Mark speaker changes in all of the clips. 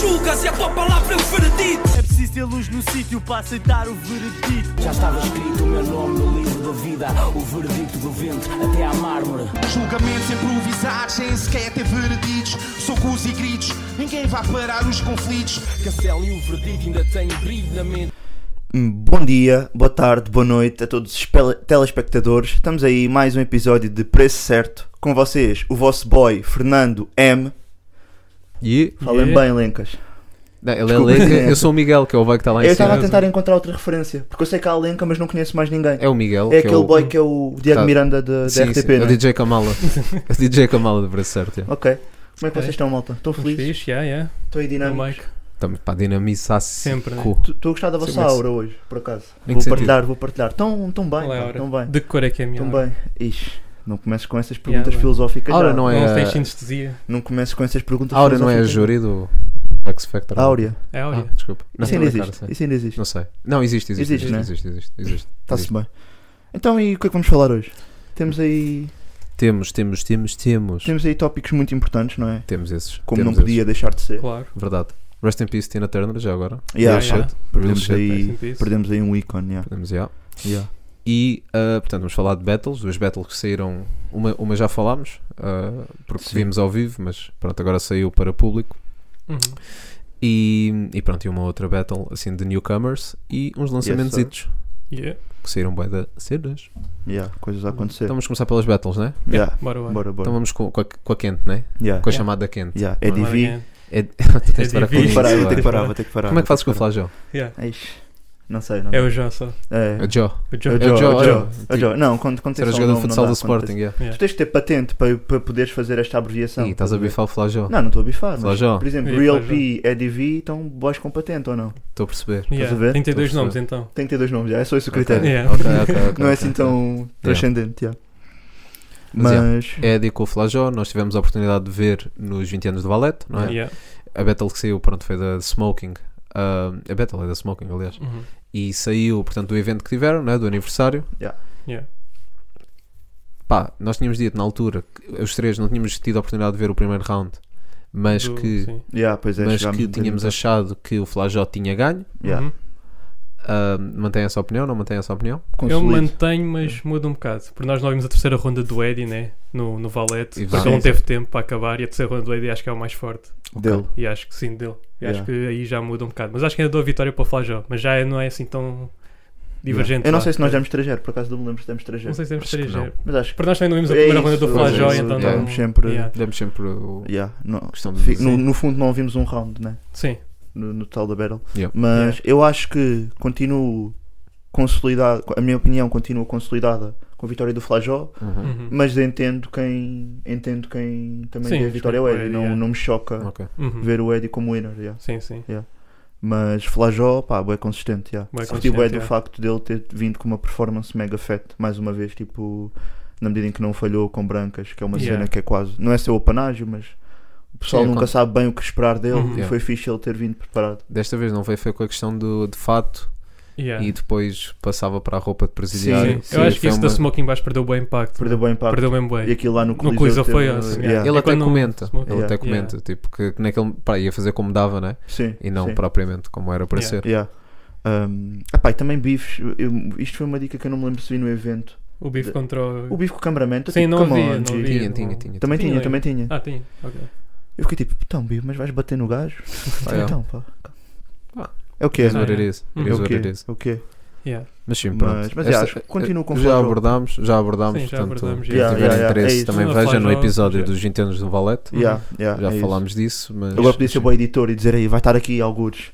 Speaker 1: julgas e a tua palavra é o veredito.
Speaker 2: É preciso ter luz no sítio para aceitar o veredito.
Speaker 3: Já estava escrito o meu nome no livro da vida, o veredito do vento até à mármore.
Speaker 4: Julgamentos improvisados, sem sequer ter vereditos. Socos e gritos, ninguém vai parar os conflitos.
Speaker 3: Castelo e o veredito ainda têm brilho na mente.
Speaker 5: Bom dia, boa tarde, boa noite a todos os pele- telespectadores. Estamos aí mais um episódio de Preço Certo com vocês, o vosso boy Fernando M.
Speaker 6: E
Speaker 5: Falem bem, Lencas.
Speaker 6: Não, ele
Speaker 5: Desculpa.
Speaker 6: é Lenca, eu sou o Miguel, que é o boy que está lá em
Speaker 5: eu
Speaker 6: cima.
Speaker 5: estava a tentar encontrar outra referência, porque eu sei que há a Lenca, mas não conheço mais ninguém.
Speaker 6: É o Miguel.
Speaker 5: É, aquele
Speaker 6: o...
Speaker 5: boy que é o Diego
Speaker 6: Tá.
Speaker 5: Miranda da da
Speaker 6: Sim, sim,
Speaker 5: RTP,
Speaker 6: é o
Speaker 5: não é?
Speaker 6: DJ Kamala. É o DJ Kamala de braço certo. é.
Speaker 5: Ok. Como é que
Speaker 7: Ok.
Speaker 5: vocês estão, malta? Estão felizes?
Speaker 7: Fixe, yeah, yeah.
Speaker 5: Estou aí
Speaker 7: No
Speaker 5: dinâmicos?
Speaker 7: mic.
Speaker 6: Estamos para dinamizar
Speaker 7: Sempre, né?
Speaker 6: cu.
Speaker 5: Estou a gostar da vossa
Speaker 6: Sim, mas-
Speaker 5: aura hoje, por acaso.
Speaker 6: Em que
Speaker 5: Vou
Speaker 6: sentido?
Speaker 5: partilhar, vou partilhar. Estão tão bem,
Speaker 7: Qual é a
Speaker 5: pá,
Speaker 7: hora?
Speaker 5: tão bem.
Speaker 7: De que cor é que é a minha
Speaker 5: Tão
Speaker 7: hora?
Speaker 5: bem. Ixi, não comeces com essas
Speaker 7: Yeah,
Speaker 5: perguntas
Speaker 7: bem.
Speaker 5: filosóficas.
Speaker 6: Aura
Speaker 5: já.
Speaker 6: não é.
Speaker 7: Não tens
Speaker 6: A
Speaker 7: sinestesia.
Speaker 5: Não comeces com essas perguntas
Speaker 6: Aura não é a
Speaker 7: assim.
Speaker 5: filosóficas.
Speaker 6: júri do X Factor. não?
Speaker 5: Áurea.
Speaker 7: É
Speaker 6: Ah,
Speaker 7: óbvio.
Speaker 6: desculpa.
Speaker 5: Isso ainda
Speaker 6: não é cara,
Speaker 5: existe.
Speaker 6: sei.
Speaker 5: Isso ainda existe.
Speaker 6: Não sei. Não, existe, existe.
Speaker 5: Existe, né?
Speaker 6: existe, existe, existe.
Speaker 5: Está-se
Speaker 6: existe.
Speaker 5: bem. Então, e o que é que vamos falar hoje? Temos aí,
Speaker 6: Temos, temos, temos, temos.
Speaker 5: temos aí tópicos muito importantes, não é?
Speaker 6: Temos esses.
Speaker 5: Como
Speaker 6: temos
Speaker 5: não podia deixar de ser.
Speaker 7: Claro.
Speaker 6: Verdade. Rest in peace, Tina Turner, já agora.
Speaker 5: Yeah,
Speaker 7: Yeah, yeah.
Speaker 5: Perdemos,
Speaker 6: Bullshit.
Speaker 7: Rest
Speaker 5: aí,
Speaker 7: in peace.
Speaker 5: perdemos aí um ícone. Yeah.
Speaker 6: Podemos, já.
Speaker 5: Yeah.
Speaker 6: E, ah, portanto, vamos falar de battles. Duas battles que saíram. Uma, uma já falámos, ah, porque
Speaker 5: Sim.
Speaker 6: vimos ao vivo, mas pronto, agora saiu para público.
Speaker 7: Uhum.
Speaker 6: E, e pronto, e uma outra battle assim de newcomers e uns lançamentos
Speaker 5: sir.
Speaker 6: itos
Speaker 7: Yeah.
Speaker 6: que saíram bem da cenas.
Speaker 5: Yeah, coisas a acontecer.
Speaker 6: Então vamos começar pelas battles, né?
Speaker 5: yeah.
Speaker 7: Bora, bora.
Speaker 5: Bora,
Speaker 6: Então
Speaker 5: bora.
Speaker 6: vamos com, com, a, com a quente, né?
Speaker 5: Yeah.
Speaker 6: Com
Speaker 7: Yeah.
Speaker 6: a chamada quente.
Speaker 5: Yeah. É
Speaker 7: Bora,
Speaker 5: DV.
Speaker 7: bora,
Speaker 6: É, tu tens de parar
Speaker 7: É
Speaker 6: com
Speaker 5: Vou ter que
Speaker 7: Isso,
Speaker 5: parar,
Speaker 6: isso,
Speaker 5: vou ter que
Speaker 6: vai.
Speaker 5: parar, vou ter que parar.
Speaker 6: Como é que fazes com o
Speaker 5: vou ter
Speaker 6: flagel?
Speaker 7: yeah.
Speaker 5: parar. Ixi, Não sei, não
Speaker 7: É
Speaker 5: sei.
Speaker 7: o Jó só.
Speaker 5: É.
Speaker 6: A Joe.
Speaker 7: O
Speaker 5: É
Speaker 7: Jó.
Speaker 6: Joe,
Speaker 5: o Joe,
Speaker 6: é
Speaker 5: é
Speaker 6: o
Speaker 5: o
Speaker 6: Joe.
Speaker 5: Joe. É o Joe. Não, quando quando
Speaker 6: Ser
Speaker 5: tens só o
Speaker 6: jogador de
Speaker 5: nome, não
Speaker 6: futsal
Speaker 5: dá,
Speaker 6: do
Speaker 5: quando
Speaker 6: Sporting.
Speaker 5: tens-
Speaker 6: yeah.
Speaker 5: Tu tens de ter patente para, para poderes fazer esta abreviação.
Speaker 6: Ih, estás a bifar o flagel.
Speaker 5: Não, não estou a bifar. Mas,
Speaker 6: Flagel.
Speaker 5: por exemplo,
Speaker 7: Ih,
Speaker 5: Real
Speaker 7: flagel.
Speaker 5: P é DV, então boys com patente ou não?
Speaker 6: Estou a perceber.
Speaker 7: Yeah.
Speaker 5: a ver?
Speaker 7: Tem que ter dois
Speaker 6: Estou a
Speaker 7: nomes então.
Speaker 5: Tem que ter dois nomes, já. É só esse o critério.
Speaker 7: Yeah.
Speaker 6: Ok, ok, ok,
Speaker 5: não
Speaker 6: ok,
Speaker 5: é assim
Speaker 6: ok.
Speaker 5: tão transcendente, já.
Speaker 6: Mas,
Speaker 5: Mas,
Speaker 6: É a Dico Flajó, nós tivemos a oportunidade de ver nos 20 anos de Valete, não é?
Speaker 7: Yeah.
Speaker 6: A battle que saiu, pronto, foi da Smoking. ah, a battle é da Smoking, aliás.
Speaker 7: Uhum.
Speaker 6: E saiu, portanto, do evento que tiveram, não é? Do aniversário.
Speaker 7: Yeah.
Speaker 6: Pá, nós tínhamos dito na altura, que os três não tínhamos tido a oportunidade de ver o primeiro round, mas
Speaker 7: Do-
Speaker 6: que,
Speaker 7: sim.
Speaker 5: yeah, pois é,
Speaker 6: mas
Speaker 5: chegámos
Speaker 6: que
Speaker 5: um
Speaker 6: tínhamos
Speaker 5: bocadinho-
Speaker 6: achado que o Flajó tinha ganho.
Speaker 5: Yeah.
Speaker 7: Uhum.
Speaker 6: Ah, mantém essa opinião? Não mantém essa opinião?
Speaker 7: Eu
Speaker 5: Consolidado.
Speaker 7: mantenho, mas muda um bocado. Porque nós não vimos a terceira ronda do Eddie, né? No, no Valete.
Speaker 6: E
Speaker 7: Porque
Speaker 6: vai.
Speaker 7: ele não teve tempo para acabar. E a terceira ronda do Eddie acho que é o mais forte.
Speaker 5: Dele.
Speaker 7: E acho que sim, dele. E
Speaker 5: Yeah.
Speaker 7: acho que aí já muda um bocado. Mas acho que ainda dou a vitória para o Flajó. Mas já é- não é assim tão divergente.
Speaker 5: Eu não
Speaker 7: vá. É.
Speaker 5: sei se nós demos 3 por acaso não me lembro se demos 3
Speaker 7: Não sei se temos
Speaker 6: Acho que
Speaker 7: 3
Speaker 6: não.
Speaker 5: Mas acho que.
Speaker 7: Porque nós também não vimos a
Speaker 5: É
Speaker 7: primeira
Speaker 5: isso,
Speaker 7: ronda do
Speaker 5: é
Speaker 7: Flajó,
Speaker 5: isso,
Speaker 7: então
Speaker 5: yeah.
Speaker 7: não.
Speaker 5: Sempre-
Speaker 7: Yeah.
Speaker 6: Demos sempre o.
Speaker 5: Yeah, não-
Speaker 6: Questão de
Speaker 5: fi-
Speaker 6: dizer.
Speaker 5: no, no fundo, não ouvimos um round, né?
Speaker 7: Sim.
Speaker 5: No, no tal da Battle.
Speaker 6: Yeah.
Speaker 5: Mas eu acho que continuo consolidado. A minha opinião continua consolidada com a vitória do Flajó.
Speaker 6: Uhum.
Speaker 7: Uhum.
Speaker 5: Mas entendo quem. Entendo quem também
Speaker 7: Sim,
Speaker 5: deu a vitória ao
Speaker 7: escolhe o
Speaker 5: Eddie.
Speaker 7: Eddie,
Speaker 5: Não,
Speaker 7: yeah.
Speaker 5: não me choca
Speaker 6: Ok.
Speaker 7: Uhum.
Speaker 5: ver o Eddie como winner. yeah.
Speaker 7: Sim, sim.
Speaker 5: Mas Flajó, pá, é consistente, já.
Speaker 7: Bué
Speaker 5: Curti bué
Speaker 7: consistente,
Speaker 5: do
Speaker 7: já.
Speaker 5: facto dele ter vindo com uma performance mega fat, mais uma vez, tipo, na medida em que não falhou com brancas, que é uma
Speaker 7: Yeah.
Speaker 5: cena que é quase, não é seu apanágio, mas o pessoal
Speaker 6: Sim, é
Speaker 5: nunca
Speaker 6: claro.
Speaker 5: sabe bem o que esperar dele
Speaker 7: Uhum.
Speaker 5: e
Speaker 6: Yeah.
Speaker 5: foi fixe ele ter vindo preparado.
Speaker 6: Desta vez não veio, foi com a questão do, de fato
Speaker 7: Yeah.
Speaker 6: e depois passava para a roupa de presidiário.
Speaker 7: Sim,
Speaker 6: Sim,
Speaker 7: eu acho que
Speaker 6: foi um
Speaker 7: isso
Speaker 6: uma-
Speaker 7: da Smoking Baixo perdeu bem impacto.
Speaker 5: Perdeu bem impacto.
Speaker 7: Perdeu mesmo bem.
Speaker 5: E aquilo lá no Coliseu,
Speaker 7: Coliseu
Speaker 5: teve-
Speaker 7: foi awesome, yeah.
Speaker 5: yeah.
Speaker 6: Ele
Speaker 7: É
Speaker 6: até
Speaker 7: quando
Speaker 6: comenta,
Speaker 7: smoke.
Speaker 6: ele até
Speaker 7: Yeah.
Speaker 6: comenta, tipo, que, que naquele, pá, ia fazer como dava, né?
Speaker 5: Sim,
Speaker 6: E não
Speaker 5: sim.
Speaker 6: propriamente como era para
Speaker 7: Yeah.
Speaker 6: ser.
Speaker 5: Yeah. Um, ah pá, e também bifes, eu- eu- isto foi uma dica que eu não me lembro se vi no evento.
Speaker 7: O bife contra o.
Speaker 5: O bife com o cameraman, tô
Speaker 7: Sim,
Speaker 5: tipo,
Speaker 7: não vi,
Speaker 5: come on,
Speaker 7: não
Speaker 5: G.
Speaker 7: vi.
Speaker 6: Tinha,
Speaker 7: não-
Speaker 6: tinha, tinha.
Speaker 5: Também tinha,
Speaker 7: Tinha.
Speaker 5: também tinha.
Speaker 7: Ah, tinha. Ok.
Speaker 5: Eu fiquei tipo, então, Bife, mas vais bater no gajo?
Speaker 6: Pá,
Speaker 5: Ah,
Speaker 6: é.
Speaker 5: então, pá.
Speaker 6: Ah,
Speaker 5: É o que é,
Speaker 6: It is
Speaker 5: né?
Speaker 6: what it is. It
Speaker 7: É assim,
Speaker 5: É
Speaker 6: is
Speaker 5: o
Speaker 6: what
Speaker 5: que
Speaker 6: it is.
Speaker 5: é, o que é.
Speaker 7: Yeah.
Speaker 6: Mas sim, pronto. eh,
Speaker 5: Mas, mas é, acho que continuo com o
Speaker 6: já
Speaker 5: Flajol.
Speaker 6: abordámos, já abordámos,
Speaker 7: Sim, já
Speaker 6: portanto,
Speaker 7: abordámos,
Speaker 6: quem
Speaker 5: yeah.
Speaker 6: tiver
Speaker 5: Yeah, yeah,
Speaker 6: interesse
Speaker 5: é isso.
Speaker 6: também
Speaker 7: Não,
Speaker 6: veja no
Speaker 7: Flajol,
Speaker 6: episódio
Speaker 7: já.
Speaker 6: dos 20 anos do Valete,
Speaker 5: Yeah,
Speaker 7: Uhum.
Speaker 5: yeah,
Speaker 6: já
Speaker 5: é isso.
Speaker 6: falámos disso, mas...
Speaker 5: Agora podia ser boa editor e dizer aí, vai estar aqui algures.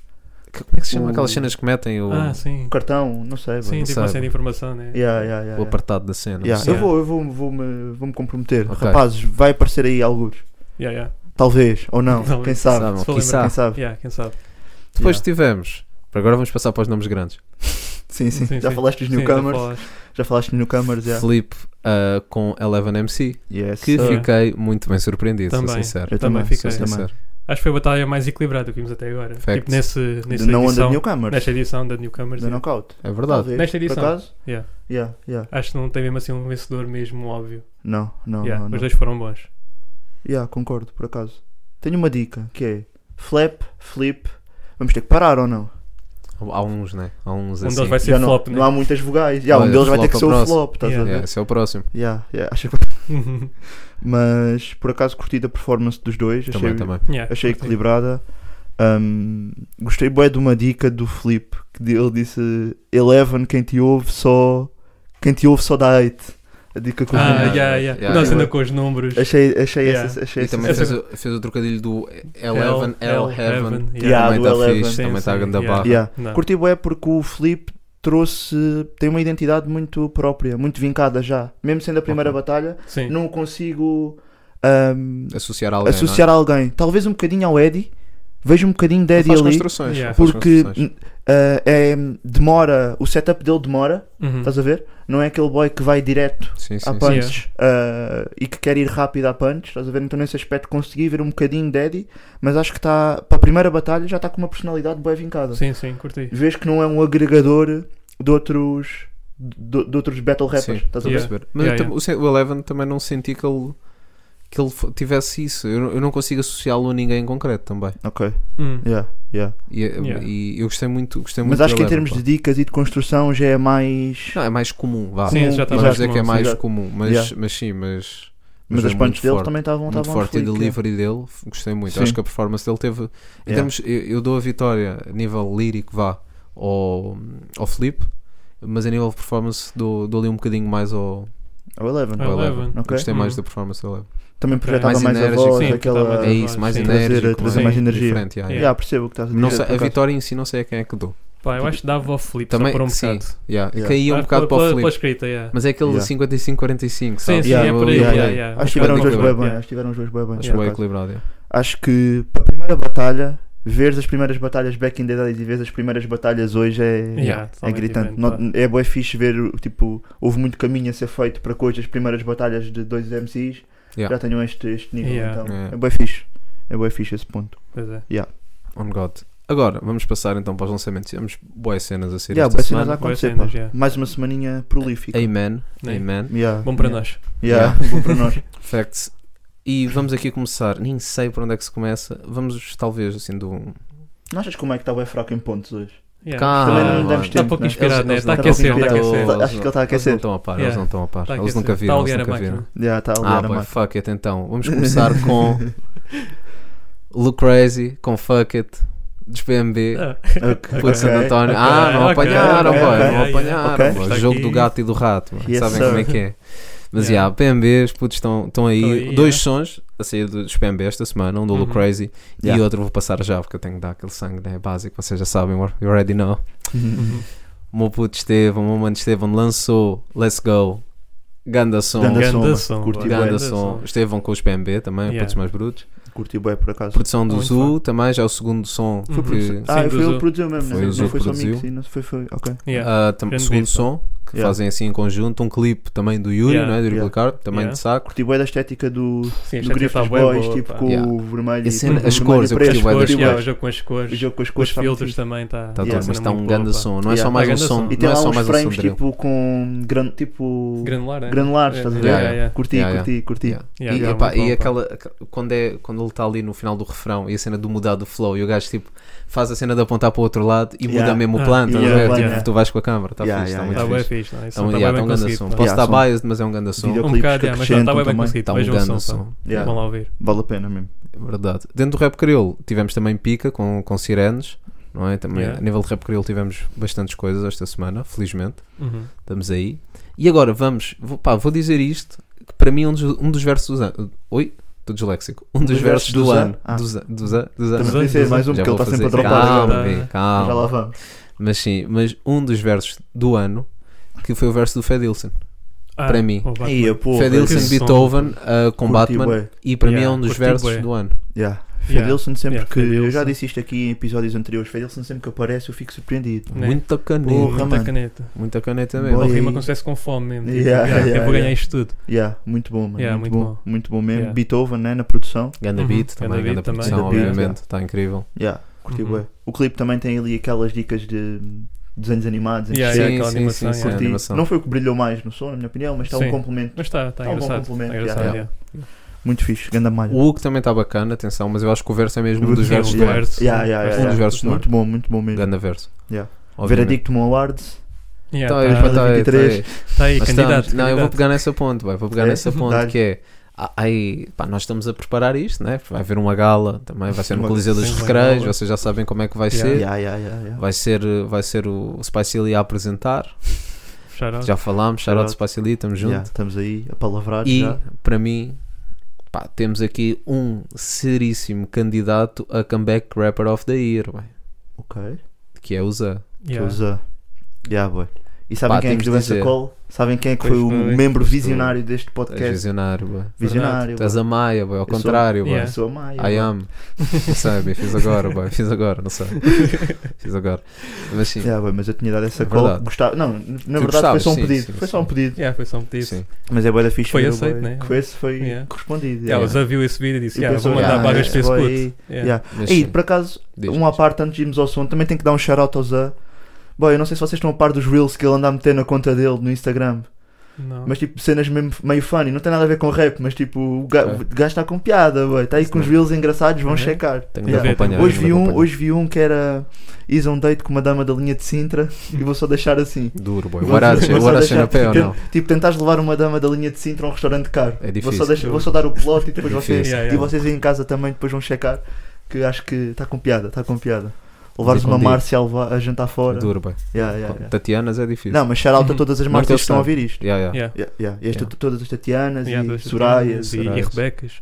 Speaker 6: Que- Como é que se chama
Speaker 5: O-
Speaker 6: aquelas cenas que metem o,
Speaker 7: Ah, sim.
Speaker 5: Um cartão, não sei.
Speaker 7: Sim,
Speaker 5: mano.
Speaker 7: tipo uma
Speaker 6: sabe.
Speaker 7: cena de informação, né?
Speaker 5: Yeah, yeah, yeah,
Speaker 6: o
Speaker 5: yeah.
Speaker 6: apartado da cena?
Speaker 5: Yeah,
Speaker 6: Sim.
Speaker 5: Eu vou, eu vou, vou, me, vou me comprometer.
Speaker 6: Ok.
Speaker 5: Rapazes, vai aparecer aí algures.
Speaker 7: Yeah, yeah.
Speaker 5: Talvez, ou não,
Speaker 7: Talvez.
Speaker 5: quem sabe.
Speaker 6: Sabe,
Speaker 7: Se for
Speaker 6: quiçá.
Speaker 5: Quem sabe?
Speaker 7: Yeah, quem sabe.
Speaker 6: Depois
Speaker 5: Yeah.
Speaker 6: tivemos, agora vamos passar para os nomes grandes.
Speaker 5: Sim, sim,
Speaker 7: Sim,
Speaker 5: Já
Speaker 7: sim.
Speaker 5: falaste dos
Speaker 7: Sim, já
Speaker 5: newcomers.
Speaker 7: falaste.
Speaker 5: Já falaste dos newcomers, já.
Speaker 6: Felipe ah, com Eleven MC,
Speaker 5: Yes.
Speaker 6: que
Speaker 5: sir.
Speaker 7: Sim.
Speaker 6: fiquei muito bem surpreendido, sou
Speaker 7: Também.
Speaker 6: sincero.
Speaker 5: Eu também,
Speaker 7: também
Speaker 5: sou
Speaker 7: fiquei.
Speaker 5: sincero.
Speaker 6: Sincero.
Speaker 7: Acho que foi a batalha mais equilibrada que vimos até agora.
Speaker 6: Facts.
Speaker 7: Tipo, nesse, nessa
Speaker 5: De não onda de
Speaker 7: edição.
Speaker 5: newcomers.
Speaker 7: Nesta edição da Newcomers.
Speaker 5: Da
Speaker 7: yeah.
Speaker 5: knockout.
Speaker 6: É verdade.
Speaker 5: Talvez.
Speaker 7: Nesta
Speaker 5: Por
Speaker 7: edição.
Speaker 5: acaso?
Speaker 7: Yeah.
Speaker 5: Yeah, yeah.
Speaker 7: Acho que não tem mesmo assim um vencedor mesmo óbvio.
Speaker 5: Não, não,
Speaker 7: Yeah,
Speaker 5: não.
Speaker 7: Os
Speaker 5: não.
Speaker 7: dois foram bons.
Speaker 5: Yeah, concordo, por acaso. Tenho uma dica que é flap, flip. Vamos ter que parar ou não?
Speaker 6: Há uns, né? Há uns
Speaker 7: Um
Speaker 6: assim.
Speaker 7: deles vai ser
Speaker 5: Já não,
Speaker 7: flop, né?
Speaker 5: não há muitas vogais. Já, um
Speaker 6: Olha,
Speaker 5: deles vai
Speaker 6: flop
Speaker 5: ter que
Speaker 6: é o
Speaker 5: ser o
Speaker 6: próximo.
Speaker 5: flop, estás
Speaker 7: Yeah.
Speaker 5: a ver?
Speaker 6: Yeah, esse é o próximo.
Speaker 5: Yeah, yeah, achei- Mas por acaso curti da performance dos dois, achei,
Speaker 6: Também, também.
Speaker 7: Yeah,
Speaker 5: achei
Speaker 7: curti.
Speaker 5: equilibrada. Um, gostei bem de uma dica do Flip que de- ele disse Eleven, quem te ouve só quem te ouve só dá 8. A dica que eu
Speaker 7: Ah,
Speaker 5: vi.
Speaker 6: Yeah,
Speaker 7: yeah,
Speaker 6: yeah.
Speaker 7: yeah. Não, cena com os números.
Speaker 5: achei achei
Speaker 7: Yeah.
Speaker 5: essa, achei
Speaker 6: E
Speaker 5: essa-
Speaker 6: também
Speaker 7: essa-
Speaker 6: fez, o- fez o trocadilho do
Speaker 7: É
Speaker 6: Eleven, L, Heaven.
Speaker 5: Yeah,
Speaker 6: também
Speaker 5: do
Speaker 6: está
Speaker 5: Eleven.
Speaker 6: fixe,
Speaker 7: Sim,
Speaker 6: também está a
Speaker 7: sim,
Speaker 6: ganda
Speaker 7: yeah.
Speaker 6: barra.
Speaker 5: Yeah.
Speaker 7: Não.
Speaker 5: Curti bué porque o Felipe trouxe. tem uma identidade muito própria, muito vincada já. Mesmo sendo a primeira
Speaker 6: Ok.
Speaker 5: batalha,
Speaker 7: Sim.
Speaker 5: não o consigo ahm,
Speaker 6: Associar alguém, é?
Speaker 5: associar a alguém. Talvez um bocadinho ao Eddie, vejo um bocadinho de
Speaker 6: não é?
Speaker 5: Eddie
Speaker 6: Faz
Speaker 5: ali,
Speaker 6: construções.
Speaker 7: Yeah.
Speaker 6: faz
Speaker 5: porque
Speaker 6: construções.
Speaker 5: n- ah, é, demora, o setup dele demora,
Speaker 7: Uhum.
Speaker 5: estás a ver? Não é aquele boy que vai direto.
Speaker 6: Sim, sim,
Speaker 5: A
Speaker 6: sim.
Speaker 5: punch
Speaker 7: é.
Speaker 5: e que quer ir rápido a punch, estás a ver? Então, nesse aspecto, consegui ver um bocadinho de Eddie, mas acho que está para a primeira batalha já está com uma personalidade bem vincada
Speaker 7: Sim, sim, curti.
Speaker 5: vês que não é um agregador de outros, de, de outros battle
Speaker 6: Sim,
Speaker 5: rappers. Estás
Speaker 6: estou
Speaker 5: a ver?
Speaker 7: Yeah.
Speaker 6: perceber. Mas
Speaker 7: Yeah,
Speaker 6: eu tam- o se- o Eleven também não senti que ele, que ele fo- tivesse isso. Eu, não- eu não consigo associá-lo a ninguém em concreto também.
Speaker 5: Ok,
Speaker 7: Hum.
Speaker 5: yeah, yeah.
Speaker 6: E,
Speaker 7: Yeah.
Speaker 6: e eu gostei muito, gostei
Speaker 5: Mas
Speaker 6: É muito
Speaker 5: acho
Speaker 6: do
Speaker 5: que em
Speaker 6: Eleven,
Speaker 5: termos
Speaker 6: pá.
Speaker 5: de dicas e de construção já é mais.
Speaker 6: Não, é mais comum, vá.
Speaker 7: Sim,
Speaker 5: Comum,
Speaker 7: já está
Speaker 6: Vamos
Speaker 7: mais
Speaker 6: dizer que é
Speaker 7: comum,
Speaker 6: mais
Speaker 5: exato.
Speaker 6: comum, mas,
Speaker 5: Yeah.
Speaker 6: mas sim, mas.
Speaker 5: Mas
Speaker 6: é
Speaker 5: as
Speaker 6: muito
Speaker 5: punches dele
Speaker 6: forte.
Speaker 5: também estavam
Speaker 6: muito
Speaker 5: estavam
Speaker 6: forte e o
Speaker 5: flick, yeah.
Speaker 6: delivery dele, f- gostei muito.
Speaker 5: Sim.
Speaker 6: Acho que a performance dele teve. Em
Speaker 5: Yeah.
Speaker 6: termos, eu, eu dou a vitória a nível lírico, vá ao, ao Flip, mas a nível de performance dou, dou ali um bocadinho mais ao,
Speaker 5: Ou Oh, Eleven.
Speaker 6: ao
Speaker 7: Ao
Speaker 6: Eleven.
Speaker 7: Eleven.
Speaker 5: Ok.
Speaker 6: Gostei mais
Speaker 7: Hum.
Speaker 6: da performance do Eleven.
Speaker 5: Também
Speaker 7: Ok.
Speaker 5: projetava
Speaker 6: Mais
Speaker 5: mais, a
Speaker 6: enérgico,
Speaker 5: voz,
Speaker 7: sim, é.
Speaker 5: aquela.
Speaker 7: projetava-
Speaker 6: É isso, mais
Speaker 7: Sim.
Speaker 5: Trazer-
Speaker 6: enérgico, é?
Speaker 5: trazer
Speaker 7: mais
Speaker 5: energia.
Speaker 6: diferente, yeah, yeah.
Speaker 5: Yeah, percebo o que estás a dizer.
Speaker 6: Não sei-
Speaker 5: por
Speaker 6: a
Speaker 5: acaso.
Speaker 6: vitória em si não sei a quem é que dou.
Speaker 7: Pá, eu acho que dava ao flip
Speaker 6: Também,
Speaker 7: só por um
Speaker 6: sim,
Speaker 7: bocado.
Speaker 6: yeah.
Speaker 5: Yeah.
Speaker 6: caía um
Speaker 7: Ah,
Speaker 6: bocado para
Speaker 7: pela-
Speaker 6: o
Speaker 7: pela
Speaker 6: Flip.
Speaker 7: escrita, yeah.
Speaker 6: Mas é aquele
Speaker 5: Yeah.
Speaker 6: 55-45,
Speaker 7: Sim,
Speaker 6: sabe?
Speaker 7: sim, é por aí, yeah,
Speaker 5: yeah, yeah.
Speaker 7: yeah.
Speaker 5: Acho que tiveram os dois
Speaker 6: Acho que
Speaker 5: bem
Speaker 7: equilibrado,
Speaker 5: bem.
Speaker 7: yeah.
Speaker 5: Acho que tiveram os dois bem bem.
Speaker 6: Acho
Speaker 5: por
Speaker 6: bem
Speaker 5: acaso.
Speaker 6: equilibrado. yeah.
Speaker 5: Acho que para a primeira batalha, veres as primeiras batalhas back in the days e veres as primeiras batalhas hoje é,
Speaker 7: Yeah,
Speaker 5: é
Speaker 7: totalmente
Speaker 5: gritante.
Speaker 7: diferente,
Speaker 5: Não-
Speaker 7: pá.
Speaker 5: é bué fixe ver, o- tipo, houve muito caminho a ser feito para que hoje as primeiras batalhas de dois MCs
Speaker 6: Yeah.
Speaker 5: já tenham este, este nível.
Speaker 7: Yeah.
Speaker 5: Então
Speaker 6: Yeah.
Speaker 5: é bué fixe. É bué fixe esse ponto.
Speaker 7: Pois é.
Speaker 6: On God. Agora, vamos passar então para os lançamentos. Temos boas cenas a ser
Speaker 5: Yeah,
Speaker 6: esta
Speaker 5: bué cenas a
Speaker 6: semana.
Speaker 5: acontecer,
Speaker 7: Boas cenas,
Speaker 5: pá.
Speaker 7: yeah.
Speaker 5: Mais uma semaninha prolífica.
Speaker 6: Amen.
Speaker 7: Né?
Speaker 6: Amen.
Speaker 5: Yeah.
Speaker 7: Bom para
Speaker 5: Yeah.
Speaker 7: nós.
Speaker 5: Yeah. Bom para nós.
Speaker 6: Facts. E vamos aqui começar. Nem sei por onde é que se começa. Vamos, talvez, assim, do.
Speaker 5: Não achas como é que está bué fraco em pontos hoje?
Speaker 7: Yeah.
Speaker 6: Calma,
Speaker 5: Também não
Speaker 6: mano.
Speaker 5: demos
Speaker 7: Está
Speaker 5: tempo,
Speaker 7: pouco
Speaker 5: né?
Speaker 7: inspirado,
Speaker 6: Eles-
Speaker 7: né?
Speaker 6: eles
Speaker 7: Está a
Speaker 6: não-
Speaker 7: aquecer,
Speaker 5: eles
Speaker 7: está a
Speaker 5: não-
Speaker 7: aquecer.
Speaker 5: Acho que ele está a
Speaker 6: Eles não
Speaker 5: aquecer.
Speaker 6: estão a par, eles
Speaker 7: Yeah.
Speaker 6: não estão a par.
Speaker 7: Está a
Speaker 6: Eles
Speaker 7: aquecer. Está
Speaker 6: nunca
Speaker 7: a
Speaker 6: viram. Eles
Speaker 7: olhar a
Speaker 6: nunca
Speaker 7: máquina.
Speaker 6: viram.
Speaker 5: Yeah, está a
Speaker 6: Ah,
Speaker 5: olhar a
Speaker 6: boy,
Speaker 5: máquina.
Speaker 6: fuck it então. Vamos começar com. Look Crazy, com Fuck It, dos PMB.
Speaker 5: Ok.
Speaker 6: Puto Santo
Speaker 5: Ok.
Speaker 6: António. Ah, não
Speaker 7: Ok,
Speaker 6: apanharam,
Speaker 5: ok,
Speaker 6: boy.
Speaker 5: ok,
Speaker 6: não
Speaker 7: ok.
Speaker 6: apanharam.
Speaker 5: Ok.
Speaker 6: boy.
Speaker 7: Está
Speaker 6: Jogo
Speaker 7: aqui.
Speaker 6: do gato e do rato. mano.
Speaker 5: Yes,
Speaker 6: Sabem
Speaker 5: sir.
Speaker 6: como é que é. Mas já,
Speaker 7: Yeah.
Speaker 6: PMBs, putos, estão, estão aí.
Speaker 7: Estão aí,
Speaker 6: Dois
Speaker 7: é.
Speaker 6: sons a sair dos PMB esta semana. Um do Look
Speaker 7: Uhum.
Speaker 6: Crazy e
Speaker 5: Yeah.
Speaker 6: outro vou passar já, porque eu tenho que dar aquele sangue né, básico. Vocês já sabem, you already know. O meu puto Estevão, o meu mano Estevão lançou Let's Go. Ganda som.
Speaker 5: Ganda
Speaker 7: Ganda
Speaker 5: som, tipo,
Speaker 7: som,
Speaker 5: mano. Curti
Speaker 7: boy.
Speaker 5: bué.
Speaker 6: Ganda
Speaker 7: Ganda
Speaker 6: som.
Speaker 7: som.
Speaker 6: Estevão com os PMB também,
Speaker 7: Yeah.
Speaker 6: putos mais brutos.
Speaker 5: Curti bué por acaso.
Speaker 6: Produção do
Speaker 7: Muito Uhum.
Speaker 6: Zu também, já é o segundo som.
Speaker 7: Foi
Speaker 6: que-
Speaker 7: produção.
Speaker 5: Ah,
Speaker 7: Sim,
Speaker 5: foi
Speaker 7: do
Speaker 5: ele
Speaker 7: Zu.
Speaker 5: que produziu mesmo, né?
Speaker 6: Foi o Zu
Speaker 5: Não
Speaker 6: que
Speaker 5: foi só
Speaker 6: produziu.
Speaker 5: mix, não foi, foi, ok.
Speaker 7: Yeah.
Speaker 6: Ah, tam-
Speaker 7: Grande
Speaker 6: segundo
Speaker 7: beat,
Speaker 6: som, que
Speaker 5: Yeah.
Speaker 6: fazem assim em conjunto, um clipe também do Yuri,
Speaker 7: Yeah.
Speaker 6: não é? do Yuri
Speaker 5: Yeah.
Speaker 6: Ricardo, também
Speaker 7: Yeah.
Speaker 6: de saco.
Speaker 5: Curti bué da estética do,
Speaker 7: Sim,
Speaker 5: do
Speaker 7: esta
Speaker 5: Griffiths
Speaker 7: está boa,
Speaker 5: Boys,
Speaker 7: boa,
Speaker 5: tipo
Speaker 7: pá.
Speaker 5: com
Speaker 6: Yeah.
Speaker 5: o vermelho
Speaker 6: E cena-
Speaker 5: com o
Speaker 6: as
Speaker 5: vermelho
Speaker 6: cores,
Speaker 5: e
Speaker 6: eu
Speaker 5: preto.
Speaker 6: curti bué
Speaker 7: As
Speaker 6: das
Speaker 7: cores,
Speaker 5: Curti
Speaker 7: yeah,
Speaker 5: bué.
Speaker 7: o jogo com as
Speaker 5: O
Speaker 7: cores.
Speaker 5: jogo com as
Speaker 7: Com os
Speaker 5: cores tá
Speaker 7: filtros
Speaker 5: fixe.
Speaker 7: também está.
Speaker 6: Tá
Speaker 5: Yeah.
Speaker 6: tudo, mas está um grande
Speaker 7: grande
Speaker 6: som, não é
Speaker 5: Yeah.
Speaker 6: só mais um
Speaker 7: Grande
Speaker 6: som,
Speaker 7: som.
Speaker 5: E tem
Speaker 6: não é
Speaker 5: lá
Speaker 6: só
Speaker 5: uns
Speaker 6: mais um
Speaker 5: frames
Speaker 6: sombrio.
Speaker 5: tipo com gran, tipo
Speaker 7: Granular, né?
Speaker 5: granulares,
Speaker 7: É,
Speaker 5: estás a
Speaker 7: é,
Speaker 5: ver?
Speaker 6: yeah,
Speaker 7: yeah.
Speaker 5: Curti,
Speaker 6: Yeah,
Speaker 5: curti, curti.
Speaker 6: Yeah.
Speaker 7: Yeah,
Speaker 6: e
Speaker 5: tipo,
Speaker 7: yeah,
Speaker 6: epá,
Speaker 7: muito bom,
Speaker 6: e
Speaker 7: pá.
Speaker 6: aquela quando, é, quando ele está ali no final do refrão e a cena do mudar do flow e o gajo tipo faz a cena de apontar para o outro lado e
Speaker 5: Yeah.
Speaker 6: muda mesmo o
Speaker 7: Ah.
Speaker 6: plano, estás a
Speaker 5: Yeah,
Speaker 6: ver?
Speaker 5: yeah,
Speaker 6: Tipo,
Speaker 5: yeah.
Speaker 6: tu vais com a câmara, está
Speaker 5: Yeah,
Speaker 6: fixe, está
Speaker 5: yeah,
Speaker 6: muito
Speaker 7: Está
Speaker 5: yeah.
Speaker 7: bem
Speaker 6: fixe.
Speaker 7: fixe, não? Isso
Speaker 6: Tá um-
Speaker 7: está
Speaker 6: yeah,
Speaker 7: bem
Speaker 6: tá um grande
Speaker 7: conseguido.
Speaker 6: som.
Speaker 7: pá.
Speaker 6: Posso estar
Speaker 5: Yeah, som.
Speaker 6: biased, mas é um grande som.
Speaker 5: Video-
Speaker 7: Um
Speaker 5: Clipes
Speaker 7: bocado,
Speaker 5: que
Speaker 7: yeah, mas está bem
Speaker 5: acrescentam
Speaker 7: conseguido.
Speaker 6: Está um
Speaker 7: Vejam o
Speaker 6: grande
Speaker 7: som. pá.
Speaker 6: som.
Speaker 5: Yeah.
Speaker 7: Vão lá ouvir.
Speaker 5: Vale a pena mesmo.
Speaker 6: É verdade. Dentro do rap crioulo tivemos também Pica com, com Sirenes, não é? Também
Speaker 7: Yeah.
Speaker 6: a nível de rap crioulo tivemos bastantes coisas esta semana, felizmente.
Speaker 7: Uhum.
Speaker 6: Estamos aí. E agora vamos, vou, pá, vou dizer isto, que para mim é um dos, um dos versos do ano. Oi? Estou disléxico. Um dos versos do,
Speaker 5: Zé?
Speaker 6: ano.
Speaker 5: Ah.
Speaker 6: Do Zé- do Zé- do Zé.
Speaker 5: Também
Speaker 7: Zé-
Speaker 5: tem que ser
Speaker 7: Zé-
Speaker 5: mais um
Speaker 6: Já
Speaker 5: porque ele
Speaker 6: vou
Speaker 5: está sempre a
Speaker 6: fazer.
Speaker 5: dropar. agora.
Speaker 6: Calma,
Speaker 7: agora.
Speaker 6: B, calma.
Speaker 5: Já lá vamos.
Speaker 6: Mas sim, mas um dos versos do ano que foi o verso do Fedilson.
Speaker 7: Ah,
Speaker 6: Para mim.
Speaker 7: o Batman.
Speaker 5: Aí, a porra.
Speaker 7: que
Speaker 6: Fedilson
Speaker 7: som.
Speaker 6: Beethoven ah, com
Speaker 5: Curti
Speaker 6: Batman.
Speaker 5: bué.
Speaker 6: E para mim é
Speaker 7: Yeah,
Speaker 6: um dos
Speaker 7: curti
Speaker 6: versos
Speaker 7: bué.
Speaker 6: do ano.
Speaker 5: Yeah.
Speaker 7: Yeah.
Speaker 5: Fedilson sempre
Speaker 7: Yeah,
Speaker 5: que. Eu já
Speaker 7: Fedilson.
Speaker 5: disse isto aqui em episódios anteriores. Fedilson sempre que aparece eu fico surpreendido.
Speaker 7: Né?
Speaker 6: Muita caneta.
Speaker 5: Porra,
Speaker 7: Muita
Speaker 5: mano.
Speaker 7: caneta.
Speaker 6: Muita caneta
Speaker 5: Boa
Speaker 6: mesmo.
Speaker 5: Olha
Speaker 7: Ele rima
Speaker 5: aí.
Speaker 7: como se estivesse com fome mesmo. tipo, yeah,
Speaker 5: Yeah, yeah,
Speaker 7: Eu vou
Speaker 5: yeah.
Speaker 7: ganhar isto tudo.
Speaker 5: Yeah, muito bom, mano.
Speaker 7: Yeah,
Speaker 5: muito,
Speaker 7: muito
Speaker 5: bom.
Speaker 7: bom.
Speaker 5: Muito bom mesmo.
Speaker 7: Yeah.
Speaker 5: Beethoven, né? Na produção.
Speaker 6: Ganda
Speaker 7: Uhum. Ganda
Speaker 6: beat, também,
Speaker 7: beat
Speaker 6: ganda
Speaker 7: também.
Speaker 6: produção,
Speaker 5: Ganda beat,
Speaker 6: obviamente. Está incrível.
Speaker 5: Yeah, curti
Speaker 7: Uhum.
Speaker 5: bué. O clipe também tem ali aquelas dicas de desenhos animados. em
Speaker 7: Yeah,
Speaker 5: que
Speaker 7: yeah,
Speaker 5: chega,
Speaker 7: aquela
Speaker 6: sim,
Speaker 7: animação, é.
Speaker 6: sim,
Speaker 7: yeah.
Speaker 5: curti.
Speaker 6: animação.
Speaker 5: Não foi o que brilhou mais no som, na minha opinião, mas está um
Speaker 7: Sim.
Speaker 5: complemento.
Speaker 7: Mas está, está
Speaker 5: Tá um bom
Speaker 7: engraçado.
Speaker 5: complemento,
Speaker 7: Está engraçado,
Speaker 5: yeah.
Speaker 7: yeah.
Speaker 5: Muito fixe, ganda malha.
Speaker 6: O Hugo também está bacana, atenção, mas eu acho que o verso é mesmo um dos
Speaker 5: Sim, o
Speaker 6: versos do
Speaker 5: verso.
Speaker 6: ano.
Speaker 5: Yeah, yeah,
Speaker 6: Um dos
Speaker 5: yeah.
Speaker 6: versos do ano.
Speaker 5: Muito bom, muito bom mesmo.
Speaker 6: Ganda verso.
Speaker 5: Yeah.
Speaker 6: Obviamente.
Speaker 5: Veredicto Mo Awards.
Speaker 6: Então,
Speaker 7: Yeah,
Speaker 6: aí,
Speaker 7: tá-
Speaker 5: mas-
Speaker 6: tá aí, tá aí.
Speaker 5: 23.
Speaker 7: tá aí,
Speaker 6: Nós
Speaker 7: candidato.
Speaker 6: estamos- não, eu vou
Speaker 7: candidato.
Speaker 6: pegar nessa ponte, vai, vou pegar
Speaker 5: É?
Speaker 6: nessa ponte
Speaker 5: Dá-lhe.
Speaker 6: que é. ah, Aí, pá, nós estamos a preparar isto, né? Vai haver uma gala também, vai ser no
Speaker 5: Uma-
Speaker 6: Coliseu dos
Speaker 7: sim, uma
Speaker 6: Recreios,
Speaker 7: gala.
Speaker 6: vocês já sabem como é que vai
Speaker 7: Yeah.
Speaker 6: ser.
Speaker 5: Yeah, yeah, yeah, yeah.
Speaker 6: Vai ser, eh, vai ser o Spicy Lee a apresentar,
Speaker 7: Shout out.
Speaker 6: já falámos, shout out
Speaker 5: Shout
Speaker 6: Spicy Lee, estamos junto.
Speaker 5: Yeah, estamos aí a palavrar
Speaker 6: E
Speaker 5: já.
Speaker 6: para mim, pá, temos aqui um seríssimo candidato a comeback rapper of the year, bem,
Speaker 5: Ok.
Speaker 6: que é o Zé.
Speaker 5: Yeah.
Speaker 7: Yeah.
Speaker 5: Usa. Yeah, boy. E sabem
Speaker 6: Pá,
Speaker 5: quem é
Speaker 6: temos
Speaker 5: que
Speaker 6: de
Speaker 5: deu essa
Speaker 6: dizer.
Speaker 5: call? Sabem quem é que
Speaker 7: Pois
Speaker 5: foi o
Speaker 7: foi.
Speaker 5: membro visionário deste
Speaker 6: És
Speaker 5: podcast?
Speaker 6: visionário, bué.
Speaker 5: Visionário.
Speaker 6: Tu és a Maia, bué, ao
Speaker 5: Eu sou.
Speaker 6: contrário, bué.
Speaker 5: Eu sou a
Speaker 6: I
Speaker 5: Maia. boy.
Speaker 6: am. Não sei, bem, fiz agora, boy. Fiz agora, não sei. Fiz agora. Mas sim.
Speaker 5: Yeah, boy, mas eu tinha dado essa
Speaker 6: É
Speaker 5: call.
Speaker 6: verdade.
Speaker 5: Gostava. Não, na
Speaker 6: Tu
Speaker 5: verdade foi só um
Speaker 6: gostavas, sim,
Speaker 5: pedido.
Speaker 6: sim,
Speaker 5: foi só um
Speaker 6: sim.
Speaker 5: pedido.
Speaker 7: Yeah, foi só um pedido.
Speaker 6: Sim.
Speaker 5: Mas é boa da fixe.
Speaker 7: Foi
Speaker 5: ver o
Speaker 7: aceito,
Speaker 5: boy.
Speaker 7: né?
Speaker 5: Com esse foi
Speaker 7: Yeah.
Speaker 5: correspondido.
Speaker 7: Yeah,
Speaker 5: yeah.
Speaker 7: O Zé viu esse vídeo e disse:
Speaker 5: E
Speaker 7: yeah,
Speaker 5: pensou,
Speaker 7: Vou mandar
Speaker 5: "Ah,
Speaker 7: vagas
Speaker 5: esse
Speaker 7: para esse
Speaker 5: boy
Speaker 7: puto.
Speaker 5: aí-
Speaker 7: Yeah.
Speaker 6: Mas
Speaker 5: Ei,
Speaker 6: sim.
Speaker 5: por acaso,
Speaker 6: Diz,
Speaker 5: um
Speaker 6: diz,
Speaker 5: à
Speaker 6: diz.
Speaker 5: parte antes de irmos ao som, também tenho que dar um shout-out ao Zé. Boy, eu não sei se vocês estão a par dos reels que ele anda a meter na conta dele no Instagram.
Speaker 7: Não.
Speaker 5: Mas tipo, cenas mesmo meio funny, não tem nada a ver com rap, mas tipo, o ga-
Speaker 6: Ok.
Speaker 5: o gajo está com piada, boy. Está aí com os reels engraçados, vão
Speaker 7: Uhum.
Speaker 5: checar.
Speaker 6: Tenho de
Speaker 7: Yeah.
Speaker 6: acompanhar.
Speaker 5: Hoje
Speaker 6: tenho de
Speaker 5: vi, um,
Speaker 6: acompanhar.
Speaker 5: hoje vi um que era Is on date com uma dama da linha de Sintra e vou só deixar assim.
Speaker 6: Duro, boy. O
Speaker 5: Vou-
Speaker 6: Arache,
Speaker 5: vou
Speaker 6: o
Speaker 5: só
Speaker 6: Arache na
Speaker 5: deixar-
Speaker 6: pé ou não?
Speaker 5: Tipo, tentares levar uma dama da linha de Sintra a um restaurante caro.
Speaker 6: É
Speaker 5: Vou
Speaker 6: difícil. É
Speaker 5: só, deixar- vou só dar o plot e depois vocês,
Speaker 7: Difícil. Yeah, yeah.
Speaker 5: e vocês aí em casa também depois vão checar que acho que está com piada, está com piada. Levares uma
Speaker 6: Escondido.
Speaker 5: Márcia a, levar- a jantar fora.
Speaker 6: Duro, boy.
Speaker 5: Yeah, yeah, yeah.
Speaker 6: Tatianas é difícil.
Speaker 5: Não, mas shout out a
Speaker 7: Uhum.
Speaker 5: todas as
Speaker 6: Não
Speaker 5: Márcias
Speaker 6: estou
Speaker 5: que estão a
Speaker 6: gostando.
Speaker 5: ouvir isto.
Speaker 6: Yeah, yeah.
Speaker 7: Yeah.
Speaker 5: Yeah, yeah. E esta-
Speaker 6: Yeah.
Speaker 5: todas as Tatianas
Speaker 7: Yeah,
Speaker 5: e
Speaker 7: dois
Speaker 5: Sorayas.
Speaker 7: e, e
Speaker 6: Sorayas.
Speaker 7: Rebecas.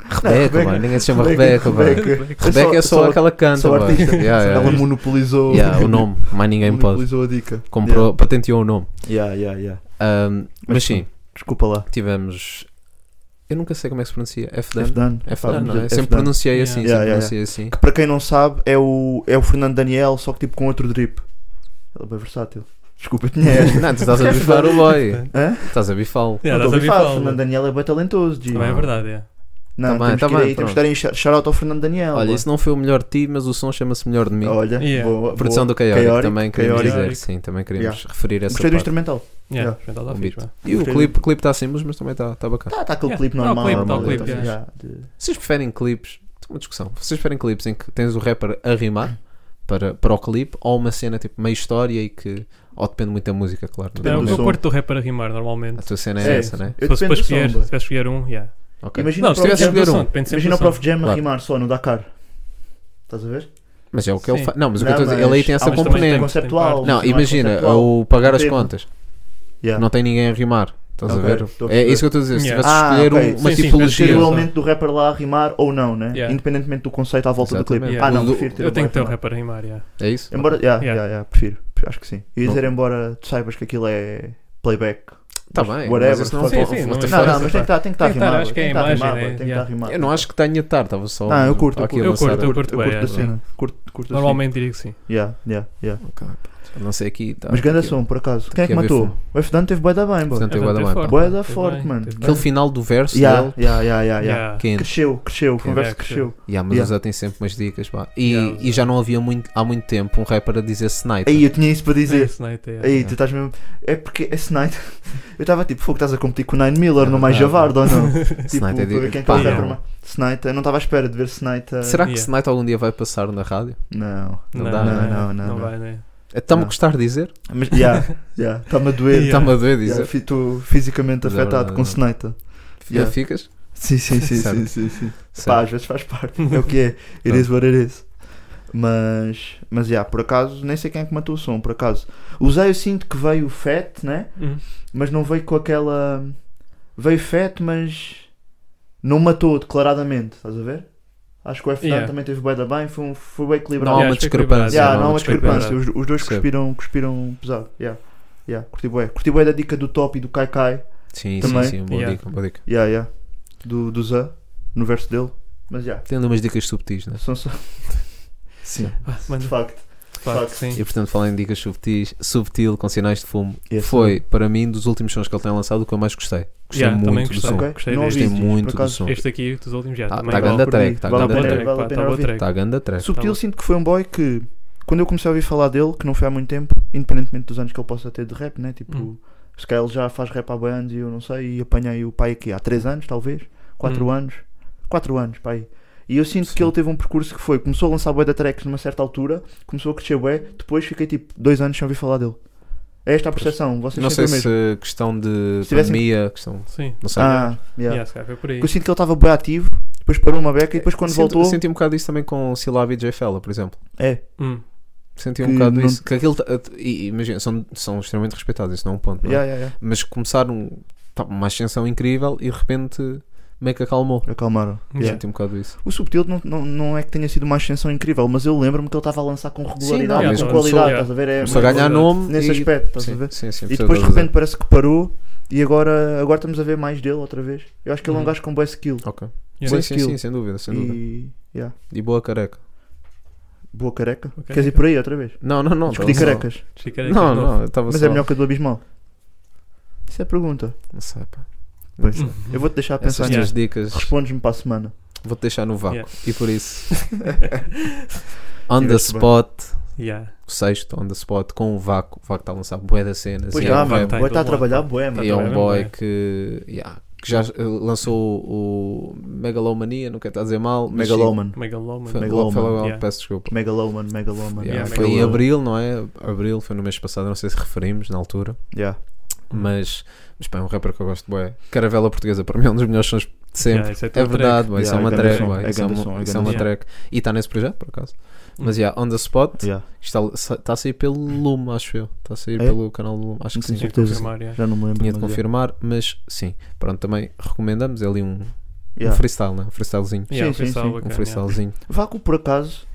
Speaker 6: Rebeca,
Speaker 5: Rebeca.
Speaker 6: boy. Ninguém se chama Rebeca,
Speaker 5: Rebeca,
Speaker 6: boy.
Speaker 5: Rebeca.
Speaker 6: Rebeca é só,
Speaker 5: Só-
Speaker 6: aquela que canta,
Speaker 5: só
Speaker 6: boy.
Speaker 5: artista. um
Speaker 6: Yeah, yeah,
Speaker 5: Ela
Speaker 6: yeah.
Speaker 5: monopolizou
Speaker 6: Yeah, o nome. Mais ninguém pode.
Speaker 5: monopolizou a dica.
Speaker 6: Comprou, patenteou o nome.
Speaker 5: Yeah, yeah, yeah.
Speaker 6: Ahm, mas sim,
Speaker 5: Desculpa lá.
Speaker 6: tivemos. Eu nunca sei como é que se pronuncia. F-Dan.
Speaker 5: F-Dan.
Speaker 6: F-Dan, não é?
Speaker 5: F-Dan.
Speaker 6: Sempre pronunciei assim.
Speaker 7: Yeah.
Speaker 6: Sempre
Speaker 5: Yeah, yeah,
Speaker 6: pronunciei assim.
Speaker 5: Que para quem não sabe é o, é o Fernando Daniel, só que tipo com outro drip. Ele é bem versátil. Desculpa, eu tinha esta.
Speaker 6: Não, tu estás a bifar o boy.
Speaker 5: Hã?
Speaker 6: Estás a bifá-lo.
Speaker 7: Yeah, estás a
Speaker 5: não estou a
Speaker 7: ver
Speaker 5: bifar, o
Speaker 7: fala.
Speaker 5: Fernando Daniel é bem talentoso, G.
Speaker 7: Também é verdade, yeah.
Speaker 5: Não,
Speaker 6: Também,
Speaker 5: temos, que ir
Speaker 6: também,
Speaker 5: aí, temos
Speaker 6: pronto.
Speaker 5: que dar em shout- shout-out ao Fernando Daniel.
Speaker 6: Olha,
Speaker 5: boa.
Speaker 6: isso não foi o melhor de ti, mas o som chama-se melhor de mim.
Speaker 5: Olha,
Speaker 7: Yeah.
Speaker 5: boa,
Speaker 6: Produção
Speaker 5: boa.
Speaker 6: do Chaotic,
Speaker 5: Chaotic,
Speaker 6: também queremos
Speaker 5: Chaotic.
Speaker 6: dizer. Sim, também queremos
Speaker 5: Yeah.
Speaker 6: referir essa
Speaker 5: Gostei do
Speaker 6: parte.
Speaker 5: instrumental.
Speaker 7: Yeah,
Speaker 5: Yeah.
Speaker 7: experimental
Speaker 6: O
Speaker 7: tá
Speaker 6: beat.
Speaker 7: fixe, mano.
Speaker 6: E o
Speaker 5: Gostei
Speaker 6: clipe, o clipe está simples, mas também está tá bacana.
Speaker 5: Está tá aquele
Speaker 7: Yeah,
Speaker 5: clipe
Speaker 7: tá o
Speaker 5: normal.
Speaker 7: clipe, tá o
Speaker 5: normal,
Speaker 7: clipe,
Speaker 5: tá-
Speaker 7: yeah.
Speaker 5: yeah, de-
Speaker 6: Vocês preferem clipes? Tem Uma discussão. Vocês preferem clipes em que tens o rapper a rimar para, para o clipe ou uma cena tipo meio história e que. Ou depende muito da música, claro. não
Speaker 5: Depende
Speaker 7: Não,
Speaker 5: do
Speaker 6: depende.
Speaker 7: Eu
Speaker 5: som.
Speaker 7: curto o rapper a rimar normalmente.
Speaker 6: A tua cena é
Speaker 5: Sim.
Speaker 6: essa, né?
Speaker 5: Eu
Speaker 7: Se fosse para
Speaker 5: dependo do som,
Speaker 7: escolher, se
Speaker 5: boy.
Speaker 7: tivesse que escolher um, yeah.
Speaker 6: Ok.
Speaker 5: Imagina
Speaker 7: Não,
Speaker 5: o
Speaker 7: se tivesse que
Speaker 6: escolher
Speaker 5: Prof Jam-
Speaker 7: escolher
Speaker 6: um.
Speaker 7: um, depende sempre
Speaker 5: imagina
Speaker 7: do
Speaker 5: o Prof
Speaker 7: som.
Speaker 5: Jam a
Speaker 6: Claro.
Speaker 5: rimar só no Dakar. Estás a ver?
Speaker 6: Mas é o que ele
Speaker 7: Sim.
Speaker 6: faz. Não, mas o que eu
Speaker 5: Não,
Speaker 6: estou a dizer, ele aí
Speaker 5: mas-
Speaker 6: tem
Speaker 7: Ah,
Speaker 6: essa
Speaker 7: mas também
Speaker 5: É
Speaker 7: tem-
Speaker 6: componente.
Speaker 5: conceptual.
Speaker 6: Não,
Speaker 5: é
Speaker 6: imagina,
Speaker 5: conceptual.
Speaker 6: o pagar as
Speaker 5: Tema.
Speaker 6: contas.
Speaker 5: Yeah.
Speaker 6: Não tem ninguém a rimar. Estás
Speaker 5: Ok,
Speaker 6: a ver?
Speaker 5: estou a
Speaker 6: É
Speaker 5: perceber.
Speaker 6: isso que eu estou a dizer. Se
Speaker 7: Yeah.
Speaker 6: tivesse
Speaker 5: Ah,
Speaker 6: de escolher um,
Speaker 5: ok.
Speaker 6: uma
Speaker 7: Sim, sim,
Speaker 6: tipologia.
Speaker 5: ter o
Speaker 7: só.
Speaker 5: elemento do rapper lá a rimar ou não, né?
Speaker 7: Yeah.
Speaker 5: Independentemente do conceito à volta do clipe.
Speaker 6: Exatamente.
Speaker 5: Ah, não,
Speaker 6: Yeah.
Speaker 5: prefiro ter
Speaker 7: Eu
Speaker 5: o
Speaker 7: tenho que ter
Speaker 5: rapper
Speaker 7: um
Speaker 5: lá.
Speaker 7: rapper a rimar, yeah.
Speaker 6: É isso?
Speaker 5: Embora, yeah, yeah.
Speaker 7: Yeah.
Speaker 5: yeah, prefiro, acho que sim. E
Speaker 6: Não.
Speaker 5: dizer, embora tu saibas que aquilo é playback.
Speaker 6: Está Tá bem.
Speaker 5: Whatever,
Speaker 6: Mas isso não
Speaker 5: fuck
Speaker 6: é
Speaker 7: off. Sim, sim,
Speaker 6: what the
Speaker 7: não
Speaker 5: Não,
Speaker 7: faz,
Speaker 5: não,
Speaker 6: fuck.
Speaker 5: mas
Speaker 7: tá.
Speaker 5: tem que estar, tem
Speaker 7: Tem
Speaker 5: que estar
Speaker 7: que tá,
Speaker 5: rimado.
Speaker 7: acho que é
Speaker 5: tem
Speaker 7: a
Speaker 5: que tá
Speaker 7: imagem,
Speaker 5: rimado,
Speaker 7: né?
Speaker 5: tem que tá
Speaker 7: Yeah.
Speaker 5: rimado.
Speaker 6: Eu não acho que tenha de estar, estava só.
Speaker 5: Não, eu curto, eu
Speaker 6: aqui
Speaker 5: curto.
Speaker 6: a lançar-
Speaker 7: eu curto
Speaker 5: eu curto
Speaker 7: bem,
Speaker 5: da
Speaker 7: é,
Speaker 5: cena. Curto, curto da cena.
Speaker 7: Normalmente diria que sim.
Speaker 5: Yeah, yeah, yeah.
Speaker 6: Ok, pronto. Não sei aqui. tá,
Speaker 5: Mas
Speaker 6: tá
Speaker 5: grande
Speaker 6: aqui.
Speaker 5: som, por acaso. Quem é
Speaker 6: aqui
Speaker 5: que
Speaker 6: a ver
Speaker 5: matou?
Speaker 6: filme.
Speaker 5: O F-Dan teve bué da bem, bom.
Speaker 6: F-Dan teve- Tem bué da
Speaker 7: Teve
Speaker 6: mão.
Speaker 7: forte,
Speaker 5: Bué
Speaker 7: mano,
Speaker 5: da
Speaker 7: teve
Speaker 5: forte,
Speaker 7: bem,
Speaker 5: mano.
Speaker 7: teve
Speaker 6: Aquele
Speaker 7: bem.
Speaker 6: final do verso
Speaker 5: né? Yeah,
Speaker 6: dele. é
Speaker 5: yeah, yeah, yeah, yeah.
Speaker 7: Yeah. é
Speaker 6: Quente.
Speaker 5: Cresceu, cresceu, o converso
Speaker 7: Yeah,
Speaker 5: cresceu.
Speaker 6: Yeah, mas
Speaker 5: Yeah. é.
Speaker 6: o Zé tem sempre umas dicas. pá. E,
Speaker 7: Yeah, o
Speaker 6: e
Speaker 7: Zé.
Speaker 6: já não havia muito, há muito tempo um rapper a dizer Sniper.
Speaker 5: Aí eu tinha isso para
Speaker 7: É
Speaker 5: dizer.
Speaker 7: isso, né, até,
Speaker 5: Aí
Speaker 6: Yeah.
Speaker 5: tu estás mesmo. É porque esse Night. Eu estava tipo, fogo, estás a competir com o Nine Miller,
Speaker 6: É
Speaker 5: não mais
Speaker 6: verdade.
Speaker 5: Javardo ou não? tipo,
Speaker 6: Snipe é
Speaker 5: para
Speaker 6: de-
Speaker 5: ver quem é que
Speaker 6: pá,
Speaker 5: vai
Speaker 7: não.
Speaker 5: para mais. Snipe, eu não estava à espera de ver Snipe.
Speaker 6: Será que
Speaker 7: Yeah.
Speaker 6: Sniper algum dia vai passar na rádio?
Speaker 5: Não.
Speaker 6: Não
Speaker 7: Não,
Speaker 6: dá,
Speaker 5: não,
Speaker 7: não,
Speaker 5: não,
Speaker 7: não,
Speaker 5: não, não.
Speaker 7: não vai, né?
Speaker 6: Está-me a
Speaker 5: Não.
Speaker 6: gostar de dizer?
Speaker 5: Mas, já, já, está-me a doer.
Speaker 7: Yeah.
Speaker 6: Está-me a doer
Speaker 5: Yeah,
Speaker 6: dizer.
Speaker 5: fi- Estou fisicamente
Speaker 6: Mas é
Speaker 5: afetado
Speaker 6: verdade,
Speaker 5: com
Speaker 6: não.
Speaker 5: Snipe.
Speaker 6: Já
Speaker 5: Yeah.
Speaker 6: ficas?
Speaker 5: Sim, sim, sim,
Speaker 6: Certo.
Speaker 5: sim, sim, sim. Pá,
Speaker 6: Certo.
Speaker 5: às vezes faz parte. É o que é. It is what it is. Mas, mas, já, por acaso, nem sei quem é que matou o som, por acaso. O Zé, eu sinto que veio fat, né?
Speaker 7: Uhum.
Speaker 5: Mas não veio com aquela. Veio fat, mas. Não matou declaradamente, estás a ver? Acho que o FDAN
Speaker 7: Yeah.
Speaker 5: também teve bué da bem, foi, um, foi bem
Speaker 6: Não
Speaker 5: equilibrado.
Speaker 6: há
Speaker 7: Yeah,
Speaker 6: uma
Speaker 7: acho que é
Speaker 6: discrepância.
Speaker 7: equilibrado.
Speaker 5: Yeah, não há
Speaker 7: não,
Speaker 5: uma
Speaker 7: acho que foi
Speaker 5: discrepância. Os, os dois
Speaker 6: Percebo.
Speaker 5: cuspiram, cuspiram pesado. Yeah. Yeah, curti bué. Curti bué da dica do Top e do Kai Kai.
Speaker 6: Sim, sim,
Speaker 5: Também.
Speaker 6: sim. Boa
Speaker 7: Yeah.
Speaker 6: dica, boa dica.
Speaker 5: Yeah, yeah. Do, do Zé, no verso dele. Mas já,
Speaker 6: Tendo umas dicas subtis, né?
Speaker 5: são só. Sim,
Speaker 7: Ah, mano,
Speaker 5: de
Speaker 7: de
Speaker 5: facto.
Speaker 6: Tá
Speaker 7: facto, sim.
Speaker 6: E portanto, falando em dicas subtis, subtil, com sinais de fumo,
Speaker 5: Esse
Speaker 6: foi para mim dos últimos sons que ele tem lançado o que eu mais gostei. Gostei
Speaker 7: Yeah, também
Speaker 6: muito do
Speaker 7: gostei.
Speaker 6: som.
Speaker 7: Ok.
Speaker 5: não
Speaker 7: deste.
Speaker 6: Gostei
Speaker 5: ouvi
Speaker 6: muito
Speaker 5: por
Speaker 6: do
Speaker 5: acaso.
Speaker 6: som.
Speaker 7: Este aqui dos últimos já.
Speaker 6: Tá-
Speaker 7: também
Speaker 6: tá
Speaker 7: bom.
Speaker 6: grande a track, tá
Speaker 5: Vale a
Speaker 7: Tá
Speaker 6: grande
Speaker 7: bom
Speaker 6: a track.
Speaker 5: pena-
Speaker 7: track,
Speaker 5: vale a
Speaker 7: pá,
Speaker 5: pena
Speaker 7: tá bom
Speaker 5: ouvir.
Speaker 7: track.
Speaker 6: Está a grande a track.
Speaker 5: Subtil,
Speaker 7: bom.
Speaker 5: sinto que foi um boy que, quando eu comecei a ouvir falar dele, que não foi há muito tempo, independentemente dos anos que ele possa ter de rap, né? Tipo,
Speaker 7: Hum.
Speaker 5: se calhar ele já faz rap há bem anos e eu não sei, e apanhei o pai aqui há 3 anos, talvez, 4
Speaker 7: Hum.
Speaker 5: anos. 4 anos, pá aí. E eu sinto que ele teve um percurso que foi, começou a lançar bué da tracks numa certa altura, começou a crescer bué, depois fiquei tipo 2 anos sem ouvir falar dele. É esta a percepção, vocês
Speaker 6: Não sei
Speaker 5: sentem o mesmo.
Speaker 6: se questão de
Speaker 5: Se tivessem-
Speaker 6: pandemia, questão.
Speaker 7: Sim.
Speaker 6: Não sei.
Speaker 5: Ah, yeah.
Speaker 7: Yeah, se calhar foi por aí.
Speaker 5: Porque eu sinto que ele estava bué ativo, depois parou uma beca e depois quando
Speaker 6: Sinto-
Speaker 5: voltou,
Speaker 6: Senti um bocado isso também com o Silab e J Fella, por exemplo.
Speaker 5: é,
Speaker 7: Hum.
Speaker 6: Senti um
Speaker 5: Que
Speaker 6: bocado
Speaker 5: não-
Speaker 6: isso. Que aquilo, ta- e- e imagina, são, são extremamente respeitados, isso não é um ponto. não é?
Speaker 5: yeah, yeah, yeah.
Speaker 6: Mas começaram pá, uma ascensão incrível e de repente meio que acalmou.
Speaker 5: acalmaram.
Speaker 7: Yeah.
Speaker 5: Yeah.
Speaker 6: Senti um bocado isso.
Speaker 5: O Subtil não, não, não é que tenha sido uma ascensão incrível, mas eu lembro-me que ele estava a lançar com
Speaker 6: não,
Speaker 5: regularidade,
Speaker 6: mas
Speaker 5: com
Speaker 6: começou-
Speaker 5: qualidade,
Speaker 7: yeah.
Speaker 5: estás a ver? É,
Speaker 6: Começou a
Speaker 5: mas-
Speaker 6: ganhar nome.
Speaker 5: nesse
Speaker 6: e-
Speaker 5: aspecto, estás a
Speaker 6: Sim,
Speaker 5: ver?
Speaker 6: sim, sim, percebo
Speaker 5: E depois de
Speaker 6: o que estás a
Speaker 5: repente parece que parou e agora, agora estamos a ver mais dele outra vez. Eu acho que ele é um
Speaker 7: Uhum.
Speaker 5: gajo com boa skill.
Speaker 6: dizer. Ok.
Speaker 7: Yeah.
Speaker 6: Sim, sim,
Speaker 5: skill.
Speaker 6: sim, sem dúvida, sem dúvida.
Speaker 5: E yeah,
Speaker 6: E boa careca.
Speaker 5: boa careca.
Speaker 7: Boa
Speaker 5: Queres ir
Speaker 7: careca.
Speaker 5: por aí outra vez?
Speaker 6: Não, não, não.
Speaker 5: Discutir
Speaker 6: estava só-
Speaker 5: carecas.
Speaker 7: Chica era
Speaker 6: Não,
Speaker 7: aquele
Speaker 6: não,
Speaker 7: novo.
Speaker 6: eu estava
Speaker 5: Mas
Speaker 6: só.
Speaker 5: é melhor que a do Abismal. Isso é a pergunta.
Speaker 6: Não sei, pá.
Speaker 5: Pois
Speaker 7: Uhum.
Speaker 5: é. Eu vou-te deixar pensar
Speaker 6: Essas três
Speaker 5: nisso.
Speaker 6: dicas
Speaker 5: Respondes-me para a semana.
Speaker 6: vou-te deixar no vácuo.
Speaker 7: Yeah.
Speaker 6: E por isso. on the
Speaker 5: Tiveste bem.
Speaker 6: spot.
Speaker 7: Yeah.
Speaker 6: o sexto on the spot com o Vaco. O Vaco está a lançar bué da cena.
Speaker 5: Pois
Speaker 6: assim,
Speaker 5: já,
Speaker 6: é um
Speaker 5: mano.
Speaker 6: rap.
Speaker 5: Boa está a
Speaker 7: Tá
Speaker 5: trabalhar,
Speaker 7: bom.
Speaker 5: boé,
Speaker 6: E é
Speaker 5: mano.
Speaker 6: um
Speaker 7: Tá
Speaker 6: boy
Speaker 7: bem.
Speaker 6: que, yeah, que já eh, lançou o Megalomania, não quer estar a dizer mal. mas
Speaker 5: Megaloman.
Speaker 7: Megaloman.
Speaker 6: Foi,
Speaker 5: Megaloman,
Speaker 6: foi logo-
Speaker 7: yeah.
Speaker 6: Peço desculpa.
Speaker 5: Megaloman, Megaloman.
Speaker 6: Yeah,
Speaker 7: Yeah,
Speaker 6: foi em
Speaker 7: Megaloman.
Speaker 6: abril, não é? Abril foi no mês passado, não sei se referimos na altura.
Speaker 5: Yeah.
Speaker 6: Mas, mas pá, é um rapper que eu gosto, bué. Caravela Portuguesa, para mim é um dos melhores sons de sempre.
Speaker 7: Yeah, isso é
Speaker 6: É
Speaker 7: teu
Speaker 6: verdade, boy, isso é
Speaker 5: Yeah,
Speaker 6: uma
Speaker 5: é grande
Speaker 6: track,
Speaker 5: som,
Speaker 6: boy,
Speaker 5: é
Speaker 6: isso é
Speaker 5: grande
Speaker 6: uma-
Speaker 5: som, Hum. é
Speaker 6: isso é
Speaker 5: grande
Speaker 6: uma
Speaker 7: som.
Speaker 6: track. E está nesse projeto, por acaso. Mas, yeah, on the spot,
Speaker 5: Yeah.
Speaker 6: Está, está a sair pelo Lume, acho eu. Está a sair
Speaker 5: É?
Speaker 6: pelo canal do Lume. Acho
Speaker 5: Não
Speaker 6: que
Speaker 5: tenho
Speaker 6: sim.
Speaker 7: Tinha que
Speaker 5: Certeza.
Speaker 7: confirmar, yeah.
Speaker 5: Já não me lembro.
Speaker 6: Tinha de
Speaker 5: mas, é. yeah.
Speaker 6: confirmar, mas sim. Pronto, também recomendamos ali um, um
Speaker 5: Yeah.
Speaker 6: freestyle, né? Um freestylezinho.
Speaker 7: Yeah,
Speaker 5: Sim, sim,
Speaker 7: freestyle
Speaker 5: sim.
Speaker 6: Um
Speaker 7: bacana, yeah.
Speaker 6: freestylezinho.
Speaker 5: Vaco, por acaso,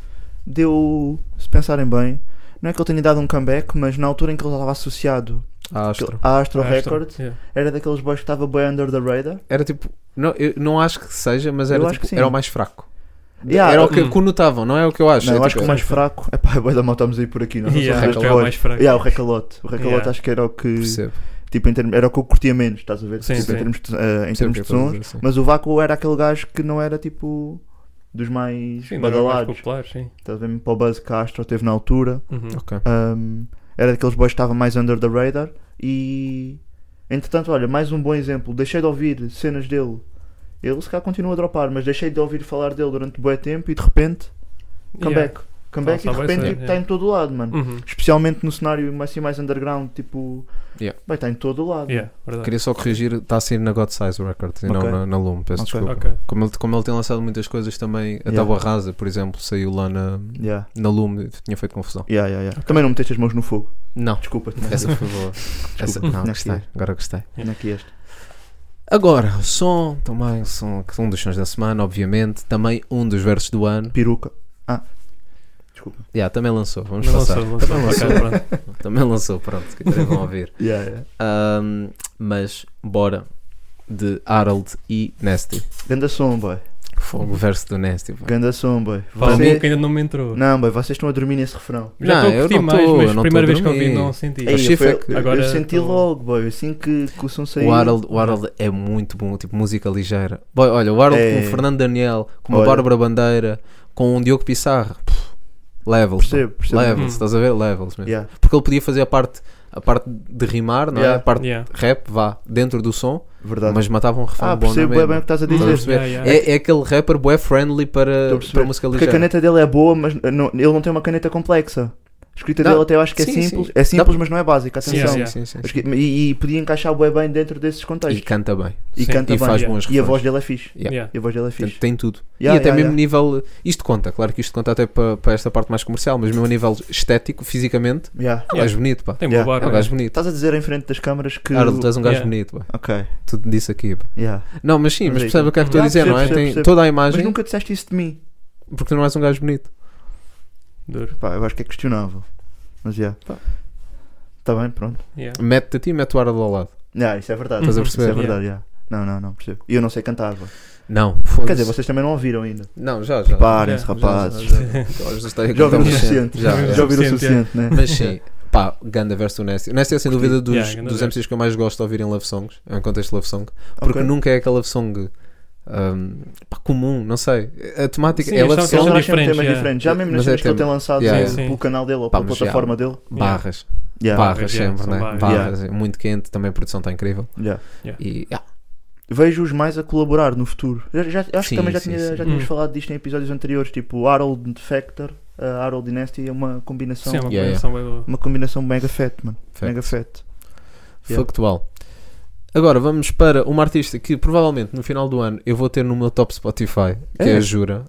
Speaker 5: deu. Se pensarem bem, não é que ele tenha dado um comeback, mas na altura em que ele estava associado
Speaker 6: A Astro.
Speaker 5: à Astro
Speaker 7: Astro,
Speaker 5: Records,
Speaker 7: yeah.
Speaker 5: era daqueles boys que estava bem under the radar.
Speaker 6: Era tipo. Não, eu não acho que seja, mas
Speaker 5: Eu
Speaker 6: era,
Speaker 5: acho
Speaker 6: tipo,
Speaker 5: que sim.
Speaker 6: era o mais fraco.
Speaker 5: Yeah,
Speaker 6: era o que
Speaker 7: hum.
Speaker 6: conotavam, não é o que eu acho. é
Speaker 5: não, eu
Speaker 6: tipo,
Speaker 5: acho que o mais fraco. É pá, boi da mal estamos aí por aqui, não
Speaker 7: Yeah,
Speaker 6: sou
Speaker 7: acho que é o mais fraco.
Speaker 5: Yeah, o recalote. O recalote
Speaker 7: Yeah.
Speaker 5: acho que era o que.
Speaker 6: Percebo.
Speaker 5: Tipo, em termos- era o que eu curtia menos, estás a ver?
Speaker 7: Sim,
Speaker 5: tipo,
Speaker 7: sim.
Speaker 5: Em termos de, eh, em
Speaker 6: percebo o
Speaker 5: termos
Speaker 6: que
Speaker 5: de
Speaker 6: é que eu vou
Speaker 5: sons.
Speaker 6: dizer, sim.
Speaker 5: Mas o Vaco era aquele gajo que não era tipo. Dos mais
Speaker 7: Sim, não era o mais
Speaker 5: badalados.
Speaker 7: popular, sim.
Speaker 5: Estás a ver? Para o Buzz Castro teve na altura.
Speaker 7: Uhum.
Speaker 6: Ok.
Speaker 5: Um, era daqueles boys que estava mais under the radar e entretanto, olha, mais um bom exemplo, deixei de ouvir cenas dele. Ele se calhar continua a dropar, mas deixei de ouvir falar dele durante bué tempo e de repente,
Speaker 7: Yeah.
Speaker 5: comeback. Comeback
Speaker 7: Tá- tá
Speaker 5: e de
Speaker 7: bué
Speaker 5: repente
Speaker 7: certo,
Speaker 5: está
Speaker 7: yeah.
Speaker 5: em todo o lado, mano.
Speaker 7: Uhum.
Speaker 5: Especialmente no cenário assim mais underground, tipo,
Speaker 6: Yeah.
Speaker 5: bem, está em todo o lado.
Speaker 7: Yeah, verdade.
Speaker 6: Queria só corrigir, está a sair na God Size Records e não
Speaker 5: Ok.
Speaker 6: na, na Lume, peço
Speaker 5: Ok.
Speaker 6: desculpa.
Speaker 7: Ok.
Speaker 6: Como ele, como ele tem lançado muitas coisas também, a
Speaker 5: Yeah.
Speaker 6: Tábua Rasa, por exemplo, saiu lá na,
Speaker 5: Yeah.
Speaker 6: na Lume, tinha feito confusão.
Speaker 5: Yeah, yeah, yeah. Também não meteste as mãos no fogo,
Speaker 6: Não,
Speaker 5: desculpa-te.
Speaker 6: Essa foi boa. Essa, não,
Speaker 5: Não
Speaker 6: gostei. Agora gostei.
Speaker 5: Não é que este.
Speaker 6: Agora, o som também, o som, que são um dos sons da semana, obviamente. Também um dos versos do ano.
Speaker 5: Peruca.
Speaker 6: Yeah, também lançou, vamos
Speaker 7: Não
Speaker 6: passar.
Speaker 7: lançou, lançou. Ok, pronto.
Speaker 6: Também lançou, pronto, que também vão ouvir.
Speaker 5: Yeah, yeah.
Speaker 6: Ahm, mas, bora. De Harold e Nasty.
Speaker 5: Ganda som, boy.
Speaker 6: Foi o verso do Nasty. pá.
Speaker 5: Ganda som, boy.
Speaker 7: Fala
Speaker 5: Você-
Speaker 7: um que ainda não me entrou.
Speaker 5: Não, boy, vocês estão a dormir nesse refrão.
Speaker 7: Já
Speaker 6: Não,
Speaker 7: estou a
Speaker 6: eu
Speaker 7: curtir
Speaker 6: não
Speaker 7: mais,
Speaker 6: tô, eu
Speaker 7: mas
Speaker 6: não
Speaker 7: primeira
Speaker 6: tô a
Speaker 7: vez que eu vi
Speaker 6: dormir.
Speaker 7: não senti.
Speaker 5: Ei,
Speaker 6: Mas
Speaker 5: eu,
Speaker 6: chifre
Speaker 5: fui-
Speaker 6: é que-
Speaker 5: eu
Speaker 7: Agora
Speaker 5: senti
Speaker 7: tô-
Speaker 5: logo, boy, assim que, que o som saiu.
Speaker 6: O Harold, o Harold é muito bom, tipo música ligeira. Boy, olha, o Harold
Speaker 5: É.
Speaker 6: com o Fernando Daniel, com a
Speaker 5: Olha.
Speaker 6: Bárbara Bandeira, com o Diogo Pissarra. pff, Levels. pá.
Speaker 5: Percebo, percebo.
Speaker 6: Levels,
Speaker 7: Hum.
Speaker 6: estás a ver? Levels mesmo.
Speaker 5: Yeah.
Speaker 6: Porque ele podia fazer a parte, a parte de rimar, não é?
Speaker 5: Yeah.
Speaker 6: A parte
Speaker 7: Yeah.
Speaker 6: rap, vá, dentro do som,
Speaker 5: Verdade.
Speaker 6: mas matava um refrão
Speaker 5: ah,
Speaker 6: bom na
Speaker 5: percebo bem,
Speaker 6: mesma.
Speaker 5: bem o que estás a
Speaker 6: Estás a
Speaker 5: dizer.
Speaker 6: perceber?
Speaker 7: Yeah, yeah.
Speaker 6: É, é aquele rapper bué friendly
Speaker 5: Estou
Speaker 6: para,
Speaker 5: a perceber.
Speaker 6: para música
Speaker 5: Porque a
Speaker 6: ligeira.
Speaker 5: caneta dele é boa, mas não- ele não tem uma caneta complexa. A escrita
Speaker 6: Dá-
Speaker 5: dele até eu acho que é
Speaker 6: sim,
Speaker 5: simples.
Speaker 6: sim.
Speaker 5: É simples,
Speaker 6: Dá-
Speaker 5: mas não é básica,
Speaker 6: sim,
Speaker 5: atenção.
Speaker 7: Yeah,
Speaker 6: sim,
Speaker 7: yeah.
Speaker 6: sim, sim,
Speaker 5: A
Speaker 6: sim.
Speaker 5: escrita- E, e podia encaixar bem bem dentro desses
Speaker 6: E
Speaker 5: contextos.
Speaker 6: canta bem.
Speaker 5: E,
Speaker 7: Sim,
Speaker 5: canta
Speaker 6: E
Speaker 5: bem.
Speaker 6: faz
Speaker 7: Yeah.
Speaker 6: bons
Speaker 5: E a
Speaker 6: refrões.
Speaker 5: voz dele é fixe.
Speaker 6: Yeah.
Speaker 7: Yeah.
Speaker 5: E a voz dele é
Speaker 6: Portanto,
Speaker 5: fixe.
Speaker 6: Tem tudo.
Speaker 5: Yeah,
Speaker 6: e até
Speaker 5: yeah,
Speaker 6: mesmo
Speaker 5: yeah.
Speaker 6: nível. Isto conta, claro que isto conta até para, para esta parte mais comercial, mas mesmo a nível estético, fisicamente,
Speaker 5: Yeah. Tá
Speaker 6: é um
Speaker 7: Yeah.
Speaker 6: gajo bonito, pá.
Speaker 7: Tem boa
Speaker 5: Yeah.
Speaker 6: É um
Speaker 7: barba.
Speaker 6: gajo bonito.
Speaker 5: Estás a dizer em frente das câmaras que.
Speaker 6: Harold, Tá tu és um gajo
Speaker 7: Yeah.
Speaker 6: bonito, pá.
Speaker 5: Ok.
Speaker 6: Tudo disse aqui, pá.
Speaker 5: Yeah.
Speaker 6: Não, mas sim, mas
Speaker 5: Mas aí-
Speaker 6: percebe o que é que estou a
Speaker 5: Ah,
Speaker 6: dizer,
Speaker 5: percebo,
Speaker 6: não é?
Speaker 5: percebo,
Speaker 6: Tem
Speaker 5: percebo.
Speaker 6: toda a
Speaker 5: Mas
Speaker 6: imagem,
Speaker 5: nunca disseste isso de mim.
Speaker 6: porque tu não és um gajo bonito.
Speaker 7: Duro.
Speaker 5: Pá, eu acho que é questionável. Mas já.
Speaker 6: Pá.
Speaker 5: Yeah. Está bem, pronto.
Speaker 7: Yeah.
Speaker 6: Mete-te a ti e mete o Harold ao lado.
Speaker 5: Yeah, isso é verdade.
Speaker 6: Estás a
Speaker 5: Isso é
Speaker 6: perceber?
Speaker 5: verdade, yeah. Não, não, não, percebo. E eu não sei cantar. pá.
Speaker 6: Não,
Speaker 5: Quer dizer,
Speaker 6: foda-se.
Speaker 5: vocês também não ouviram ainda.
Speaker 6: Não, já, Então, já.
Speaker 5: Parem-se,
Speaker 7: já,
Speaker 5: rapazes.
Speaker 6: Já, já, já. Já está aí a
Speaker 5: Já ouviram o
Speaker 6: cantar um
Speaker 5: suficiente.
Speaker 6: Já, já.
Speaker 5: Já ouviram o
Speaker 7: Suficiente,
Speaker 5: suficiente, né?
Speaker 6: Mas sim, pá, Ganda versus Nasty. Nasty é sem dúvida dos,
Speaker 7: Yeah, Ganda
Speaker 6: dos
Speaker 7: versus.
Speaker 6: MCs que eu mais gosto de ouvir em love songs, em contexto de love song,
Speaker 5: Ok.
Speaker 6: porque nunca é aquela love song um, pá, comum, não sei. A temática
Speaker 7: Sim,
Speaker 6: é
Speaker 7: eles são-
Speaker 6: love
Speaker 7: eles
Speaker 6: song,
Speaker 5: Eles
Speaker 7: são
Speaker 5: acham
Speaker 7: diferentes,
Speaker 5: temas
Speaker 7: yeah.
Speaker 5: diferentes. Já mesmo
Speaker 6: Mas
Speaker 5: nas
Speaker 6: é
Speaker 5: cenas que ele tem
Speaker 6: tema-
Speaker 5: lançado
Speaker 6: Yeah,
Speaker 5: pelo-
Speaker 7: sim.
Speaker 5: pelo canal dele ou
Speaker 6: Pá,
Speaker 5: pela
Speaker 6: mas
Speaker 5: plataforma dele.
Speaker 6: barras,
Speaker 5: Yeah,
Speaker 6: barras
Speaker 7: yeah,
Speaker 6: sempre,
Speaker 7: são barras.
Speaker 6: né? Barras, é muito quente, também produção está incrível.
Speaker 5: yeah.
Speaker 6: E, yeah.
Speaker 5: vejo-os mais a colaborar no futuro. Já, já- eu acho
Speaker 6: Sim,
Speaker 5: que também já,
Speaker 6: sim,
Speaker 5: tinha,
Speaker 6: sim.
Speaker 5: já tínhamos
Speaker 7: Hum.
Speaker 5: falado disto em episódios anteriores, tipo Harold Factor, uh, Harold Dynasty é uma combinação,
Speaker 7: Sim, é uma
Speaker 6: Yeah,
Speaker 7: combinação bem boa.
Speaker 5: uma combinação mega fat, mano.
Speaker 6: Fat.
Speaker 5: Mega fat. Yeah.
Speaker 6: Factual. Agora vamos para uma artista que provavelmente no final do ano eu vou ter no meu top Spotify, que é,
Speaker 5: É? Tá.
Speaker 6: a Jura.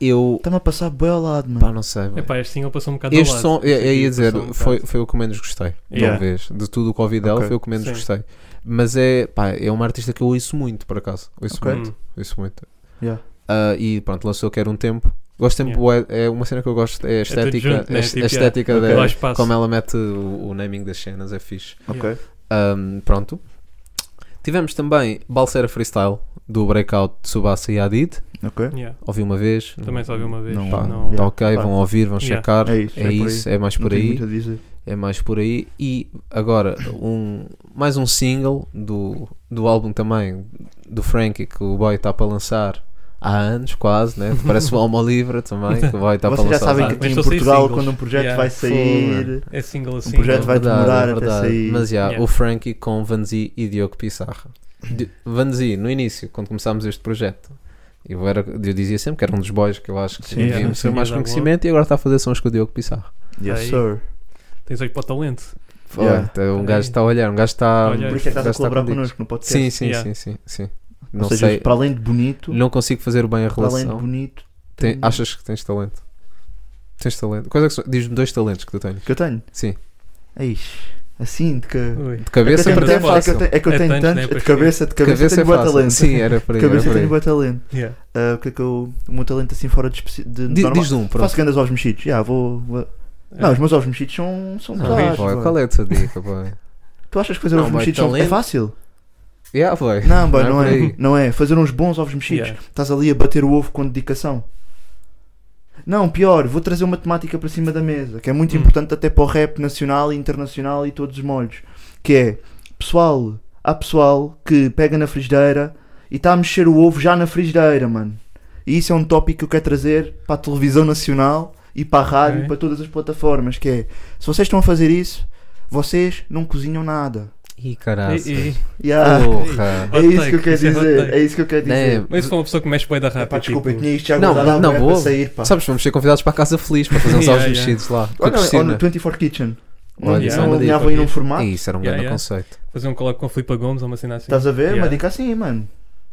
Speaker 6: Eu.
Speaker 5: Está-me a passar bem ao lado, mano.
Speaker 6: Pá, não sei. velho.
Speaker 7: Epá, este single passou um bocado
Speaker 6: Este
Speaker 7: ao
Speaker 6: som,
Speaker 7: lado.
Speaker 6: eu, eu
Speaker 7: Passou
Speaker 6: ia dizer,
Speaker 7: um
Speaker 6: foi,
Speaker 7: bocado.
Speaker 6: foi o que menos gostei,
Speaker 5: Yeah.
Speaker 6: talvez. De tudo o que ouvi dela,
Speaker 5: Ok.
Speaker 6: foi o que menos
Speaker 7: Sim.
Speaker 6: gostei. Mas é, pá, é uma artista que eu ouço muito, por acaso. Ouço
Speaker 5: Ok.
Speaker 7: Hum,
Speaker 6: muito,
Speaker 7: é
Speaker 6: ouço muito.
Speaker 5: Yeah.
Speaker 6: Ah, e pronto, lançou Quero um Tempo. Gosto sempre, bué- é uma cena que eu gosto, é a
Speaker 7: tudo
Speaker 6: estética,
Speaker 7: junto, né?
Speaker 6: a
Speaker 7: Tipo,
Speaker 6: a
Speaker 7: yeah.
Speaker 6: estética
Speaker 5: Ok.
Speaker 6: da-
Speaker 7: Lá espaço.
Speaker 6: como é- ela mete o, o naming das cenas, é fixe.
Speaker 5: Ok.
Speaker 6: Ahm, pronto. Tivemos também Balseira Freestyle do Breakout de Subasa e Adid.
Speaker 7: Yeah.
Speaker 6: Ouvi uma vez.
Speaker 7: Também só vi uma vez.
Speaker 5: Não.
Speaker 6: Pá,
Speaker 7: não-
Speaker 6: Tá
Speaker 5: Yeah.
Speaker 6: ok,
Speaker 5: Pá.
Speaker 6: vão ouvir, vão
Speaker 7: Yeah.
Speaker 6: checar.
Speaker 5: É isso,
Speaker 6: É,
Speaker 5: é por
Speaker 6: isso, é mais
Speaker 5: Não
Speaker 6: por
Speaker 5: tenho
Speaker 6: aí.
Speaker 5: muito a dizer.
Speaker 6: É mais por aí. E agora, um, mais um single do, do álbum também do Frankie que o boy está para lançar há anos, quase, né? Parece uma alma livre também. Que o boy está para
Speaker 5: Vocês já
Speaker 6: lançar.
Speaker 5: sabem
Speaker 7: Ah,
Speaker 5: que
Speaker 7: mas
Speaker 5: aqui em
Speaker 7: só sei
Speaker 5: Portugal,
Speaker 7: singles.
Speaker 5: quando um projeto
Speaker 7: Yeah.
Speaker 5: vai sair,
Speaker 7: É single assim.
Speaker 5: Um projeto
Speaker 7: não?
Speaker 5: vai- demorar até sair.
Speaker 6: é Mas já,
Speaker 7: Yeah.
Speaker 6: o Frankie com Vanzi e Diogo Pissarra. Di- Vanzi, no início, quando começámos este projeto, eu, era, eu dizia sempre que era um dos boys que eu acho que
Speaker 5: Sim,
Speaker 6: tinha
Speaker 5: yeah,
Speaker 7: sim,
Speaker 6: mais
Speaker 7: yeah,
Speaker 6: conhecimento e agora está a fazer sons com o Diogo Pissarra.
Speaker 5: yes
Speaker 7: Aí.
Speaker 5: sir.
Speaker 7: Tens olho para o talento.
Speaker 6: Foi,
Speaker 5: Yeah.
Speaker 6: então, um
Speaker 7: Olha
Speaker 6: gajo
Speaker 7: aí.
Speaker 6: está a olhar, um gajo está.
Speaker 7: Olha aí.
Speaker 6: um
Speaker 5: Por isso é que estás
Speaker 6: gajo
Speaker 5: a
Speaker 6: está
Speaker 5: colaborar
Speaker 6: contigo.
Speaker 5: connosco no podcast.
Speaker 6: Sim, sim,
Speaker 7: Yeah.
Speaker 6: sim, sim, sim.
Speaker 5: Ou
Speaker 6: Não
Speaker 5: seja,
Speaker 6: sei,
Speaker 5: para além de bonito,
Speaker 6: não consigo fazer bem a
Speaker 5: para além de
Speaker 6: relação.
Speaker 5: bonito,
Speaker 6: Tem-
Speaker 5: tem-
Speaker 6: achas que tens talento? Tens talento? Quais é que são? Diz-me dois talentos que tu tens.
Speaker 5: É que eu tenho.
Speaker 6: Sim.
Speaker 5: Eish, assim, de que.
Speaker 7: Ui.
Speaker 6: De cabeça
Speaker 5: é que eu
Speaker 7: para
Speaker 5: tenho,
Speaker 7: ti
Speaker 6: é
Speaker 5: é que eu
Speaker 6: fácil.
Speaker 5: tenho, é que eu
Speaker 7: É
Speaker 5: tenho
Speaker 7: tantos,
Speaker 5: tantos,
Speaker 7: né, para
Speaker 5: de cabeça, de
Speaker 6: De
Speaker 5: cabeça,
Speaker 6: cabeça é
Speaker 5: tenho boa
Speaker 6: fácil.
Speaker 5: talento.
Speaker 6: Sim, é era para aí.
Speaker 5: de
Speaker 6: era
Speaker 5: cabeça
Speaker 6: por
Speaker 5: tenho
Speaker 6: aí.
Speaker 5: boa talento.
Speaker 7: Yeah.
Speaker 5: Ah, o que é que eu. O meu talento assim fora de, especi- de
Speaker 6: Di-
Speaker 5: normal.
Speaker 6: Diz um, pronto.
Speaker 5: Faço grandes ovos mexidos. Já, vou, vou-
Speaker 7: É.
Speaker 5: Não, os meus ovos mexidos são, são
Speaker 6: Não,
Speaker 5: pesados,
Speaker 6: boy,
Speaker 5: boy.
Speaker 6: qual é a tua dica, boy?
Speaker 5: Tu achas que fazer
Speaker 6: Não,
Speaker 5: ovos
Speaker 6: boy,
Speaker 5: mexidos são- é
Speaker 6: talento-
Speaker 5: fácil?
Speaker 6: Yeah, boy.
Speaker 5: Não, boy, não,
Speaker 6: por
Speaker 5: é.
Speaker 6: aí.
Speaker 5: Não é. Fazer uns bons ovos mexidos.
Speaker 7: Yeah.
Speaker 5: Estás ali a bater o ovo com dedicação. Não, pior, vou trazer uma temática para cima da mesa, que é muito
Speaker 7: Hum.
Speaker 5: importante até para o rap nacional e internacional e todos os molhos. Que é, pessoal, há pessoal que pega na frigideira e está a mexer o ovo já na frigideira, mano. E isso é um tópico que eu quero trazer para a televisão nacional e para a rádio
Speaker 7: Ok.
Speaker 5: e para todas as plataformas, que é, se vocês estão a fazer isso, vocês não cozinham nada.
Speaker 6: Ih,
Speaker 7: E-
Speaker 6: caralho.
Speaker 7: e-
Speaker 6: Oh,
Speaker 5: Yeah.
Speaker 6: Porra.
Speaker 5: É
Speaker 7: Hot
Speaker 5: isso que
Speaker 7: take,
Speaker 5: eu quero
Speaker 7: isso é hot
Speaker 5: dizer,
Speaker 7: take.
Speaker 5: é isso que eu quero dizer.
Speaker 6: Né?
Speaker 7: Mas se for uma pessoa que mexe bem da
Speaker 5: Epá,
Speaker 7: rápida. tipo,
Speaker 5: desculpa, eu tinha isto já
Speaker 6: Não,
Speaker 5: guardado
Speaker 6: não,
Speaker 5: não, para
Speaker 6: boa.
Speaker 5: sair, pá.
Speaker 6: Sabes, vamos ser convidados para a Casa Feliz para fazer uns
Speaker 7: Yeah,
Speaker 6: ovos
Speaker 7: yeah.
Speaker 6: mexidos lá. Com a
Speaker 5: Olha, olha,
Speaker 6: Cristina.
Speaker 5: no 24 Kitchen. Não,
Speaker 6: é Olha,
Speaker 5: não,
Speaker 7: isso é
Speaker 5: não
Speaker 7: uma
Speaker 6: dica,
Speaker 5: alinhavam aí num
Speaker 6: dica.
Speaker 5: formato.
Speaker 6: Isso era um
Speaker 7: Yeah, yeah.
Speaker 6: grande conceito.
Speaker 7: Fazer um collab com o Filipe Gomes ou uma cena assim.
Speaker 5: Estás a ver?
Speaker 7: Yeah.
Speaker 5: Uma dica assim, mano.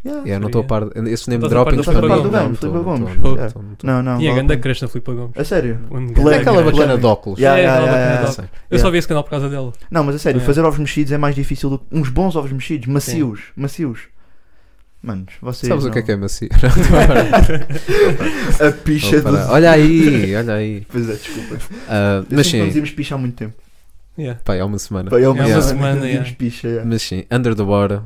Speaker 5: Yeah.
Speaker 6: Yeah, não estou a par. Esses name
Speaker 7: Estás a par
Speaker 6: droppings
Speaker 7: do
Speaker 6: para mim.
Speaker 7: Filipe
Speaker 6: não,
Speaker 5: Gomes,
Speaker 6: não estou,
Speaker 5: Filipe
Speaker 6: não
Speaker 5: Gomes.
Speaker 6: estou, não
Speaker 5: Yeah.
Speaker 6: estou, não estou.
Speaker 5: Não, não.
Speaker 7: Tinha
Speaker 5: vale
Speaker 7: grande
Speaker 5: a pena.
Speaker 7: crush na Filipe Gomes.
Speaker 5: A sério?
Speaker 7: Um
Speaker 5: Qual é
Speaker 7: grande
Speaker 6: Aquela
Speaker 5: Yeah.
Speaker 7: crush.
Speaker 6: bacana
Speaker 5: Yeah.
Speaker 6: de óculos.
Speaker 5: Yeah,
Speaker 7: É,
Speaker 5: yeah,
Speaker 7: ela
Speaker 5: yeah,
Speaker 7: bacana
Speaker 5: yeah.
Speaker 7: de
Speaker 6: Não sei.
Speaker 7: Eu só
Speaker 5: Yeah.
Speaker 7: vi esse canal por causa dela.
Speaker 5: Não, mas a sério,
Speaker 7: É.
Speaker 5: fazer ovos mexidos é mais difícil do que uns bons ovos mexidos, macios, macios. Manos, vocês.
Speaker 6: Sabes o
Speaker 5: não-
Speaker 6: que é que é macio? Não, estou a parar.
Speaker 5: A picha
Speaker 6: Estou a
Speaker 5: dos.
Speaker 6: parar. Olha aí, olha aí.
Speaker 5: Pois é, desculpa.
Speaker 6: Ah,
Speaker 5: Eu
Speaker 6: Mas
Speaker 5: sinto que não
Speaker 6: sim,
Speaker 5: dizíamos picha há muito tempo.
Speaker 7: Yeah.
Speaker 6: pá, é uma semana.
Speaker 5: Pá, É uma
Speaker 6: Yeah.
Speaker 5: semana que
Speaker 7: Semana,
Speaker 5: não dizíamos
Speaker 7: yeah.
Speaker 5: picha. yeah.
Speaker 6: Mas sim, Under the Water.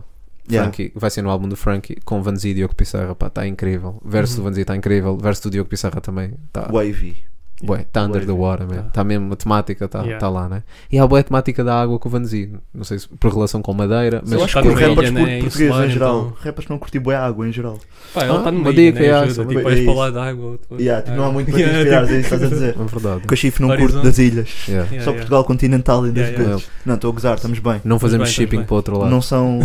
Speaker 5: Yeah.
Speaker 6: Frankie, vai ser no álbum do Frankie com Vanzi e Diogo Pissarra, pá, está incrível. Verso do
Speaker 7: Uhum.
Speaker 6: Vanzi está incrível, verso do Diogo Pissarra também está
Speaker 5: Wavy.
Speaker 6: bué, tá under the water, mesmo.
Speaker 7: Tá.
Speaker 6: Está mesmo a temática, está
Speaker 7: Yeah.
Speaker 6: tá lá, né? E há a boa temática da água com o Vanzi, não sei se por relação com madeira, mas
Speaker 7: Eu
Speaker 5: Eu
Speaker 7: acho
Speaker 5: acho
Speaker 7: Tá
Speaker 5: que
Speaker 7: que
Speaker 5: os
Speaker 7: numa ilha,
Speaker 5: rappers
Speaker 7: né,
Speaker 5: curtem português
Speaker 7: insular,
Speaker 5: em geral.
Speaker 7: então.
Speaker 5: Rappers não curtem boa água em geral.
Speaker 7: Pá, ela
Speaker 6: Ah,
Speaker 7: está numa
Speaker 6: uma
Speaker 7: ilha,
Speaker 6: dica,
Speaker 7: né?
Speaker 6: yeah,
Speaker 7: Ajuda,
Speaker 6: uma
Speaker 7: tipo,
Speaker 5: dica.
Speaker 7: vais
Speaker 5: É
Speaker 7: para
Speaker 5: isso.
Speaker 7: lá de água. tu-
Speaker 5: Yeah, tipo, não há muito para te
Speaker 7: Yeah,
Speaker 5: inspirares, é
Speaker 7: tipo-
Speaker 5: isso que estás a dizer.
Speaker 6: é verdade.
Speaker 5: Que o chifre não curto
Speaker 7: Horizonte.
Speaker 5: das ilhas.
Speaker 6: Yeah.
Speaker 7: Yeah,
Speaker 5: Só
Speaker 7: yeah.
Speaker 5: Portugal continental e das
Speaker 7: Yeah,
Speaker 6: yeah.
Speaker 5: coisas. Não, estou a gozar, estamos bem.
Speaker 6: Não fazemos
Speaker 7: bem,
Speaker 6: shipping
Speaker 7: bem.
Speaker 6: para o outro lado.
Speaker 5: Não são.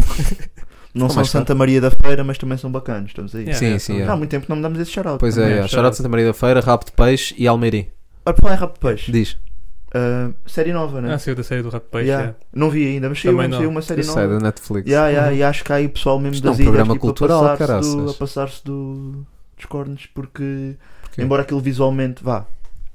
Speaker 5: Não são
Speaker 6: mais
Speaker 5: Santa Maria da Feira, mas também são bacanos, estamos aí.
Speaker 7: Yeah,
Speaker 6: sim,
Speaker 7: yeah,
Speaker 6: sim.
Speaker 5: Não,
Speaker 6: yeah.
Speaker 5: há muito tempo que não me damos esse shout-out.
Speaker 6: Pois é,
Speaker 7: Yeah,
Speaker 6: yeah.
Speaker 7: shout
Speaker 6: Chará de
Speaker 7: out.
Speaker 6: Santa Maria da Feira, Rabo de Peixe e Almeirim.
Speaker 5: Ora, para lá é Rap de Peixe.
Speaker 6: Diz,
Speaker 5: Ah, série nova, né?
Speaker 7: Ah, saiu da série do Rap Peixe.
Speaker 5: Yeah.
Speaker 7: yeah.
Speaker 5: Não vi ainda, mas saiu,
Speaker 7: Também não.
Speaker 5: saiu uma série
Speaker 6: eu sei, da
Speaker 5: nova.
Speaker 6: Netflix.
Speaker 5: Yeah, yeah, e acho que há aí pessoal mesmo
Speaker 6: Uhum. Isto é um
Speaker 5: das ilhas
Speaker 6: programa
Speaker 5: tipo,
Speaker 6: cultural,
Speaker 5: a passar-se do,
Speaker 6: caraças.
Speaker 5: a passar-se do, dos cornos, porque
Speaker 6: Porquê?
Speaker 5: embora aquilo visualmente vá,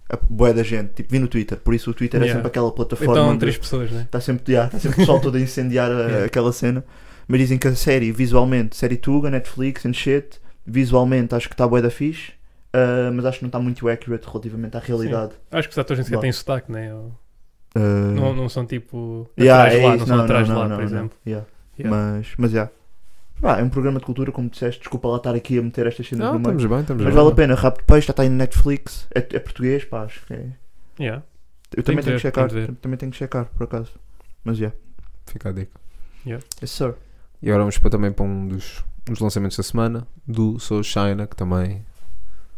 Speaker 5: a boé da gente, tipo, vi no Twitter, por isso o Twitter é
Speaker 7: Yeah.
Speaker 5: sempre aquela plataforma
Speaker 7: Então,
Speaker 5: onde-
Speaker 7: três pessoas, né?
Speaker 5: Está sempre, yeah, tá sempre o pessoal todo a incendiar a-
Speaker 7: Yeah.
Speaker 5: aquela cena. Mas dizem que a série, visualmente, série Tuga, Netflix and shit, visualmente acho que está bué da fixe, ah, mas acho que não está muito accurate relativamente à realidade.
Speaker 7: Acho que os atores nem sequer
Speaker 5: Lá.
Speaker 7: têm sotaque, né? Ou-
Speaker 5: Ah,
Speaker 7: Não, não são tipo.
Speaker 5: yeah,
Speaker 7: atrás
Speaker 5: é
Speaker 7: lá,
Speaker 5: isso,
Speaker 7: não são atrás lá, por
Speaker 5: não,
Speaker 7: exemplo.
Speaker 5: yeah.
Speaker 7: Yeah.
Speaker 5: Mas, mas yeah. Pá, é um programa de cultura, como disseste, desculpa lá estar aqui a meter estas cenas
Speaker 6: Não,
Speaker 5: no meio.
Speaker 6: estamos bem, estamos
Speaker 5: Mas
Speaker 6: bem.
Speaker 5: vale a pena, Rap de Peixe já está aí no Netflix, é, é português, pá, acho que é.
Speaker 7: Yeah. Tenho que
Speaker 5: Eu também tenho
Speaker 7: ver,
Speaker 5: que checar,
Speaker 7: tenho que ver.
Speaker 5: também tenho que checar, por acaso. Mas yeah.
Speaker 6: Fica a dica.
Speaker 5: Yes, sir.
Speaker 6: E agora vamos para, também para um dos, um dos lançamentos da semana, do Soul China, que também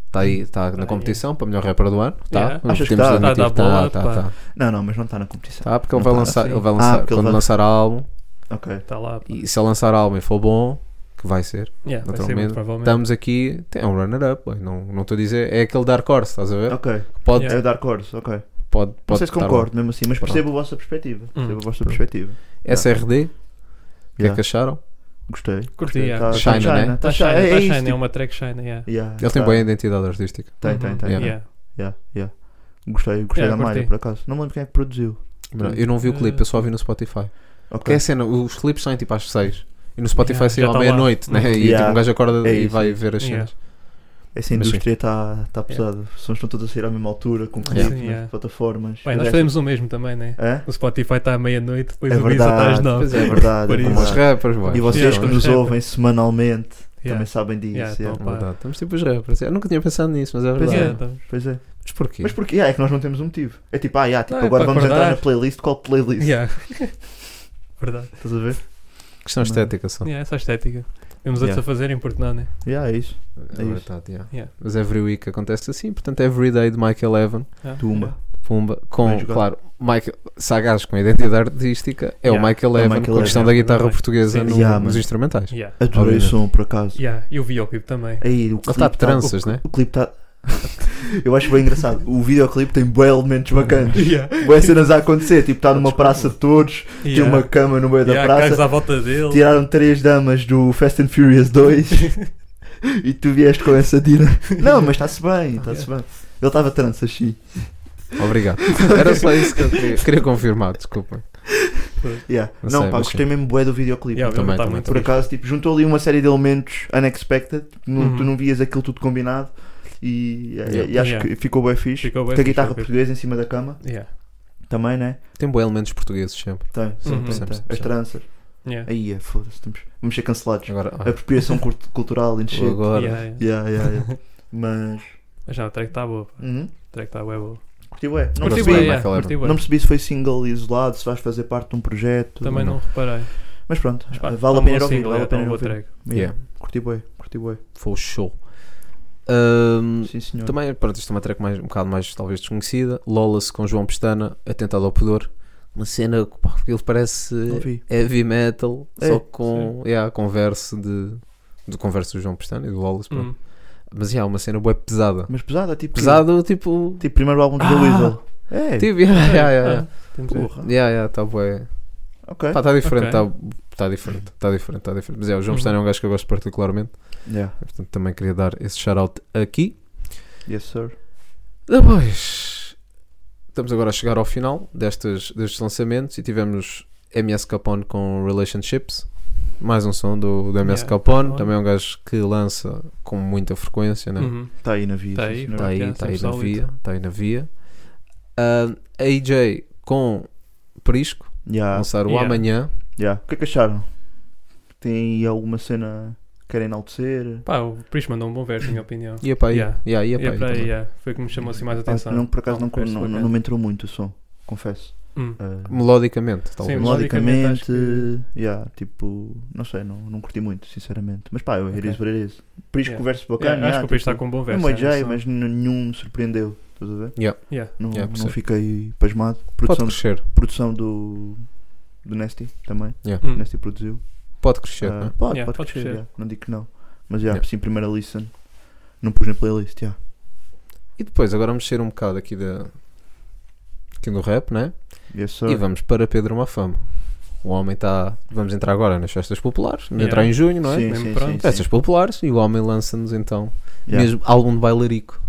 Speaker 6: está aí, está na
Speaker 7: Tá aí.
Speaker 6: competição para melhor rapper do ano. Está,
Speaker 7: Yeah.
Speaker 5: Achas que
Speaker 6: temos de
Speaker 5: tá?
Speaker 6: admitir
Speaker 7: Tá,
Speaker 6: que
Speaker 7: dá bola,
Speaker 6: tá,
Speaker 7: pá.
Speaker 6: tá, tá.
Speaker 5: Não, não, mas não está na competição.
Speaker 6: Tá, porque ele
Speaker 5: Não
Speaker 6: vai
Speaker 5: tá,
Speaker 6: lançar,
Speaker 7: sim.
Speaker 6: ele vai
Speaker 5: Ah,
Speaker 6: lançar
Speaker 5: porque ele
Speaker 6: quando
Speaker 5: vai-
Speaker 6: lançar álbum,
Speaker 5: Ok.
Speaker 7: Está tá lá.
Speaker 6: e se ele lançar álbum e for bom, que que vai ser,
Speaker 7: Yeah, vai ser
Speaker 6: naturalmente.
Speaker 7: muito provavelmente.
Speaker 6: Estamos aqui, tem é um runner-up, boy, não não estou a dizer, é aquele dark horse, estás a ver?
Speaker 5: Ok,
Speaker 6: Pode,
Speaker 7: Yeah.
Speaker 5: é dar cores, ok.
Speaker 6: pode, pode
Speaker 5: Não sei se
Speaker 6: estar lá.
Speaker 5: concordo mesmo assim, mas percebo a vossa
Speaker 7: Hum.
Speaker 5: perspectiva. Percebo a vossa perspectiva.
Speaker 6: SRD, o que é
Speaker 5: Yeah.
Speaker 6: que acharam?
Speaker 5: Gostei.
Speaker 7: Curti,
Speaker 5: Gostei.
Speaker 7: yeah.
Speaker 5: Tá- tá
Speaker 6: Shine,
Speaker 5: Shine,
Speaker 6: né?
Speaker 5: tá
Speaker 7: Tá
Speaker 5: Shine,
Speaker 7: shiny,
Speaker 5: é
Speaker 7: tá
Speaker 5: isso,
Speaker 7: shiny, é
Speaker 5: tipo-
Speaker 7: uma track shiny, yeah. Uhum.
Speaker 5: Yeah,
Speaker 6: Ele tem
Speaker 5: tá.
Speaker 6: boa identidade artística.
Speaker 5: Tem, tem, tem.
Speaker 6: Yeah.
Speaker 5: Yeah,
Speaker 7: Yeah.
Speaker 5: yeah, yeah. Gostei, gostei
Speaker 7: Yeah,
Speaker 5: da Maia,
Speaker 7: curti.
Speaker 5: por acaso. Não me lembro quem é que produziu.
Speaker 6: Não, Eu não vi o clipe, eu só vi no Spotify. Porque é
Speaker 5: Ok.
Speaker 6: a cena, os clipes saem tipo às 6 e no Spotify
Speaker 7: Yeah,
Speaker 6: saiu
Speaker 7: já
Speaker 6: à
Speaker 7: tá lá.
Speaker 6: meia-noite, né? E
Speaker 5: Yeah.
Speaker 6: tipo, um gajo acorda
Speaker 5: É
Speaker 6: e
Speaker 5: isso,
Speaker 6: vai
Speaker 5: é
Speaker 6: ver as
Speaker 7: Yeah.
Speaker 6: cenas.
Speaker 5: Essa
Speaker 6: Mas
Speaker 5: indústria está tá pesada. Os sons estão todos a sair à mesma altura, com clipes,
Speaker 7: Sim,
Speaker 5: nas
Speaker 7: yeah.
Speaker 5: plataformas.
Speaker 7: Bem, nós
Speaker 5: Mas é-
Speaker 7: fazemos o mesmo também, né?
Speaker 5: É?
Speaker 7: O Spotify está à meia-noite, depois
Speaker 5: É
Speaker 7: o Visa está às
Speaker 5: verdade,
Speaker 7: nove.
Speaker 5: pois é, é verdade, é
Speaker 7: Por isso.
Speaker 6: Como os
Speaker 5: verdade.
Speaker 6: rappers, boy.
Speaker 5: E vocês
Speaker 7: Yeah,
Speaker 5: que
Speaker 7: mas
Speaker 5: nos
Speaker 7: é-
Speaker 5: ouvem semanalmente
Speaker 7: Yeah.
Speaker 5: também sabem disso.
Speaker 7: Yeah,
Speaker 5: yeah.
Speaker 7: então.
Speaker 6: É verdade, estamos tipo os rappers. Eu nunca tinha pensado nisso, mas é
Speaker 5: Pois
Speaker 6: verdade.
Speaker 5: é.
Speaker 7: Yeah, então.
Speaker 5: Pois é.
Speaker 6: Mas porquê?
Speaker 5: Mas porque yeah, é que nós não temos um motivo. É tipo, ah, yeah, tipo,
Speaker 7: Não, é
Speaker 5: agora
Speaker 7: para
Speaker 5: vamos entrar
Speaker 7: acordar.
Speaker 5: na playlist, qual playlist?
Speaker 7: Yeah. Verdade.
Speaker 5: Estás a ver?
Speaker 6: Questão
Speaker 5: Não.
Speaker 6: estética só.
Speaker 7: Yeah, essa é estética. Vemos outros
Speaker 5: Yeah.
Speaker 7: a fazerem, porque não, né?
Speaker 5: Yeah, é isso.
Speaker 6: É
Speaker 5: isso.
Speaker 6: verdade, yeah.
Speaker 7: Yeah.
Speaker 6: Mas every week acontece assim, portanto, every day de Michael Evan,
Speaker 7: Ah,
Speaker 5: Tumba.
Speaker 6: pumba,
Speaker 5: Bem
Speaker 6: com,
Speaker 5: jogado.
Speaker 6: claro, Michael, se há gajos com identidade artística, é
Speaker 7: Yeah.
Speaker 6: o Michael
Speaker 5: É o
Speaker 6: Evan
Speaker 5: Michael
Speaker 6: com a questão
Speaker 7: Evan.
Speaker 6: da guitarra
Speaker 7: Sim.
Speaker 6: portuguesa no-
Speaker 5: Yeah,
Speaker 6: nos
Speaker 5: mano.
Speaker 6: instrumentais.
Speaker 7: Yeah. Yeah.
Speaker 5: Adorei o
Speaker 6: Obviamente.
Speaker 5: som, por acaso.
Speaker 7: Yeah. E o videoclipe também.
Speaker 5: Aí, o
Speaker 6: Ele
Speaker 5: clipe
Speaker 6: está de
Speaker 5: tá-
Speaker 6: tranças,
Speaker 5: o,
Speaker 6: né?
Speaker 5: O clipe está. Eu acho bem engraçado. O videoclipe tem bué elementos bacanas.
Speaker 7: Yeah.
Speaker 5: Boas cenas a acontecer. Tipo, está numa praça de todos, tem
Speaker 7: Yeah.
Speaker 5: uma cama no meio da
Speaker 7: Yeah, carros
Speaker 5: praça.
Speaker 7: à volta dele.
Speaker 5: Tiraram três damas do Fast and Furious 2 e tu vieste com essa dina. Não, mas está-se bem, está-se bem. Ele assim. estava tranças, sim.
Speaker 6: Obrigado. Era só isso que eu queria, queria confirmar, desculpem.
Speaker 5: Yeah.
Speaker 6: Não
Speaker 5: Não,
Speaker 6: sei,
Speaker 5: pá,
Speaker 6: mas
Speaker 5: gostei mesmo bué do videoclipe.
Speaker 7: Yeah, o
Speaker 6: Também,
Speaker 7: videoclipe tá
Speaker 6: também,
Speaker 7: muito
Speaker 5: Por acaso, tipo, juntou ali uma série de elementos unexpected, tipo, não-
Speaker 7: Uhum.
Speaker 5: tu não vias aquilo tudo combinado e, eh,
Speaker 6: Yeah.
Speaker 5: e acho
Speaker 7: Yeah.
Speaker 5: que ficou bem fixe.
Speaker 7: Ficou
Speaker 5: Com
Speaker 7: bem
Speaker 5: a
Speaker 7: fixe,
Speaker 5: guitarra
Speaker 7: ok.
Speaker 5: portuguesa em cima da cama,
Speaker 7: Yeah.
Speaker 5: também, né?
Speaker 6: Tem bons elementos portugueses sempre.
Speaker 5: Tem,
Speaker 7: Uhum.
Speaker 5: tem, tem.
Speaker 6: Sempre,
Speaker 5: As
Speaker 6: sempre.
Speaker 5: tranças.
Speaker 7: Yeah.
Speaker 5: Aí, é, foda-se, estamos- vamos ser cancelados.
Speaker 6: Agora, ah,
Speaker 5: Apropriação cult- cultural, and shit.
Speaker 6: agora.
Speaker 7: Yeah, yeah.
Speaker 5: Yeah, yeah, yeah. Mas.
Speaker 7: Mas não, a track está boa. pá.
Speaker 5: Uhum.
Speaker 7: A track está bué boa.
Speaker 5: Curti bué. Não
Speaker 7: Curti
Speaker 5: percebi,
Speaker 6: sei,
Speaker 7: bué, yeah,
Speaker 6: Michael Evan.
Speaker 7: curti bué.
Speaker 5: não percebi se foi single isolado, se vais fazer parte de um projeto.
Speaker 7: Também não, reparei.
Speaker 5: Mas pronto,
Speaker 7: Mas, pá,
Speaker 5: vale
Speaker 7: tá
Speaker 5: a
Speaker 7: um
Speaker 5: pena
Speaker 7: bom
Speaker 5: ir ouvir.
Speaker 7: single,
Speaker 5: Vale a
Speaker 7: yeah, tá
Speaker 5: pena
Speaker 7: um
Speaker 5: ir
Speaker 7: bom
Speaker 5: ouvir.
Speaker 7: track.
Speaker 5: Yeah. Curti bué, curti bué.
Speaker 6: foi o show. Ahm,
Speaker 5: Sim, senhor.
Speaker 6: Hum. também, pronto, isto é uma track mais, um bocado mais talvez desconhecida. Lawless com João Pestana, Atentado ao Pudor. Uma cena que pá, ele parece
Speaker 5: Não vi.
Speaker 6: heavy metal,
Speaker 5: É,
Speaker 6: só com yeah, com verso de, de converso do João Pestana e do Lawless. pronto.
Speaker 7: Hum.
Speaker 6: Mas é yeah, uma cena bué pesada.
Speaker 5: Mas pesado, é tipo.
Speaker 6: Pesado, tipo.
Speaker 5: Tipo, primeiro álbum de
Speaker 6: Ah!
Speaker 5: The Weasel. É,
Speaker 6: Tipo, yeah, yeah, yeah, yeah.
Speaker 7: Ah, temos aí.
Speaker 5: porra.
Speaker 6: Yeah, yeah, tá bué.
Speaker 5: Ok.
Speaker 6: Pá, tá diferente,
Speaker 7: Ok.
Speaker 6: tá, tá diferente, tá diferente, tá diferente. Mas é, o João
Speaker 7: Uhum.
Speaker 6: Pestana é um gajo que eu gosto particularmente.
Speaker 5: Yeah.
Speaker 6: Portanto, também queria dar esse shout-out aqui.
Speaker 5: Yes, sir.
Speaker 6: Depois, estamos agora a chegar ao final destes, destes lançamentos e tivemos MS Capone com Relationships. Mais um som do, do MS
Speaker 7: Yeah,
Speaker 6: Capone,
Speaker 7: Capone.
Speaker 6: também é um gajo que lança com muita frequência, né?
Speaker 7: Uhum.
Speaker 5: Está aí na vida.
Speaker 7: Tá
Speaker 5: sim,
Speaker 7: aí,
Speaker 5: senhor.
Speaker 6: Está aí,
Speaker 7: Yeah,
Speaker 6: está aí na
Speaker 7: sempre
Speaker 6: via,
Speaker 7: sólido.
Speaker 6: está aí na via. Ah, AJ com Prisco,
Speaker 5: Yeah.
Speaker 6: lançar o
Speaker 7: Ah, Yeah.
Speaker 6: Amanhã.
Speaker 5: yeah. O que é que acharam? Tem aí alguma cena que querem enaltecer?
Speaker 7: Pá, o Prish mandou um bom verso, na minha opinião.
Speaker 6: Ia para é aí,
Speaker 7: Yeah.
Speaker 6: yeah, ia
Speaker 7: E
Speaker 6: para aí.
Speaker 7: é pra aí,
Speaker 6: também.
Speaker 7: yeah. Foi o que me chamou assim mais a
Speaker 5: Pá,
Speaker 7: atenção.
Speaker 5: não, por acaso não,
Speaker 7: Verso
Speaker 5: não,
Speaker 7: bacana.
Speaker 5: não me entrou muito o som, confesso.
Speaker 7: Hum.
Speaker 5: Ah,
Speaker 6: Melodicamente, talvez.
Speaker 7: Sim, Melodicamente, acho
Speaker 5: Melodicamente,
Speaker 7: que-
Speaker 5: yeah, tipo, não sei, não, não curti muito, sinceramente. Mas pá, eu
Speaker 7: Ok.
Speaker 5: iris okay. isso. Por isso
Speaker 7: Yeah.
Speaker 5: que o verso
Speaker 7: Yeah,
Speaker 5: bacana.
Speaker 7: acho
Speaker 5: yeah,
Speaker 7: que o Prish está
Speaker 5: tipo,
Speaker 7: com um bom
Speaker 5: é
Speaker 7: verso.
Speaker 5: uma
Speaker 7: é,
Speaker 5: AJ,
Speaker 7: não
Speaker 5: mas
Speaker 7: sei.
Speaker 5: nenhum me surpreendeu, estás a ver?
Speaker 7: Yeah.
Speaker 5: Não,
Speaker 6: Yeah,
Speaker 5: não
Speaker 6: percebo.
Speaker 5: fiquei pasmado.
Speaker 6: Pode
Speaker 5: Produção,
Speaker 6: crescer,
Speaker 5: produção do, do Nasty também.
Speaker 7: Hum.
Speaker 5: Nasty produziu.
Speaker 6: pode crescer.
Speaker 5: Ah,
Speaker 6: né?
Speaker 5: Pode,
Speaker 7: Yeah,
Speaker 5: pode
Speaker 7: pode
Speaker 5: crescer,
Speaker 7: crescer.
Speaker 5: yeah, não digo que não. Mas já,
Speaker 6: Yeah.
Speaker 5: sim, primeira listen. Não pus na playlist, já.
Speaker 6: E depois, agora vamos mexer um bocado aqui, da, aqui no rap, né?
Speaker 5: Yes, sir.
Speaker 6: E vamos para Pedro Mafama. O homem está. Vamos entrar agora nas festas populares. Vamos entrar
Speaker 7: Yeah.
Speaker 6: em junho, não é?
Speaker 5: Sim,
Speaker 7: Mesmo
Speaker 5: sim,
Speaker 7: pronto.
Speaker 5: sim, sim.
Speaker 6: Festas populares. E o homem lança-nos então.
Speaker 5: Yeah.
Speaker 6: Mesmo álbum de bailarico.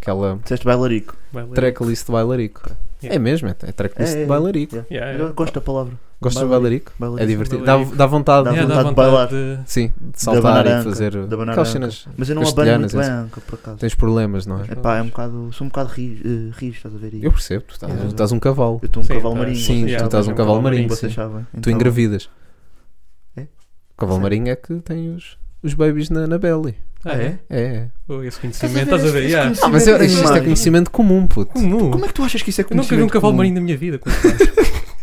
Speaker 6: Aquela
Speaker 5: Disseste bailarico.
Speaker 7: Vai ler.
Speaker 6: tracklist de bailarico.
Speaker 7: Yeah.
Speaker 6: É mesmo, é, é tracklist
Speaker 5: É, é,
Speaker 6: de
Speaker 5: é.
Speaker 6: bailarico.
Speaker 5: Yeah.
Speaker 7: Yeah,
Speaker 5: Eu
Speaker 7: yeah.
Speaker 5: gosto da palavra.
Speaker 6: Gostas de
Speaker 5: Bailarico.
Speaker 6: bailarico? É
Speaker 5: Bailarico.
Speaker 6: divertido. Dá,
Speaker 7: Bailarico.
Speaker 6: dá vontade.
Speaker 5: Dá
Speaker 7: Yeah,
Speaker 5: vontade de bailar.
Speaker 7: de-
Speaker 6: Sim, de saltar
Speaker 5: banana
Speaker 6: e
Speaker 5: anca,
Speaker 6: fazer
Speaker 5: da banana
Speaker 6: aquelas
Speaker 5: anca.
Speaker 6: cenas.
Speaker 5: Mas eu não abanho muito bem
Speaker 6: Castelhanas,
Speaker 5: a anca, por acaso.
Speaker 6: Tens problemas, não é?
Speaker 5: É pá, é um bocado. Sou um bocado ri- eh, rijo, estás a ver? aí?
Speaker 6: Eu percebo, tu estás,
Speaker 5: Yeah.
Speaker 6: tu estás um cavalo.
Speaker 5: Eu estou um
Speaker 7: Sim,
Speaker 5: cavalo
Speaker 7: tá.
Speaker 5: marinho.
Speaker 6: Sim,
Speaker 5: vocês
Speaker 6: tu
Speaker 7: Yeah,
Speaker 6: estás um
Speaker 7: um
Speaker 6: cavalo
Speaker 7: cavalo
Speaker 6: marinho.
Speaker 7: marinho,
Speaker 6: sim.
Speaker 5: Vocês sabem.
Speaker 6: Tu
Speaker 5: então-
Speaker 6: engravidas.
Speaker 5: É?
Speaker 6: Cavalo
Speaker 5: Sim.
Speaker 6: marinho é que tem os, os babies na, na belly.
Speaker 7: Ah, é?
Speaker 6: É, é.
Speaker 7: Oh, Esse conhecimento, estás a ver? yeah.
Speaker 5: Esse
Speaker 6: Ah, mas eu, isto é
Speaker 5: animais.
Speaker 6: conhecimento comum, puto.
Speaker 7: Comum.
Speaker 5: Como é que tu achas que isso
Speaker 7: Eu
Speaker 5: é
Speaker 7: nunca vi um
Speaker 5: conhecimento
Speaker 7: cavalo
Speaker 5: comum?
Speaker 7: marinho na minha vida. como-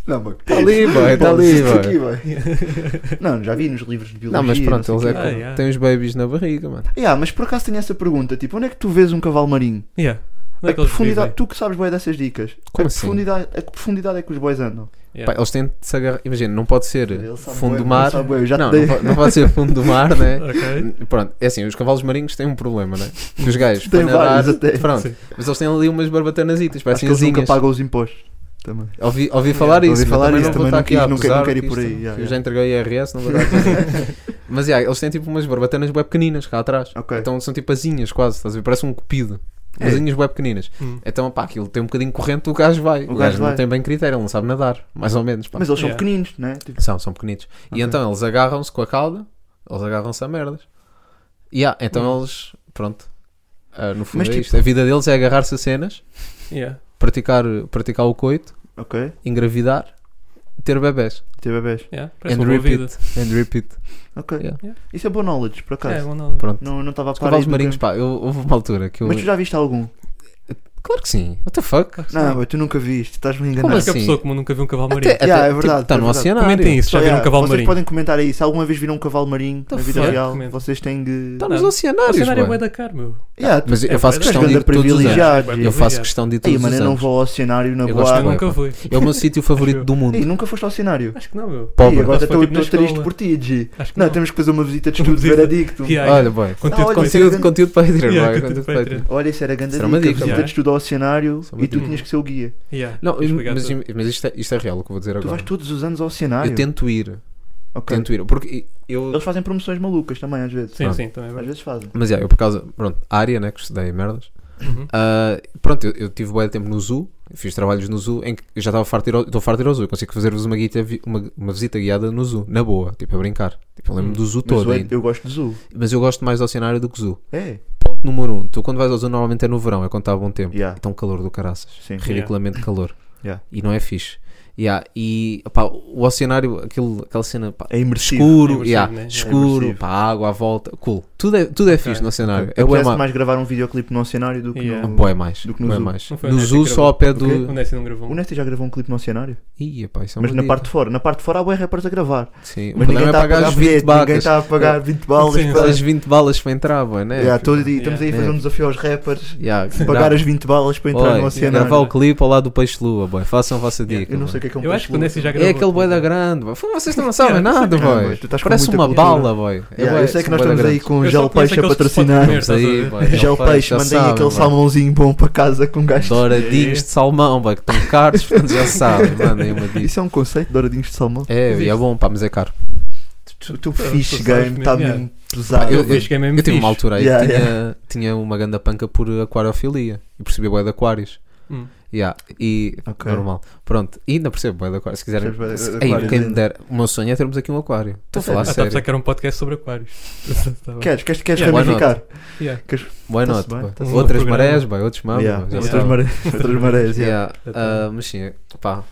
Speaker 5: Não, mas
Speaker 6: Está Hum. Tá ali, boy, está ali, boy.
Speaker 5: Não, já vi nos livros de biologia.
Speaker 6: Não, mas pronto, eles
Speaker 5: sei
Speaker 6: é
Speaker 5: o
Speaker 7: Ah,
Speaker 6: que
Speaker 7: yeah.
Speaker 6: têm os babies na barriga, mano.
Speaker 5: quê. Ah, mas por acaso tenho essa pergunta, tipo, onde é que tu vês um cavalo marinho?
Speaker 7: Yeah. Onde
Speaker 5: A
Speaker 7: é que eles
Speaker 5: profundidade,
Speaker 7: vivem?
Speaker 5: tu que sabes bem dessas dicas.
Speaker 6: Como
Speaker 5: a,
Speaker 6: assim?
Speaker 5: profundidade, a que profundidade é que os boys andam?
Speaker 6: Pá, eles têm de se agarrar. Imagina, não pode ser
Speaker 5: Ele sabe
Speaker 6: fundo
Speaker 5: bué,
Speaker 6: do
Speaker 5: ele
Speaker 6: mar.
Speaker 5: sabe bué, eu já te
Speaker 6: não,
Speaker 5: dei-
Speaker 6: não, pode, não pode ser fundo do mar, né?
Speaker 7: Ok.
Speaker 6: Pronto, é assim, os cavalos marinhos têm um problema, né? Que os gajos
Speaker 5: Tem
Speaker 6: para nadar,
Speaker 5: vários até.
Speaker 6: pronto,
Speaker 7: Sim.
Speaker 6: mas eles têm ali umas barbatanasitas,
Speaker 5: Acho que eles nunca
Speaker 6: parecenzinhas.
Speaker 5: pagam os impostos. Também.
Speaker 6: Ouvi, ouvi falar
Speaker 5: Ouvi
Speaker 6: isso, mas
Speaker 5: falar
Speaker 6: também
Speaker 5: isso,
Speaker 6: não vou
Speaker 5: também
Speaker 6: estar
Speaker 5: não
Speaker 6: aqui
Speaker 5: quis-
Speaker 6: a
Speaker 5: não quero- não quero ir
Speaker 6: acusar
Speaker 5: por
Speaker 6: que
Speaker 5: aí,
Speaker 6: isto-
Speaker 5: já,
Speaker 6: que Eu
Speaker 5: já.
Speaker 6: já entreguei a IRS, não vou dar aqui. Mas yeah, eles têm tipo umas barbatanas bem pequeninas cá atrás.
Speaker 5: Ok.
Speaker 6: Então são tipo asinhas quase, estás a ver? Parece um cupido.
Speaker 5: É.
Speaker 6: Asinhas bem pequeninas.
Speaker 7: Hum.
Speaker 6: Então pá, aquilo tem um bocadinho de corrente, o gajo vai. O,
Speaker 5: gajo
Speaker 6: gajo não
Speaker 5: vai.
Speaker 6: tem bem critério, ele não sabe nadar, mais ou menos. Pá.
Speaker 5: Mas eles são
Speaker 7: Yeah.
Speaker 5: pequeninos, né? Tipo,
Speaker 6: São, são pequenitos. E
Speaker 5: Ok.
Speaker 6: então eles agarram-se com a cauda, eles agarram-se a merdas. E ah, então eles, pronto. Ah, no fundo
Speaker 5: Hum. Mas,
Speaker 6: é
Speaker 5: tipo-
Speaker 6: isto. A vida deles é agarrar-se a cenas,
Speaker 7: Yeah.
Speaker 6: praticar, praticar o coito,
Speaker 5: ok,
Speaker 6: engravidar, ter bebés.
Speaker 5: ter bebés.
Speaker 7: Yeah. Parece
Speaker 6: And
Speaker 7: uma boa vida.
Speaker 6: repeat, and repeat.
Speaker 5: Ok.
Speaker 6: Yeah.
Speaker 7: Yeah.
Speaker 5: Isso é bom knowledge, por
Speaker 7: É,
Speaker 5: acaso.
Speaker 7: bom nome.
Speaker 6: Pronto.
Speaker 5: Não não estava a
Speaker 6: Os
Speaker 5: parar. aí
Speaker 6: cavalos
Speaker 5: do
Speaker 6: marinhos,
Speaker 5: tempo.
Speaker 6: pá, eu, houve uma altura que eu.
Speaker 5: Mas tu já viste algum?
Speaker 6: Claro que sim. What the fuck?
Speaker 5: Não, mas tu nunca viste, estás-me a enganar.
Speaker 6: Como
Speaker 7: Acho que a
Speaker 6: assim?
Speaker 7: pessoa como nunca viu um cavalo marinho.
Speaker 6: Até- até,
Speaker 5: Yeah, é
Speaker 6: tipo,
Speaker 5: verdade,
Speaker 6: Está
Speaker 5: é
Speaker 6: no
Speaker 5: verdade.
Speaker 6: oceanário.
Speaker 7: Comentem isso, já
Speaker 5: Só,
Speaker 7: viram
Speaker 5: yeah,
Speaker 7: um cavalo
Speaker 5: Vocês
Speaker 7: marinho.
Speaker 5: podem comentar aí. Se alguma vez viram um cavalo marinho
Speaker 6: The
Speaker 5: na vida
Speaker 6: fuck?
Speaker 5: real,
Speaker 7: Comenta.
Speaker 5: vocês têm de.
Speaker 6: Está Tá nos
Speaker 7: Não. O
Speaker 6: oceanários.
Speaker 7: cenário é bué
Speaker 6: bué.
Speaker 7: da caro, meu.
Speaker 5: Yeah,
Speaker 6: Então, Mas eu
Speaker 7: é
Speaker 6: faço
Speaker 7: bué da-
Speaker 6: questão de
Speaker 5: grande
Speaker 6: ir todos os anos.
Speaker 5: privilegiado.
Speaker 6: Eu faço questão de ir
Speaker 5: Ei,
Speaker 6: todos
Speaker 5: mano,
Speaker 6: os
Speaker 5: eu não
Speaker 6: anos.
Speaker 5: vou ao cenário na
Speaker 6: Eu
Speaker 5: boa.
Speaker 6: gosto
Speaker 7: Eu
Speaker 5: água.
Speaker 7: nunca fui.
Speaker 6: É o meu sítio favorito do mundo.
Speaker 5: Ei, nunca foste ao cenário.
Speaker 7: Acho que não, meu.
Speaker 5: Ei,
Speaker 6: Pobre.
Speaker 5: agora
Speaker 7: Acho que foi
Speaker 5: estou
Speaker 7: tipo na
Speaker 5: estou triste
Speaker 7: escola.
Speaker 5: por ti, G.
Speaker 7: Acho que
Speaker 5: Não,
Speaker 7: não.
Speaker 5: temos que fazer uma visita de estudo
Speaker 7: Uma visita.
Speaker 5: veradicto.
Speaker 7: Yeah, yeah.
Speaker 6: Olha, boy.
Speaker 7: Conteúdo
Speaker 5: olha,
Speaker 7: com-
Speaker 5: isso é
Speaker 6: Conteúdo,
Speaker 5: grande-
Speaker 6: conteúdo para Adriano.
Speaker 7: Yeah,
Speaker 6: boy,
Speaker 7: conteúdo
Speaker 6: conteúdo
Speaker 7: para
Speaker 6: para
Speaker 7: Adriano.
Speaker 6: Adriano.
Speaker 5: Olha, isso era grande
Speaker 6: Isso era
Speaker 5: dica.
Speaker 6: uma dica,
Speaker 5: Visita
Speaker 7: yeah.
Speaker 5: de estudo ao cenário
Speaker 6: Isso é uma
Speaker 5: e tu
Speaker 7: dica.
Speaker 5: tinhas que ser o guia.
Speaker 7: Yeah.
Speaker 6: Não,
Speaker 7: Tens de pegar
Speaker 6: mas,
Speaker 7: tudo.
Speaker 6: mas isto, é, isto é real o que eu vou dizer
Speaker 5: Tu
Speaker 6: agora.
Speaker 5: vais todos os anos ao cenário.
Speaker 6: Eu tento ir.
Speaker 5: Ok.
Speaker 6: Tento ir. Porque eu.
Speaker 5: Eles fazem promoções malucas também, às vezes.
Speaker 7: Sim,
Speaker 6: Pronto.
Speaker 7: sim, também. é
Speaker 5: Às
Speaker 7: verdade.
Speaker 5: vezes fazem.
Speaker 6: Mas yeah, eu por causa. Pronto, a área, né? Que estudei merdas.
Speaker 7: Uhum.
Speaker 6: Ah, pronto, eu, eu tive bem tempo no zoo, fiz trabalhos no zoo em que eu já estava farto de ir ao, estou farto de ir ao zoo, eu consigo fazer-vos uma, guita- vi- uma, uma visita guiada no zoo, na boa, tipo a brincar. Tipo, eu lembro
Speaker 7: Hum.
Speaker 6: do zoo
Speaker 5: Uhum. Mas
Speaker 6: todo,
Speaker 5: eu,
Speaker 6: ainda.
Speaker 5: eu gosto de zoo.
Speaker 6: mas eu gosto mais do cenário do que zoo.
Speaker 5: É.
Speaker 6: Ponto número 1, um, tu quando vais ao zoo normalmente é no verão, é quando está a bom tempo.
Speaker 5: Yeah.
Speaker 6: Então calor do caraças,
Speaker 5: Sim.
Speaker 6: ridiculamente calor.
Speaker 5: Yeah.
Speaker 6: E não é fixe. Yeah, E opá, o oceanário, aquilo, aquela cena, pá,
Speaker 5: É imersivo.
Speaker 6: escuro,
Speaker 7: É imersivo,
Speaker 6: yeah,
Speaker 7: né? É
Speaker 6: escuro,
Speaker 5: imersivo.
Speaker 6: pá, água à volta, cool. Tudo é, tudo é
Speaker 7: Ok.
Speaker 6: fixe no cenário. É
Speaker 5: Eu
Speaker 6: bué
Speaker 5: gosto
Speaker 6: ma- Ah,
Speaker 5: mais gravar um videoclipe no cenário do que
Speaker 7: Yeah.
Speaker 5: no...
Speaker 6: Bué mais.
Speaker 5: do que no
Speaker 6: bué
Speaker 5: zoo.
Speaker 6: mais.
Speaker 7: Não foi
Speaker 6: No
Speaker 7: onde é que
Speaker 6: zoo
Speaker 7: gravou?
Speaker 6: só ao pé do.
Speaker 5: Ok.
Speaker 7: O Nessie não gravou.
Speaker 5: O Nesti já gravou um clipe no cenário?
Speaker 6: Ia, pá, isso é
Speaker 5: Mas
Speaker 6: uma
Speaker 5: na
Speaker 6: dica.
Speaker 5: parte de fora. Na parte de fora há bué rappers a gravar.
Speaker 6: Sim,
Speaker 5: Mas
Speaker 6: o problema
Speaker 5: ninguém
Speaker 6: é
Speaker 5: está a
Speaker 6: pagar
Speaker 5: pagar
Speaker 6: as 20
Speaker 5: bilhete, ninguém
Speaker 6: balas.
Speaker 5: está a pagar 20 balas.
Speaker 7: Sim,
Speaker 5: para...
Speaker 6: As 20 balas para entrar, boy, né?
Speaker 5: Yeah, tô- e Estamos aí a
Speaker 6: Yeah.
Speaker 5: fazer um desafio aos rappers.
Speaker 6: Yeah,
Speaker 5: Pagar
Speaker 6: dá.
Speaker 5: as 20 balas para entrar
Speaker 6: Oi,
Speaker 5: no oceano.
Speaker 6: Gravar o clipe ao lado do peixe lua, boy. Façam a vossa dica.
Speaker 5: Eu não
Speaker 6: boy.
Speaker 5: sei o que é que é um
Speaker 7: Eu acho que o
Speaker 5: peixe-lua.
Speaker 7: Nessie já
Speaker 6: É
Speaker 7: gravou.
Speaker 6: aquele boi da grande, boy. Fogo, Vocês não sabem nada,
Speaker 5: Yeah,
Speaker 6: boy.
Speaker 5: mas tu estás com
Speaker 6: Parece
Speaker 5: muita
Speaker 6: uma
Speaker 5: cultura.
Speaker 6: bala, boy. É,
Speaker 5: Yeah,
Speaker 6: boy,
Speaker 5: eu sei que
Speaker 6: são bué da
Speaker 5: nós estamos aí
Speaker 6: grande.
Speaker 5: com um
Speaker 7: Eu
Speaker 5: gel
Speaker 7: só conheço
Speaker 5: peixe a
Speaker 7: aqueles que se podem
Speaker 5: patrocinar.
Speaker 7: comer.
Speaker 6: Estamos aí, boy.
Speaker 5: Gel peixe,
Speaker 6: já
Speaker 5: mandei
Speaker 6: sabem,
Speaker 5: aquele
Speaker 6: boy.
Speaker 5: salmãozinho bom para casa com gás.
Speaker 6: Douradinhos de salmão, boy, que estão caros, portanto já sabem, mandem uma dica.
Speaker 5: Isso é um conceito, douradinhos de salmão.
Speaker 6: É, e é bom, pá, mas é caro.
Speaker 5: O teu
Speaker 7: Pronto,
Speaker 5: fish
Speaker 7: tu sabes
Speaker 5: game está
Speaker 7: mesmo,
Speaker 5: mesmo pesado.
Speaker 7: Eu vejo que é mesmo
Speaker 6: Eu tive uma
Speaker 7: fixe.
Speaker 6: altura aí
Speaker 5: Yeah,
Speaker 6: que tinha, tinha uma ganda panca por aquariofilia e percebi boé de aquários.
Speaker 7: Hum.
Speaker 6: Yeah, e
Speaker 5: Ok.
Speaker 6: normal. Pronto, e ainda percebo bué de aquários. Se quiserem,
Speaker 5: Percebes bué de
Speaker 6: se-
Speaker 5: aquários Então
Speaker 6: ei, quem me
Speaker 5: ainda.
Speaker 6: der, o meu sonho é termos aqui um aquário. Estou a falar
Speaker 7: Ah, tá a pensar
Speaker 6: sério.
Speaker 7: que era um podcast sobre aquários. Tá bem.
Speaker 5: Queres, queres, queres
Speaker 7: Yeah,
Speaker 6: why not?
Speaker 5: ramificar?
Speaker 7: Yeah.
Speaker 6: Why
Speaker 5: Tá-se
Speaker 6: not?
Speaker 5: bem,
Speaker 6: pá.
Speaker 5: tá-se
Speaker 7: bem.
Speaker 6: Outras
Speaker 7: Um
Speaker 6: marés, bem, outros mamas.
Speaker 5: Yeah,
Speaker 6: já
Speaker 5: Outras
Speaker 6: sabem.
Speaker 5: marés. Outras marés, yeah.
Speaker 6: Yeah, ah, mas sim, pá,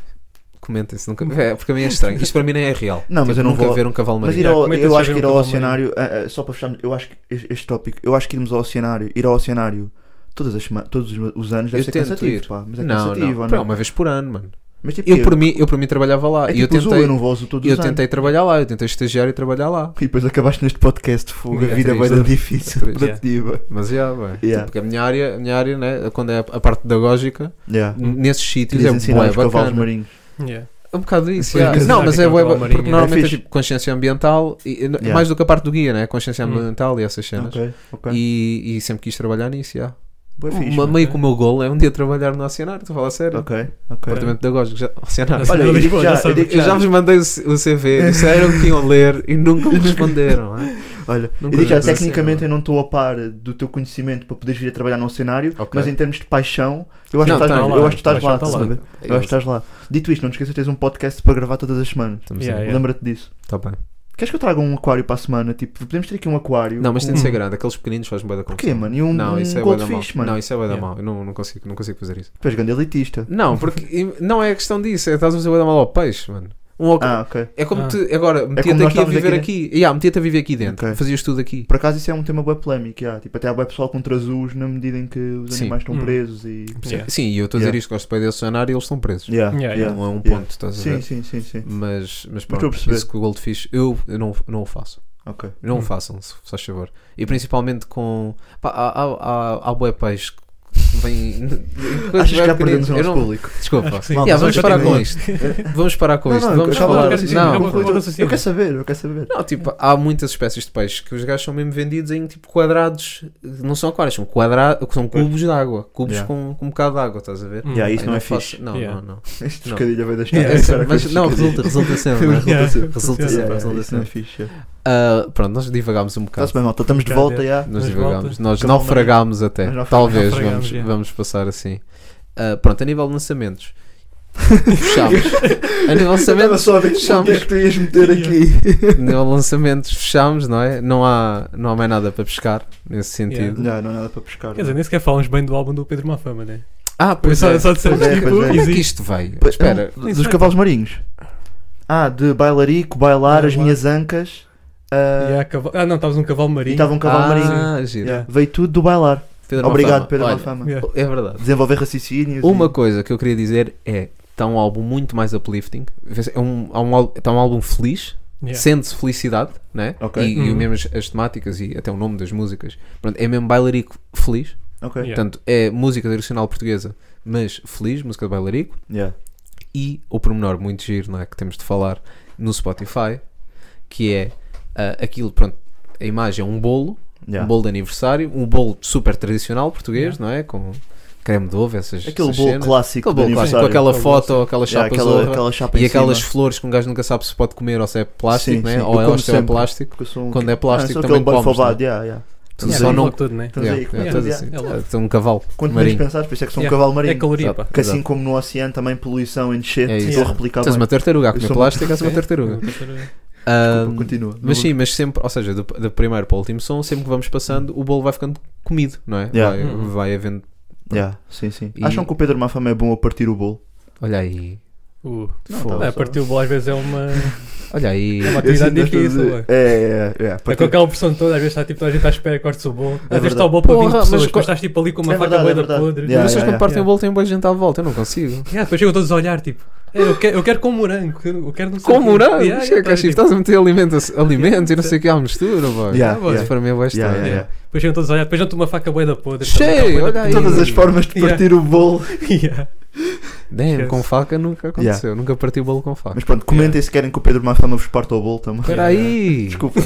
Speaker 6: comentem se nunca. É, porque a mim é estranho. Isto para mim nem é real.
Speaker 5: Não, mas
Speaker 6: Tipo,
Speaker 5: eu não
Speaker 6: nunca
Speaker 5: vou-
Speaker 6: ver um cavalo
Speaker 5: Mas
Speaker 6: marinho.
Speaker 5: ir ao,
Speaker 7: Como é que
Speaker 5: eu
Speaker 7: vocês
Speaker 5: acho que ir
Speaker 6: um
Speaker 7: viram
Speaker 5: ao
Speaker 7: o cavalo
Speaker 5: oceanário, ah, ah, só para fecharmos, eu acho que este este tópico, eu acho que irmos ao oceanário, ir ao oceanário todas as sema- todos os- os anos deve
Speaker 6: Eu
Speaker 5: ser
Speaker 6: tento
Speaker 5: cansativo,
Speaker 6: ir.
Speaker 5: pá. Mas é
Speaker 6: Não,
Speaker 5: cansativo,
Speaker 6: não.
Speaker 5: ou
Speaker 6: Pá,
Speaker 5: não?
Speaker 6: Uma vez por ano, mano.
Speaker 5: Mas tipo,
Speaker 6: Eu por mim, eu por mim trabalhava lá.
Speaker 5: é
Speaker 6: E eu
Speaker 5: tipo o zoo,
Speaker 6: tentei.
Speaker 5: eu não vou ao zoo todos
Speaker 6: Eu
Speaker 5: os anos.
Speaker 6: tentei trabalhar lá, eu tentei estagiar e trabalhar lá.
Speaker 5: E depois acabaste neste podcast, fogo, a
Speaker 6: É
Speaker 5: vida
Speaker 6: triste,
Speaker 5: vai
Speaker 6: é
Speaker 5: dar difícil
Speaker 6: triste,
Speaker 5: produtiva.
Speaker 6: Mas já, bem.
Speaker 5: Yeah.
Speaker 6: Tipo, Porque a minha área, a minha área né, quando é a parte pedagógica,
Speaker 5: Yeah.
Speaker 6: nesses sítios
Speaker 5: Querias
Speaker 6: é bué
Speaker 5: Uhum. ensinar os cavalos
Speaker 6: bacana.
Speaker 5: marinhos.
Speaker 7: Yeah.
Speaker 6: É um bocado isso,
Speaker 7: Depois
Speaker 6: yeah.
Speaker 7: de
Speaker 6: Não,
Speaker 7: casar,
Speaker 6: mas é
Speaker 7: aquela
Speaker 6: bué,
Speaker 7: marinha.
Speaker 6: porque normalmente é
Speaker 5: fixe.
Speaker 6: tipo consciência ambiental, e, e não-
Speaker 5: Yeah. Uhum.
Speaker 6: mais do que a parte do guia, né? Consciência
Speaker 7: Hum.
Speaker 6: ambiental e essas cenas.
Speaker 5: Ok, ok.
Speaker 6: E, e sempre quis trabalhar nisso, yeah.
Speaker 5: Bué fixe,
Speaker 6: Uma-
Speaker 5: mano.
Speaker 6: meio que o meu gol é um dia trabalhar no Oceanário, estou a falar sério.
Speaker 5: Ok, ok.
Speaker 6: Departamento pedagógico, já, Oceanário.
Speaker 5: Olha, eu digo
Speaker 7: Lisboa,
Speaker 5: já,
Speaker 7: já
Speaker 5: eu
Speaker 7: sabe.
Speaker 5: digo
Speaker 6: Eu já vos mandei o é. C- o CV, disseram que iam ler e nunca me responderam. é?
Speaker 5: Olha, eu
Speaker 6: Nunca
Speaker 5: digo já,
Speaker 6: vi isso.
Speaker 5: tecnicamente eu não estou a par do teu conhecimento para poderes vir a trabalhar num cenário,
Speaker 6: Ok.
Speaker 5: mas em termos de paixão, eu acho,
Speaker 6: Não,
Speaker 5: que, estás,
Speaker 6: tá lá,
Speaker 5: eu
Speaker 6: É
Speaker 5: acho que estás lá,
Speaker 7: paixão tá
Speaker 5: estás
Speaker 7: lá.
Speaker 5: a ver? Eu acho que estás lá. Dito isto, não te esqueças de teres um podcast para gravar todas as semanas.
Speaker 6: Estamos
Speaker 7: Yeah,
Speaker 6: aí.
Speaker 7: yeah.
Speaker 5: Lembra-te disso.
Speaker 6: Tá bem.
Speaker 5: Queres que eu traga um aquário para a semana? Tipo, podemos ter aqui um aquário.
Speaker 6: Não, mas tem
Speaker 5: um...
Speaker 6: de ser grande. Aqueles pequeninos fazem bué da confusão.
Speaker 5: Porquê, mano? E um,
Speaker 6: Não, isso
Speaker 5: um
Speaker 6: é bué da mal.
Speaker 5: goldfish, mano.
Speaker 6: Não, isso é bué da
Speaker 7: Yeah.
Speaker 6: mal. Eu não, não, consigo, não consigo fazer isso.
Speaker 5: Tu és grande elitista.
Speaker 6: Não, porque e- não é questão disso. É que estás a fazer bué da mal ao peixe, mano. Um ao-
Speaker 5: Ah, ok.
Speaker 6: É como
Speaker 7: Ah.
Speaker 6: te, agora, metia-te
Speaker 5: nós
Speaker 6: aqui a
Speaker 5: estávamos
Speaker 6: viver
Speaker 5: aqui
Speaker 6: aqui. Yeah, metia-te a viver aqui dentro.
Speaker 5: Ok.
Speaker 6: Fazias tudo aqui.
Speaker 5: Por acaso isso é um tema bem polémico, já. tipo, até há bem pessoal contra azuis na medida em que os
Speaker 6: Sim.
Speaker 5: animais estão
Speaker 7: Hum.
Speaker 5: presos e.
Speaker 7: Yeah.
Speaker 6: Sim, e eu estou a dizer
Speaker 5: Yeah.
Speaker 6: isto, gosto bem desse cenário e eles estão presos.
Speaker 5: Yeah,
Speaker 7: Yeah, yeah.
Speaker 6: Não é um ponto,
Speaker 5: yeah.
Speaker 6: estás a
Speaker 5: Sim,
Speaker 6: ver?
Speaker 5: sim, sim, sim.
Speaker 6: Mas, mas
Speaker 5: Mas estou a
Speaker 6: pronto,
Speaker 5: perceber.
Speaker 6: isso com o Goldfish, eu, eu não, não o faço.
Speaker 5: Ok.
Speaker 6: Não o
Speaker 7: Hum.
Speaker 6: façam, se faz favor. E principalmente com. Pá, há, há, há, há bué peixe Vem.
Speaker 5: Achas que já perdemos o
Speaker 6: Eu
Speaker 5: nosso
Speaker 6: não...
Speaker 5: público?
Speaker 6: Desculpa.
Speaker 7: sim.
Speaker 6: Yeah, vamos
Speaker 5: Malta,
Speaker 6: parar
Speaker 5: continua.
Speaker 6: com isto. Vamos parar com
Speaker 5: Não,
Speaker 6: isto.
Speaker 5: não,
Speaker 6: vamos
Speaker 5: acaba o
Speaker 6: falar.
Speaker 5: raciocínio,
Speaker 6: Não,
Speaker 5: conclui.
Speaker 7: acaba o raciocínio.
Speaker 5: Eu quero saber, eu quero saber.
Speaker 6: Não, tipo, há muitas espécies de peixe que os gajos são mesmo vendidos em tipo quadrados, não são aquários, são quadrados, são cubos de água, cubos
Speaker 5: Yeah.
Speaker 6: com, com um bocado de água, estás a ver?
Speaker 7: Hum.
Speaker 5: Yeah, isso
Speaker 6: Eu
Speaker 5: não é
Speaker 6: faço-
Speaker 5: fixe.
Speaker 6: Não,
Speaker 7: Yeah.
Speaker 6: não, não.
Speaker 5: Este
Speaker 6: Não.
Speaker 5: trocadilho vai deixar.
Speaker 6: É,
Speaker 5: Espera que
Speaker 6: mas
Speaker 5: este
Speaker 6: não,
Speaker 5: trocadilho-
Speaker 6: resulta, resulta sempre.
Speaker 5: Eu
Speaker 6: não é?
Speaker 5: vou fazer.
Speaker 6: Resulta
Speaker 7: Yeah,
Speaker 6: sempre,
Speaker 5: Yeah, yeah,
Speaker 6: resulta
Speaker 5: Isso não é
Speaker 6: sempre.
Speaker 5: fixe.
Speaker 6: Ah, Pronto, nós divagámos um
Speaker 5: Está-se
Speaker 6: bocado.
Speaker 5: bem, malta. Estamos de volta já.
Speaker 6: Nós
Speaker 7: Mas
Speaker 6: divagámos,
Speaker 7: volta.
Speaker 6: nós
Speaker 5: Acabou
Speaker 6: naufragámos até.
Speaker 5: Nós naufragámos.
Speaker 6: Talvez,
Speaker 7: Naufragámos,
Speaker 6: vamos,
Speaker 7: yeah.
Speaker 6: vamos passar assim. Ah, pronto, a nível de lançamentos, fechámos. a nível de
Speaker 5: Estava
Speaker 6: lançamentos,
Speaker 5: só a ver o que é
Speaker 6: fechámos.
Speaker 5: que tu ias meter aqui.
Speaker 6: A nível de lançamentos, fechámos, não é? Não há, não há mais nada para pescar nesse sentido.
Speaker 7: Yeah.
Speaker 5: Não, não há nada para pescar.
Speaker 7: Quer dizer, nem sequer falamos bem do álbum do Pedro Mafama, né?
Speaker 6: Ah, pois
Speaker 7: só,
Speaker 6: é.
Speaker 7: só dissemos,
Speaker 5: Pois é,
Speaker 7: tipo,
Speaker 5: pois é.
Speaker 6: Como é que
Speaker 7: existe.
Speaker 6: isto veio?
Speaker 5: Pa-
Speaker 6: Espera.
Speaker 5: não, dos cavalos marinhos. Ah, de bailarico, bailar, as
Speaker 7: Bailar.
Speaker 5: minhas ancas. ah,
Speaker 7: E há cavalo- Ah, não, estavas um cavalo
Speaker 5: e
Speaker 7: marinho.
Speaker 5: estava um cavalo marinho.
Speaker 6: Ah, giro.
Speaker 5: Yeah. Veio tudo do bailar.
Speaker 6: Pedro
Speaker 5: Obrigado,
Speaker 6: Mafama.
Speaker 5: Pedro
Speaker 6: Olha,
Speaker 5: Mafama.
Speaker 7: Yeah.
Speaker 6: É verdade.
Speaker 5: Desenvolver raciocínios.
Speaker 6: Uma
Speaker 5: e-
Speaker 6: coisa que eu queria dizer é: está um álbum muito mais uplifting. É um, há um, al- está um álbum feliz.
Speaker 7: Yeah.
Speaker 6: Sente-se felicidade, né?
Speaker 5: Ok.
Speaker 6: E, e
Speaker 7: Uhum.
Speaker 6: mesmo as, as temáticas e até o nome das músicas. Pronto, é mesmo bailarico feliz.
Speaker 5: Ok.
Speaker 7: Yeah.
Speaker 6: Portanto, é música tradicional portuguesa, mas feliz, música de bailarico.
Speaker 5: Yeah.
Speaker 6: E o pormenor muito giro, não é? Que temos de falar no Spotify, que é ah, aquilo, pronto, a imagem é um bolo.
Speaker 5: Yeah.
Speaker 6: um bolo de aniversário, um bolo super tradicional português, não é? Com creme de ovo, essas
Speaker 5: Aquele
Speaker 6: essas
Speaker 5: bolo
Speaker 6: cenas.
Speaker 5: clássico
Speaker 6: Aquele
Speaker 5: do
Speaker 6: bolo clássico,
Speaker 5: aniversário.
Speaker 6: com aquela
Speaker 7: Aquele
Speaker 6: foto,
Speaker 7: bolo,
Speaker 6: aquela
Speaker 5: Yeah,
Speaker 6: chapa
Speaker 5: aquela,
Speaker 6: zorra
Speaker 5: aquela chapa
Speaker 6: e
Speaker 5: em
Speaker 6: aquelas
Speaker 5: cima.
Speaker 6: flores que um gajo nunca sabe se pode comer ou se é plástico,
Speaker 5: Sim,
Speaker 6: né?
Speaker 5: sim.
Speaker 6: ou
Speaker 5: Eu
Speaker 6: é,
Speaker 5: como
Speaker 6: ou se é
Speaker 5: sempre.
Speaker 6: pplástico.
Speaker 5: Porque eu sou um-
Speaker 6: Quando é plástico
Speaker 5: Ah, eu sou
Speaker 6: também
Speaker 5: aquele banho
Speaker 6: comes,
Speaker 5: fobado, yeah, yeah.
Speaker 6: Tu
Speaker 5: Yeah.
Speaker 6: só
Speaker 5: Sim.
Speaker 6: não.
Speaker 7: tudo, né?
Speaker 5: Estamos
Speaker 6: Yeah,
Speaker 5: aí, como é
Speaker 6: yeah,
Speaker 5: que
Speaker 6: estás
Speaker 5: é?
Speaker 6: assim.
Speaker 7: É
Speaker 6: Ah,
Speaker 7: louco.
Speaker 6: tem um cavalo
Speaker 5: Quanto menos
Speaker 6: marinho.
Speaker 5: pensar, por isso é que sou um
Speaker 7: Yeah.
Speaker 5: cavalo
Speaker 7: É
Speaker 5: marinho.
Speaker 7: caloria, pá.
Speaker 5: Que assim
Speaker 6: Exato.
Speaker 5: como no oceano também poluição em
Speaker 6: É
Speaker 5: descer,
Speaker 6: isso.
Speaker 5: estou a replicar
Speaker 6: Tens
Speaker 5: tá bem.
Speaker 6: uma tartaruga a
Speaker 5: Eu
Speaker 6: comer
Speaker 5: sou uma-
Speaker 6: plástico, és uma
Speaker 7: É.
Speaker 6: tartaruga.
Speaker 5: Desculpa,
Speaker 6: Ahm,
Speaker 5: continua.
Speaker 6: Mas sim, mas sempre, ou seja, do, do primeiro para o último som, sempre que vamos passando, o bolo vai ficando comido, não é?
Speaker 5: Yeah.
Speaker 6: Vai,
Speaker 7: Uhum.
Speaker 6: vai havendo.
Speaker 5: Yeah, sim, sim.
Speaker 6: E-
Speaker 5: Acham que o Pedro Mafama é bom a partir o bolo?
Speaker 6: Olha aí.
Speaker 7: Uh,
Speaker 5: Não,
Speaker 6: Fogo.
Speaker 5: tá.
Speaker 7: é, partiu o bolo às vezes é uma,
Speaker 6: Olha aí.
Speaker 7: é uma
Speaker 5: Eu
Speaker 7: atividade
Speaker 5: sinto esta-
Speaker 7: difícil. ué.
Speaker 5: É, é, é.
Speaker 7: É com
Speaker 5: partir-
Speaker 7: aquela pressão toda, às vezes está tipo, toda a gente à espera, cortes o bom. Às
Speaker 5: É
Speaker 7: vezes está o bom para
Speaker 6: verdade.
Speaker 7: 20
Speaker 6: Porra,
Speaker 7: pessoas,
Speaker 6: mas
Speaker 7: depois estás tipo ali com uma
Speaker 5: É
Speaker 7: faca
Speaker 5: verdade, é
Speaker 7: boa da
Speaker 5: verdade.
Speaker 7: podre.
Speaker 5: Yeah.
Speaker 6: Vocês quando partem
Speaker 7: yeah.
Speaker 6: o bolo têm um beijinho à volta, eu não consigo.
Speaker 7: Yeah, depois chegam todos a olhar, tipo, "É, eu quero, eu quero com morango, eu eu quero não sei
Speaker 6: Com
Speaker 7: o quê."
Speaker 6: morango?
Speaker 7: Yeah,
Speaker 6: Chega
Speaker 7: yeah,
Speaker 6: cá,
Speaker 7: tipo,
Speaker 6: Chico, estás a meter alimentos, alimentos e não sei o que à mistura, boy.
Speaker 5: Yeah,
Speaker 6: Isso
Speaker 5: yeah.
Speaker 6: para mim é bué estranho.
Speaker 5: Yeah,
Speaker 7: né?
Speaker 5: yeah, yeah.
Speaker 7: Depois chegam todos a olhar, depois dão-te uma faca boa da podre.
Speaker 6: Cheio,
Speaker 7: também está bué da
Speaker 6: olha aí.
Speaker 7: podre.
Speaker 5: Todas as formas de
Speaker 7: Yeah.
Speaker 5: partir o bolo.
Speaker 7: Yeah.
Speaker 6: Damn,
Speaker 7: Esquece.
Speaker 6: Né? com faca nunca aconteceu. Nunca parti o bolo com faca.
Speaker 5: Mas pronto, comentem se querem que o Pedro Mafama vos parta o bolo também.
Speaker 6: Espera aí.
Speaker 5: Desculpa,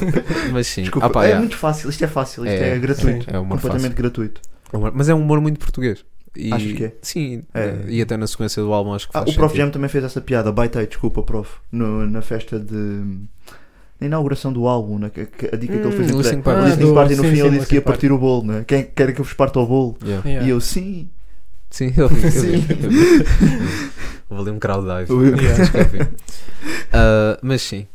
Speaker 6: Mas sim.
Speaker 5: desculpa.
Speaker 6: Ah, pá,
Speaker 5: é
Speaker 6: yeah.
Speaker 5: muito fácil, isto é fácil, isto
Speaker 6: É,
Speaker 5: é, gratuito.
Speaker 6: é humor
Speaker 5: completamente
Speaker 6: fácil.
Speaker 5: gratuito.
Speaker 6: Humor- Mas é um humor muito português. E,
Speaker 5: Achas que é?
Speaker 6: Sim. eh,
Speaker 5: É.
Speaker 6: E até na sequência do álbum acho que
Speaker 5: Ah,
Speaker 6: faz
Speaker 5: o Prof
Speaker 6: sentido.
Speaker 5: Jam também fez essa piada, baitei, desculpa, Prof, no- na festa de. Na inauguração do álbum, na, que- que- a dica que ele fez
Speaker 6: Hum,
Speaker 5: entre-
Speaker 6: Listening Party.
Speaker 5: no
Speaker 7: Ah,
Speaker 5: Listening
Speaker 7: do-
Speaker 5: Party, no
Speaker 7: sim,
Speaker 5: fim
Speaker 7: sim,
Speaker 5: ele disse que ia
Speaker 7: Listening
Speaker 5: partir o bolo, né? Quem quer que eu vos parta o bolo?
Speaker 6: Yeah.
Speaker 7: Yeah.
Speaker 5: E eu, sim.
Speaker 6: Sim, eu vi. eu vi.
Speaker 5: Sim.
Speaker 6: Valeu um crowd dive.
Speaker 5: Eu-
Speaker 7: Yeah.
Speaker 6: Ah, mas sim.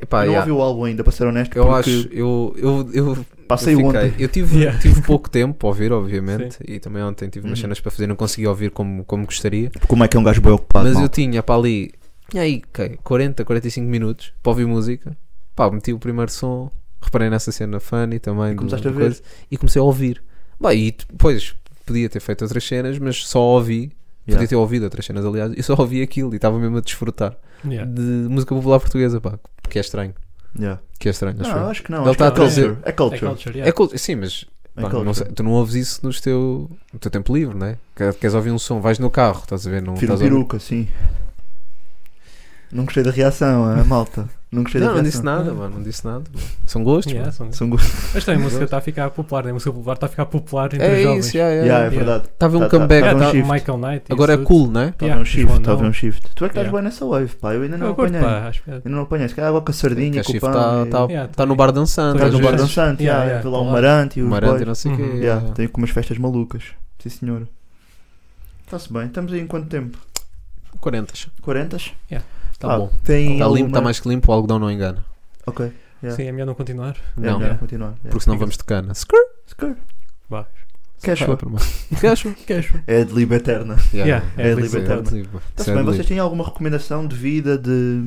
Speaker 6: Epá,
Speaker 5: eu não
Speaker 6: Ah, yeah.
Speaker 5: ouvi o álbum ainda, para ser honesto,
Speaker 6: Eu
Speaker 5: porque
Speaker 6: acho, eu, eu, eu
Speaker 5: passei
Speaker 6: eu
Speaker 5: o
Speaker 6: fiquei-
Speaker 5: ontem.
Speaker 6: Eu tive,
Speaker 7: Yeah.
Speaker 6: tive pouco tempo para ouvir, obviamente, e também ontem tive umas
Speaker 5: Uhum.
Speaker 6: cenas para fazer, não consegui ouvir como, como gostaria.
Speaker 5: Como é que é um gajo bem ocupado?
Speaker 6: mas
Speaker 5: mal?
Speaker 6: eu tinha para ali, tinha aí, ok, 40, 45 minutos para ouvir música. Pá, meti o primeiro som, reparei nessa cena funny também. do-
Speaker 5: começaste a
Speaker 6: do
Speaker 5: ver?
Speaker 6: e comecei a ouvir. Bah, e depois podia ter feito outras cenas, mas só ouvi. Podia
Speaker 5: Yeah.
Speaker 6: ter ouvido outras cenas, aliás, e só ouvi aquilo e estava mesmo a desfrutar
Speaker 7: Yeah.
Speaker 6: de música popular portuguesa, pá, que é estranho.
Speaker 5: Yeah.
Speaker 6: Que é estranho, acho
Speaker 5: Não,
Speaker 6: eu.
Speaker 5: acho que não.
Speaker 6: Ele
Speaker 5: acho que
Speaker 6: tá
Speaker 5: é
Speaker 6: a dizer-
Speaker 5: culture. É
Speaker 7: É
Speaker 5: culture.
Speaker 7: culture,
Speaker 6: É
Speaker 7: yeah.
Speaker 6: cool, sim, mas
Speaker 5: É
Speaker 6: Pá,
Speaker 5: culture.
Speaker 6: não sei, tu não ouves isso nos teu, no teu tempo livre, né? Quer- Queres ouvir um som, vais no carro, estás a ver? Não,
Speaker 5: Prefiro um
Speaker 6: estás a ouvir-
Speaker 5: peruca, sim. Não gostei da reação, a malta. Não gostei
Speaker 6: não,
Speaker 5: da
Speaker 6: não
Speaker 5: reação.
Speaker 6: disse nada, mano, não disse nada. São gostos,
Speaker 7: Yeah,
Speaker 6: mano.
Speaker 7: são-
Speaker 5: São gostos.
Speaker 7: Mas também a música está a ficar popular, né? a música popular está a ficar popular entre os
Speaker 6: É
Speaker 7: jovens.
Speaker 6: isso, yeah, yeah,
Speaker 5: Yeah, é
Speaker 6: yeah.
Speaker 7: yeah.
Speaker 5: verdade.
Speaker 6: Está a ver um
Speaker 5: Tá- tá-
Speaker 6: comeback.
Speaker 7: Yeah,
Speaker 5: Tá
Speaker 7: tá
Speaker 5: um shift.
Speaker 7: Michael Knight.
Speaker 6: Agora é
Speaker 7: isso
Speaker 6: cool, né?
Speaker 5: Está a ver
Speaker 7: Yeah,
Speaker 5: um shift,
Speaker 7: João,
Speaker 5: está a ver
Speaker 7: não.
Speaker 5: um shift. Tu é que estás
Speaker 6: Yeah.
Speaker 5: bem nessa wave, pá. Eu ainda não
Speaker 7: Eu curto,
Speaker 5: apanhei.
Speaker 7: pá, acho que é.
Speaker 5: Eu não apanhei. Se calhar água com a sardinha,
Speaker 6: Está
Speaker 5: com o
Speaker 6: tá,
Speaker 5: pão.
Speaker 6: tá,
Speaker 7: Yeah,
Speaker 6: tá no
Speaker 7: também.
Speaker 6: bar dançante.
Speaker 7: Tá
Speaker 5: Estás
Speaker 6: às
Speaker 5: no bar
Speaker 6: vezes.
Speaker 7: dançante,
Speaker 5: dançante,
Speaker 7: Yeah,
Speaker 5: yeah,
Speaker 7: yeah.
Speaker 5: vê lá um
Speaker 7: Olá.
Speaker 5: marante e os
Speaker 6: Tá. Marante e
Speaker 5: boys.
Speaker 6: não sei o
Speaker 7: Uhum.
Speaker 6: quê.
Speaker 5: Yeah,
Speaker 6: yeah.
Speaker 5: Tem com umas festas malucas. Sim, senhora. Está-se bem. Estamos aí em quanto tempo?
Speaker 6: 40,
Speaker 5: 40?
Speaker 6: está
Speaker 5: Ah,
Speaker 6: Tá bom.
Speaker 5: Tem
Speaker 6: Está limpo,
Speaker 5: alguma...
Speaker 6: está mais que limpo, o algodão não engana.
Speaker 5: Ok. Yeah.
Speaker 7: Sim, é melhor não continuar.
Speaker 5: É
Speaker 6: Não,
Speaker 5: melhor continuar. yeah.
Speaker 6: porque senão vamos de cana. Skrrt.
Speaker 5: Scur.
Speaker 7: Vá.
Speaker 5: Queixo.
Speaker 6: Vai para baixo. Queixo.
Speaker 7: Queixo.
Speaker 5: É de liba eterna.
Speaker 7: Yeah, é
Speaker 5: livre
Speaker 6: isso
Speaker 5: eterno.
Speaker 6: livre.
Speaker 5: Está-se
Speaker 6: Isso é
Speaker 5: bem,
Speaker 6: livre.
Speaker 5: vocês têm alguma recomendação de vida de.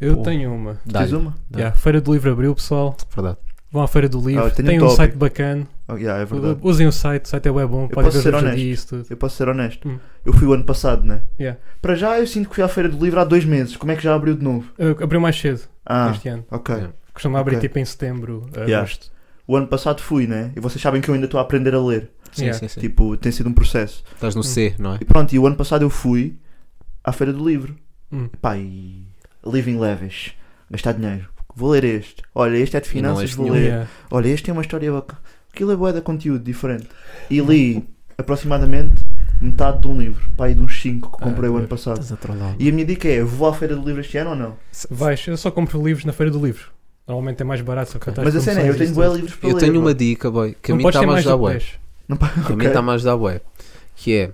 Speaker 7: Eu
Speaker 6: Pô.
Speaker 7: tenho uma.
Speaker 5: Tens
Speaker 6: Dá-lhe,
Speaker 5: uma?
Speaker 6: dá-lhe.
Speaker 7: Yeah, Feira do Livro abriu, pessoal.
Speaker 6: Verdade.
Speaker 7: Vão à Feira do Livro.
Speaker 5: Ah, eu tenho
Speaker 7: Tem
Speaker 5: um
Speaker 7: um
Speaker 5: tópico.
Speaker 7: site bacana.
Speaker 5: Oh, yeah, é verdade.
Speaker 7: Usem o site, o site é bem bom.
Speaker 5: Eu
Speaker 7: Podem
Speaker 5: posso
Speaker 7: ver
Speaker 5: ser
Speaker 7: os
Speaker 5: honesto.
Speaker 7: e isso tudo.
Speaker 5: Eu posso ser honesto.
Speaker 7: Hum.
Speaker 5: Eu fui o ano passado, né?
Speaker 7: Yeah.
Speaker 5: Para já eu sinto que fui à Feira do Livro há dois meses. Como é que já abriu de novo?
Speaker 7: Eu- Abriu mais cedo
Speaker 5: Ah,
Speaker 7: este ano.
Speaker 5: ok.
Speaker 6: Yeah.
Speaker 7: Costuma abrir
Speaker 5: Ok.
Speaker 7: tipo em setembro,
Speaker 5: Yeah.
Speaker 7: agosto.
Speaker 5: o ano passado fui, né? E vocês sabem que eu ainda estou a aprender a ler.
Speaker 6: Sim,
Speaker 7: Yeah.
Speaker 6: sim, sim.
Speaker 5: Tipo, tem sido um processo.
Speaker 6: Estás no C, não é?
Speaker 5: E pronto, e o ano passado eu fui à Feira do Livro.
Speaker 7: Hum.
Speaker 5: Pá, e living levish. Gastar dinheiro. Vou ler este. Olha, este é de
Speaker 6: E não
Speaker 5: finanças,
Speaker 6: leste
Speaker 5: vou
Speaker 6: nenhum.
Speaker 5: ler.
Speaker 7: Yeah.
Speaker 5: Olha, este tem uma história bacana. Aquilo é bué de conteúdo diferente.
Speaker 7: Hum.
Speaker 5: E li aproximadamente metade de um livro. Pá, aí de uns 5 que
Speaker 6: Ah,
Speaker 5: comprei o ano
Speaker 6: ok.
Speaker 5: passado.
Speaker 6: Estás a trollar.
Speaker 5: E a minha dica é, vou à Feira do Livro este ano ou não?
Speaker 7: Vais, eu só compro livros na feira do livro. Normalmente é mais barato, só que estás
Speaker 5: Mas a cena é, eu tenho bué livros para
Speaker 6: Eu
Speaker 5: ler.
Speaker 6: tenho
Speaker 5: bro.
Speaker 6: uma dica, boy, que a
Speaker 7: Não
Speaker 6: mim
Speaker 7: podes
Speaker 6: está
Speaker 7: ter
Speaker 6: a
Speaker 7: mais do
Speaker 6: ajudar
Speaker 7: que
Speaker 6: bué.
Speaker 7: 10.
Speaker 5: Não, pá,
Speaker 6: Que a mim
Speaker 5: ok.
Speaker 6: está a ajudar bué. Que é,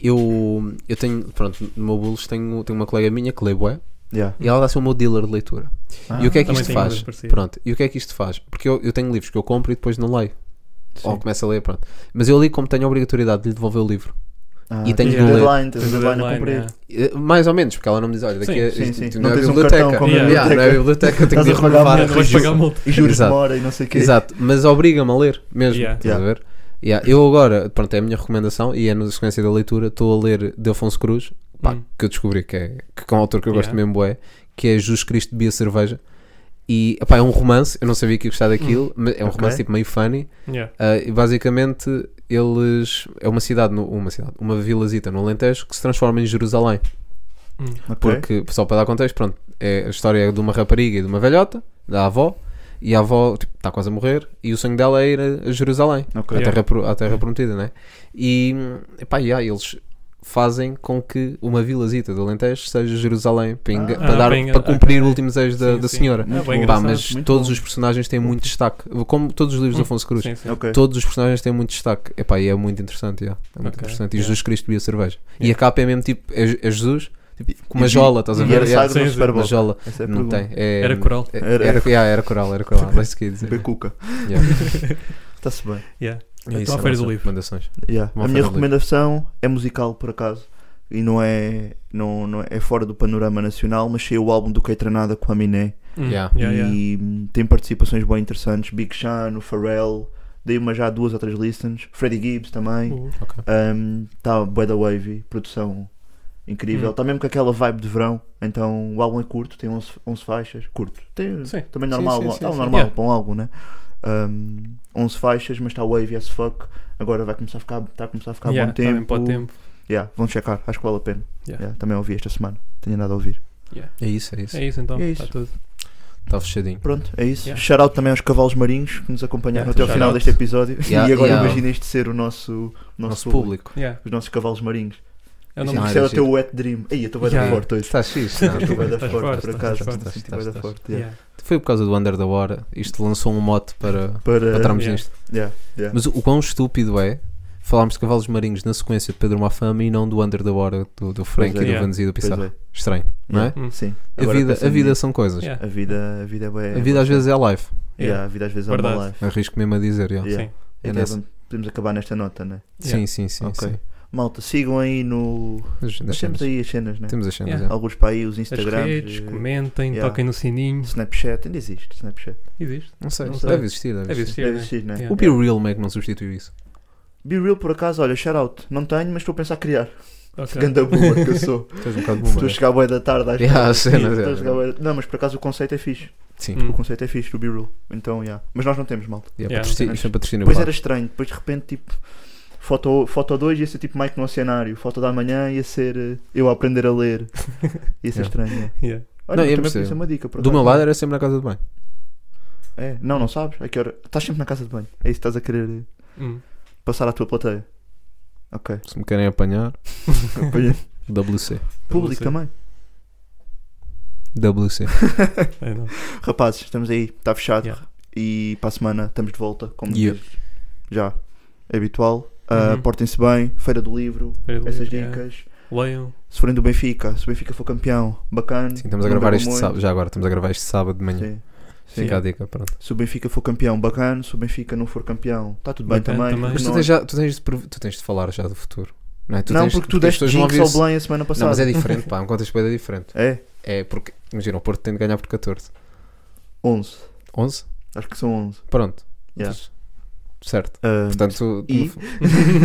Speaker 6: eu, eu tenho, pronto, no meu bolos tenho, tenho uma colega minha que lê bué
Speaker 5: Yeah.
Speaker 6: e ela dá-se o meu dealer de leitura.
Speaker 5: Ah,
Speaker 6: e o que é que
Speaker 7: também
Speaker 6: isto
Speaker 7: tenho
Speaker 6: faz?
Speaker 7: livros parecidos.
Speaker 6: Pronto, e o que é que isto faz? Porque eu, eu tenho livros que eu compro e depois não leio.
Speaker 5: Sim.
Speaker 6: Ou começo a ler, pronto. Mas eu li como tenho a obrigatoriedade de lhe devolver o livro.
Speaker 5: Ah,
Speaker 6: e tenho
Speaker 5: tens
Speaker 6: de
Speaker 5: o
Speaker 6: ler.
Speaker 5: deadline, tens o
Speaker 7: Tens a
Speaker 5: deadline a
Speaker 7: deadline,
Speaker 5: cumprir.
Speaker 7: yeah.
Speaker 6: Eh, Mais ou menos, porque ela não me diz, olha, daqui
Speaker 7: Sim,
Speaker 6: a,
Speaker 5: sim,
Speaker 6: isto-
Speaker 5: sim.
Speaker 6: isto
Speaker 5: Não
Speaker 6: é a
Speaker 5: tens um
Speaker 6: biblioteca.
Speaker 5: cartão com a
Speaker 6: Yeah,
Speaker 5: biblioteca.
Speaker 6: não é a biblioteca, eu tenho
Speaker 5: Estás
Speaker 6: que
Speaker 5: a pagar
Speaker 6: renovar.
Speaker 5: uma
Speaker 7: Ah, não vais
Speaker 5: Justo.
Speaker 7: pagar a multa.
Speaker 5: E juros de
Speaker 6: Exato.
Speaker 5: mora e não sei o quê.
Speaker 6: Exato, mas obriga-me a ler mesmo.
Speaker 7: Yeah.
Speaker 6: Estás
Speaker 5: Yeah.
Speaker 6: a ver? Yeah, Eu agora, pronto, é a minha recomendação e é na sequência da leitura. Estou a ler de Afonso Cruz, pá,
Speaker 7: Hum.
Speaker 6: que eu descobri que é, que é um autor que eu gosto
Speaker 7: Yeah.
Speaker 6: mesmo, é, que é Jesus Cristo Bia Cerveja. E pá, é um romance, eu não sabia que ia gostar daquilo,
Speaker 7: Hum.
Speaker 6: mas é um
Speaker 5: Ok.
Speaker 6: romance tipo meio funny.
Speaker 7: Yeah.
Speaker 6: Ah, e basicamente, eles. É uma cidade, no- uma cidade, uma vilazita no Alentejo que se transforma em Jerusalém.
Speaker 5: Ok.
Speaker 6: Porque, só para dar contexto, pronto, é a história de uma rapariga e de uma velhota, da avó, e a avó tipo, está quase a morrer, e o sonho dela é ir a a Jerusalém,
Speaker 5: Ok.
Speaker 6: à,
Speaker 7: Yeah.
Speaker 6: terra, pro- à terra prometida, né? E, epá, e aí eles fazem com que uma vilazita do Alentejo seja Jerusalém, para, enga-
Speaker 5: Ah,
Speaker 6: para, dar-
Speaker 7: para enga-
Speaker 6: para cumprir
Speaker 7: ok.
Speaker 6: o último desejo da,
Speaker 7: Sim,
Speaker 6: da
Speaker 7: sim.
Speaker 6: senhora.
Speaker 7: Não,
Speaker 5: Muito
Speaker 7: bem
Speaker 5: bom.
Speaker 6: Pá,
Speaker 7: engraçado.
Speaker 6: mas
Speaker 5: muito
Speaker 6: todos
Speaker 5: bom.
Speaker 6: os personagens têm muito destaque, como todos os livros
Speaker 7: Hum,
Speaker 6: de Afonso Cruz.
Speaker 7: Sim, sim.
Speaker 5: Ok.
Speaker 6: Todos os personagens têm muito destaque. Epá, e é muito interessante. yeah. É muito
Speaker 7: Ok,
Speaker 6: interessante. E
Speaker 7: yeah.
Speaker 6: Jesus Cristo bebia cerveja. E
Speaker 7: Yeah.
Speaker 6: a capa é mesmo tipo: é, Je- é Jesus
Speaker 5: E-
Speaker 6: com uma
Speaker 5: e-
Speaker 6: jola, estás a
Speaker 5: E era
Speaker 6: ver? Yeah,
Speaker 5: sagro no
Speaker 7: Sim, sim.
Speaker 5: Super Bowl.
Speaker 6: uma jola.
Speaker 5: Essa é a
Speaker 6: Não
Speaker 5: pergunta.
Speaker 6: tem. É,
Speaker 7: Era coral.
Speaker 6: é-
Speaker 5: Era-
Speaker 6: Era,
Speaker 5: era-
Speaker 6: yeah, era coral, era coral. Mas que ia dizer.
Speaker 5: Becuca.
Speaker 6: Yeah.
Speaker 5: Está-se bem.
Speaker 7: Yeah.
Speaker 6: E
Speaker 7: Então,
Speaker 6: isso
Speaker 7: à
Speaker 6: é
Speaker 7: Feira do
Speaker 6: nossas
Speaker 7: Livro.
Speaker 6: recomendações.
Speaker 5: Yeah.
Speaker 6: Uma
Speaker 5: A minha
Speaker 6: oferta livre.
Speaker 5: recomendação é musical, por acaso. E não é, não, não é, é fora do panorama nacional, mas saiu o álbum do Keitranada com a Miné.
Speaker 7: Hum.
Speaker 6: Yeah.
Speaker 7: Yeah, yeah.
Speaker 5: E hum, tem participações bem interessantes. Big Sean, o Pharrell, dei uma já duas ou três listens. Freddie Gibbs também.
Speaker 7: Uh,
Speaker 5: Está bué da wavy, produção incrível.
Speaker 7: Hum.
Speaker 5: Está mesmo com aquela vibe de verão. Então o álbum é curto, tem 11, 11 faixas. Curto. Tem,
Speaker 7: Sim.
Speaker 5: Também
Speaker 6: Sim,
Speaker 5: normal,
Speaker 6: sim,
Speaker 5: tá
Speaker 6: sim, sim.
Speaker 5: normal
Speaker 6: Yeah.
Speaker 5: para um álbum, né? Um, 11 faixas, mas está wavy as fuck. Agora vai começar a ficar, está a começar a ficar
Speaker 7: yeah,
Speaker 5: bom tempo.
Speaker 7: também pode tempo.
Speaker 5: Yeah, vão checar, acho que vale a pena.
Speaker 7: Yeah.
Speaker 5: Yeah, também ouvi esta semana, tenho nada a ouvir.
Speaker 6: É isso, é isso.
Speaker 7: É isso então,
Speaker 5: É
Speaker 7: está
Speaker 5: isso.
Speaker 7: tudo.
Speaker 6: Está fechadinho.
Speaker 5: Pronto, é isso.
Speaker 7: Yeah.
Speaker 5: Shout out também aos cavalos marinhos que nos
Speaker 7: Yeah,
Speaker 5: acompanharam até ao
Speaker 7: shout
Speaker 5: final
Speaker 7: out.
Speaker 5: deste episódio.
Speaker 6: Yeah,
Speaker 5: e agora
Speaker 6: yeah.
Speaker 5: imagina este ser o nosso, nosso,
Speaker 6: Nosso
Speaker 5: público.
Speaker 6: público.
Speaker 7: Yeah.
Speaker 5: os nossos cavalos marinhos.
Speaker 7: Eu não
Speaker 5: Isto
Speaker 6: Ah,
Speaker 5: isto era o
Speaker 6: giro.
Speaker 5: teu wet dream. Ei, eu estou bem
Speaker 7: Yeah.
Speaker 5: da forte hoje.
Speaker 6: Estás Tá fixe. não?
Speaker 5: Estou bem Tá da
Speaker 7: Estás
Speaker 5: forte,
Speaker 7: forte,
Speaker 5: por
Speaker 7: estás
Speaker 5: acaso.
Speaker 7: forte,
Speaker 5: Estou bué da
Speaker 6: estás,
Speaker 5: forte. yeah.
Speaker 7: yeah.
Speaker 6: Foi por causa do Under da Hora. Isto lançou um mote
Speaker 5: É,
Speaker 6: para, para
Speaker 5: Para.
Speaker 6: entrarmos
Speaker 7: yeah.
Speaker 6: nisto.
Speaker 5: yeah, yeah.
Speaker 6: Mas o, o quão estúpido é falarmos de cavalos marinhos na sequência de Pedro Mafama e não do Under the Water do, do Frank
Speaker 5: Pois
Speaker 6: e
Speaker 5: é.
Speaker 6: do
Speaker 7: Yeah.
Speaker 6: Vanzi e do
Speaker 5: Pois
Speaker 6: Pissarro.
Speaker 5: é.
Speaker 6: Estranho, não é?
Speaker 5: Yeah. Sim.
Speaker 6: A
Speaker 5: Agora
Speaker 6: vida, a
Speaker 5: pensando
Speaker 6: vida
Speaker 5: nisso,
Speaker 6: são coisas.
Speaker 7: Yeah.
Speaker 5: A vida, a vida é bué-
Speaker 6: A vida às vezes é live.
Speaker 5: Yeah, A vida às vezes é
Speaker 7: Verdade.
Speaker 5: uma life.
Speaker 6: Arrisco mesmo a dizer. yeah.
Speaker 5: Yeah.
Speaker 7: Sim.
Speaker 5: E
Speaker 6: É
Speaker 5: até
Speaker 6: nessa.
Speaker 5: vamos- Podemos acabar nesta nota, né?
Speaker 7: Yeah.
Speaker 6: Sim, sim, sim.
Speaker 5: Ok.
Speaker 6: sim.
Speaker 5: Malta, sigam aí no.
Speaker 6: Mas
Speaker 5: Nós
Speaker 6: deixamos.
Speaker 5: temos aí as cenas, né?
Speaker 6: Temos as cenas,
Speaker 7: Yeah.
Speaker 6: é.
Speaker 5: Alguns para aí, os
Speaker 7: As
Speaker 5: Instagrams.
Speaker 7: redes,
Speaker 5: eh,
Speaker 7: comentem,
Speaker 5: yeah.
Speaker 7: toquem no sininho.
Speaker 5: Snapchat, ainda existe Snapchat.
Speaker 7: Existe.
Speaker 6: Não sei,
Speaker 7: Não sei.
Speaker 6: deve existir. Deve
Speaker 7: Deve existir,
Speaker 6: existir.
Speaker 5: Deve
Speaker 7: né?
Speaker 5: existir, né?
Speaker 7: Yeah.
Speaker 6: O Be Real meio que não substituiu isso.
Speaker 5: Be Real, por acaso, olha, shout out. Não tenho, mas estou a pensar a criar.
Speaker 7: Ok.
Speaker 5: Ganda boomer que eu sou.
Speaker 6: Estás um bocado
Speaker 5: Estou a
Speaker 6: boomer.
Speaker 5: chegar à boia da tarde às
Speaker 6: Yeah, as
Speaker 5: tarde.
Speaker 6: cenas,
Speaker 5: Estou a
Speaker 6: é.
Speaker 5: chegar à bué da- Não, mas por acaso o conceito é fixe.
Speaker 6: Sim.
Speaker 7: Hum.
Speaker 5: O conceito é fixe do B-Rule. Então, yeah. Mas nós não temos, malta.
Speaker 6: Yeah,
Speaker 7: Yeah,
Speaker 6: patrocínio-
Speaker 7: não
Speaker 6: Sempre patrocínio
Speaker 5: Depois
Speaker 6: pago.
Speaker 5: era estranho. Depois, de repente, tipo... Foto 2 foto dois ia ser tipo Mike no Oceanário. Foto da manhã ia ser eh, eu a aprender a ler. Ia ser
Speaker 6: Yeah.
Speaker 5: estranho, é.
Speaker 7: Yeah.
Speaker 5: Olha,
Speaker 6: Não,
Speaker 5: mas
Speaker 6: eu
Speaker 5: também
Speaker 6: percebo.
Speaker 5: podia ser uma dica.
Speaker 6: Do
Speaker 5: por acaso.
Speaker 6: meu lado era sempre na casa de banho.
Speaker 5: É. Não, não sabes? A que hora? Estás sempre na casa de banho. É isso que estás a querer eh,
Speaker 7: Hum.
Speaker 5: passar à tua plateia. Ok.
Speaker 6: Se me querem apanhar,
Speaker 5: Apanha-
Speaker 6: WC.
Speaker 5: Público
Speaker 7: Você.
Speaker 5: também.
Speaker 6: WC.
Speaker 7: É, não.
Speaker 5: Rapazes, estamos aí. Está fechado.
Speaker 7: Yeah.
Speaker 5: E para a semana estamos de volta, como
Speaker 6: Yeah.
Speaker 5: diz já é habitual. Ah,
Speaker 7: Uhum.
Speaker 5: Portem-se bem, Feira do Livro,
Speaker 7: Feira do
Speaker 5: essas
Speaker 7: Livro, yeah.
Speaker 5: dicas.
Speaker 7: é. Leiam.
Speaker 5: Se forem do Benfica, se o Benfica for campeão, bacana.
Speaker 6: Sim, estamos a
Speaker 5: não
Speaker 6: gravar
Speaker 5: bebam
Speaker 6: este
Speaker 5: muito.
Speaker 6: sábado. Já agora, estamos a gravar este sábado de manhã.
Speaker 5: Sim. Sim.
Speaker 6: Fica a dica, pronto.
Speaker 5: Se o Benfica for campeão, bacana. Se o Benfica não for campeão, está tudo bem
Speaker 7: Bacana
Speaker 5: também.
Speaker 7: também.
Speaker 5: porque
Speaker 6: Mas tu
Speaker 5: não- é
Speaker 6: tens, já, tu, tens de, prev- tu tens de falar já do futuro. Não, é? tu
Speaker 5: não,
Speaker 6: tens,
Speaker 5: porque tu
Speaker 6: as
Speaker 5: deste
Speaker 6: pessoas vão
Speaker 5: jinx ao
Speaker 6: ouvir-se-
Speaker 5: Belém a semana passada.
Speaker 6: Não, mas é diferente, pá. Um contexto bem diferente.
Speaker 5: É,
Speaker 6: É porque, imagina, o Porto tem de ganhar por 14.
Speaker 5: 11.
Speaker 6: 11?
Speaker 5: Acho que são 11.
Speaker 6: Pronto.
Speaker 5: Yeah.
Speaker 6: Certo.
Speaker 5: Ah,
Speaker 6: Portanto,
Speaker 5: e-
Speaker 6: tu-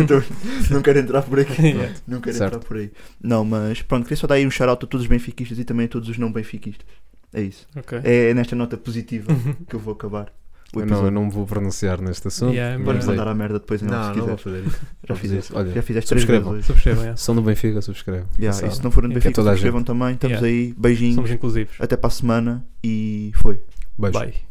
Speaker 5: Então, não quero entrar por aqui.
Speaker 7: Yeah.
Speaker 5: Não quero
Speaker 6: Certo.
Speaker 5: entrar por aí. Não, mas pronto, queria só dar aí um shout-out a todos os benfiquistas e também a todos os não benfiquistas. É isso.
Speaker 7: Ok.
Speaker 5: É nesta nota positiva que eu vou acabar.
Speaker 6: Eu não,
Speaker 5: o
Speaker 6: eu
Speaker 5: episódio.
Speaker 6: não me vou pronunciar neste assunto.
Speaker 7: Yeah, é
Speaker 5: Podes
Speaker 7: melhor.
Speaker 5: mandar a merda depois em off,
Speaker 6: Não,
Speaker 5: se
Speaker 6: não vou
Speaker 5: quiseres.
Speaker 6: fazer isso.
Speaker 5: Já
Speaker 6: vou fazer
Speaker 5: fizeste,
Speaker 6: isso. Olha,
Speaker 5: já fizeste três vezes
Speaker 6: subscrevam.
Speaker 5: hoje.
Speaker 7: Subscrevam, yeah.
Speaker 6: São do Benfica, subscreve.
Speaker 5: Yeah,
Speaker 6: Sabe?
Speaker 5: e se não forem do
Speaker 7: É que
Speaker 5: Benfica,
Speaker 6: toda a
Speaker 5: subscrevam também. Estamos
Speaker 7: Yeah.
Speaker 5: aí. Beijinhos.
Speaker 7: Somos inclusivos.
Speaker 5: Até para a semana. E foi.
Speaker 6: Beijo.
Speaker 7: Bye.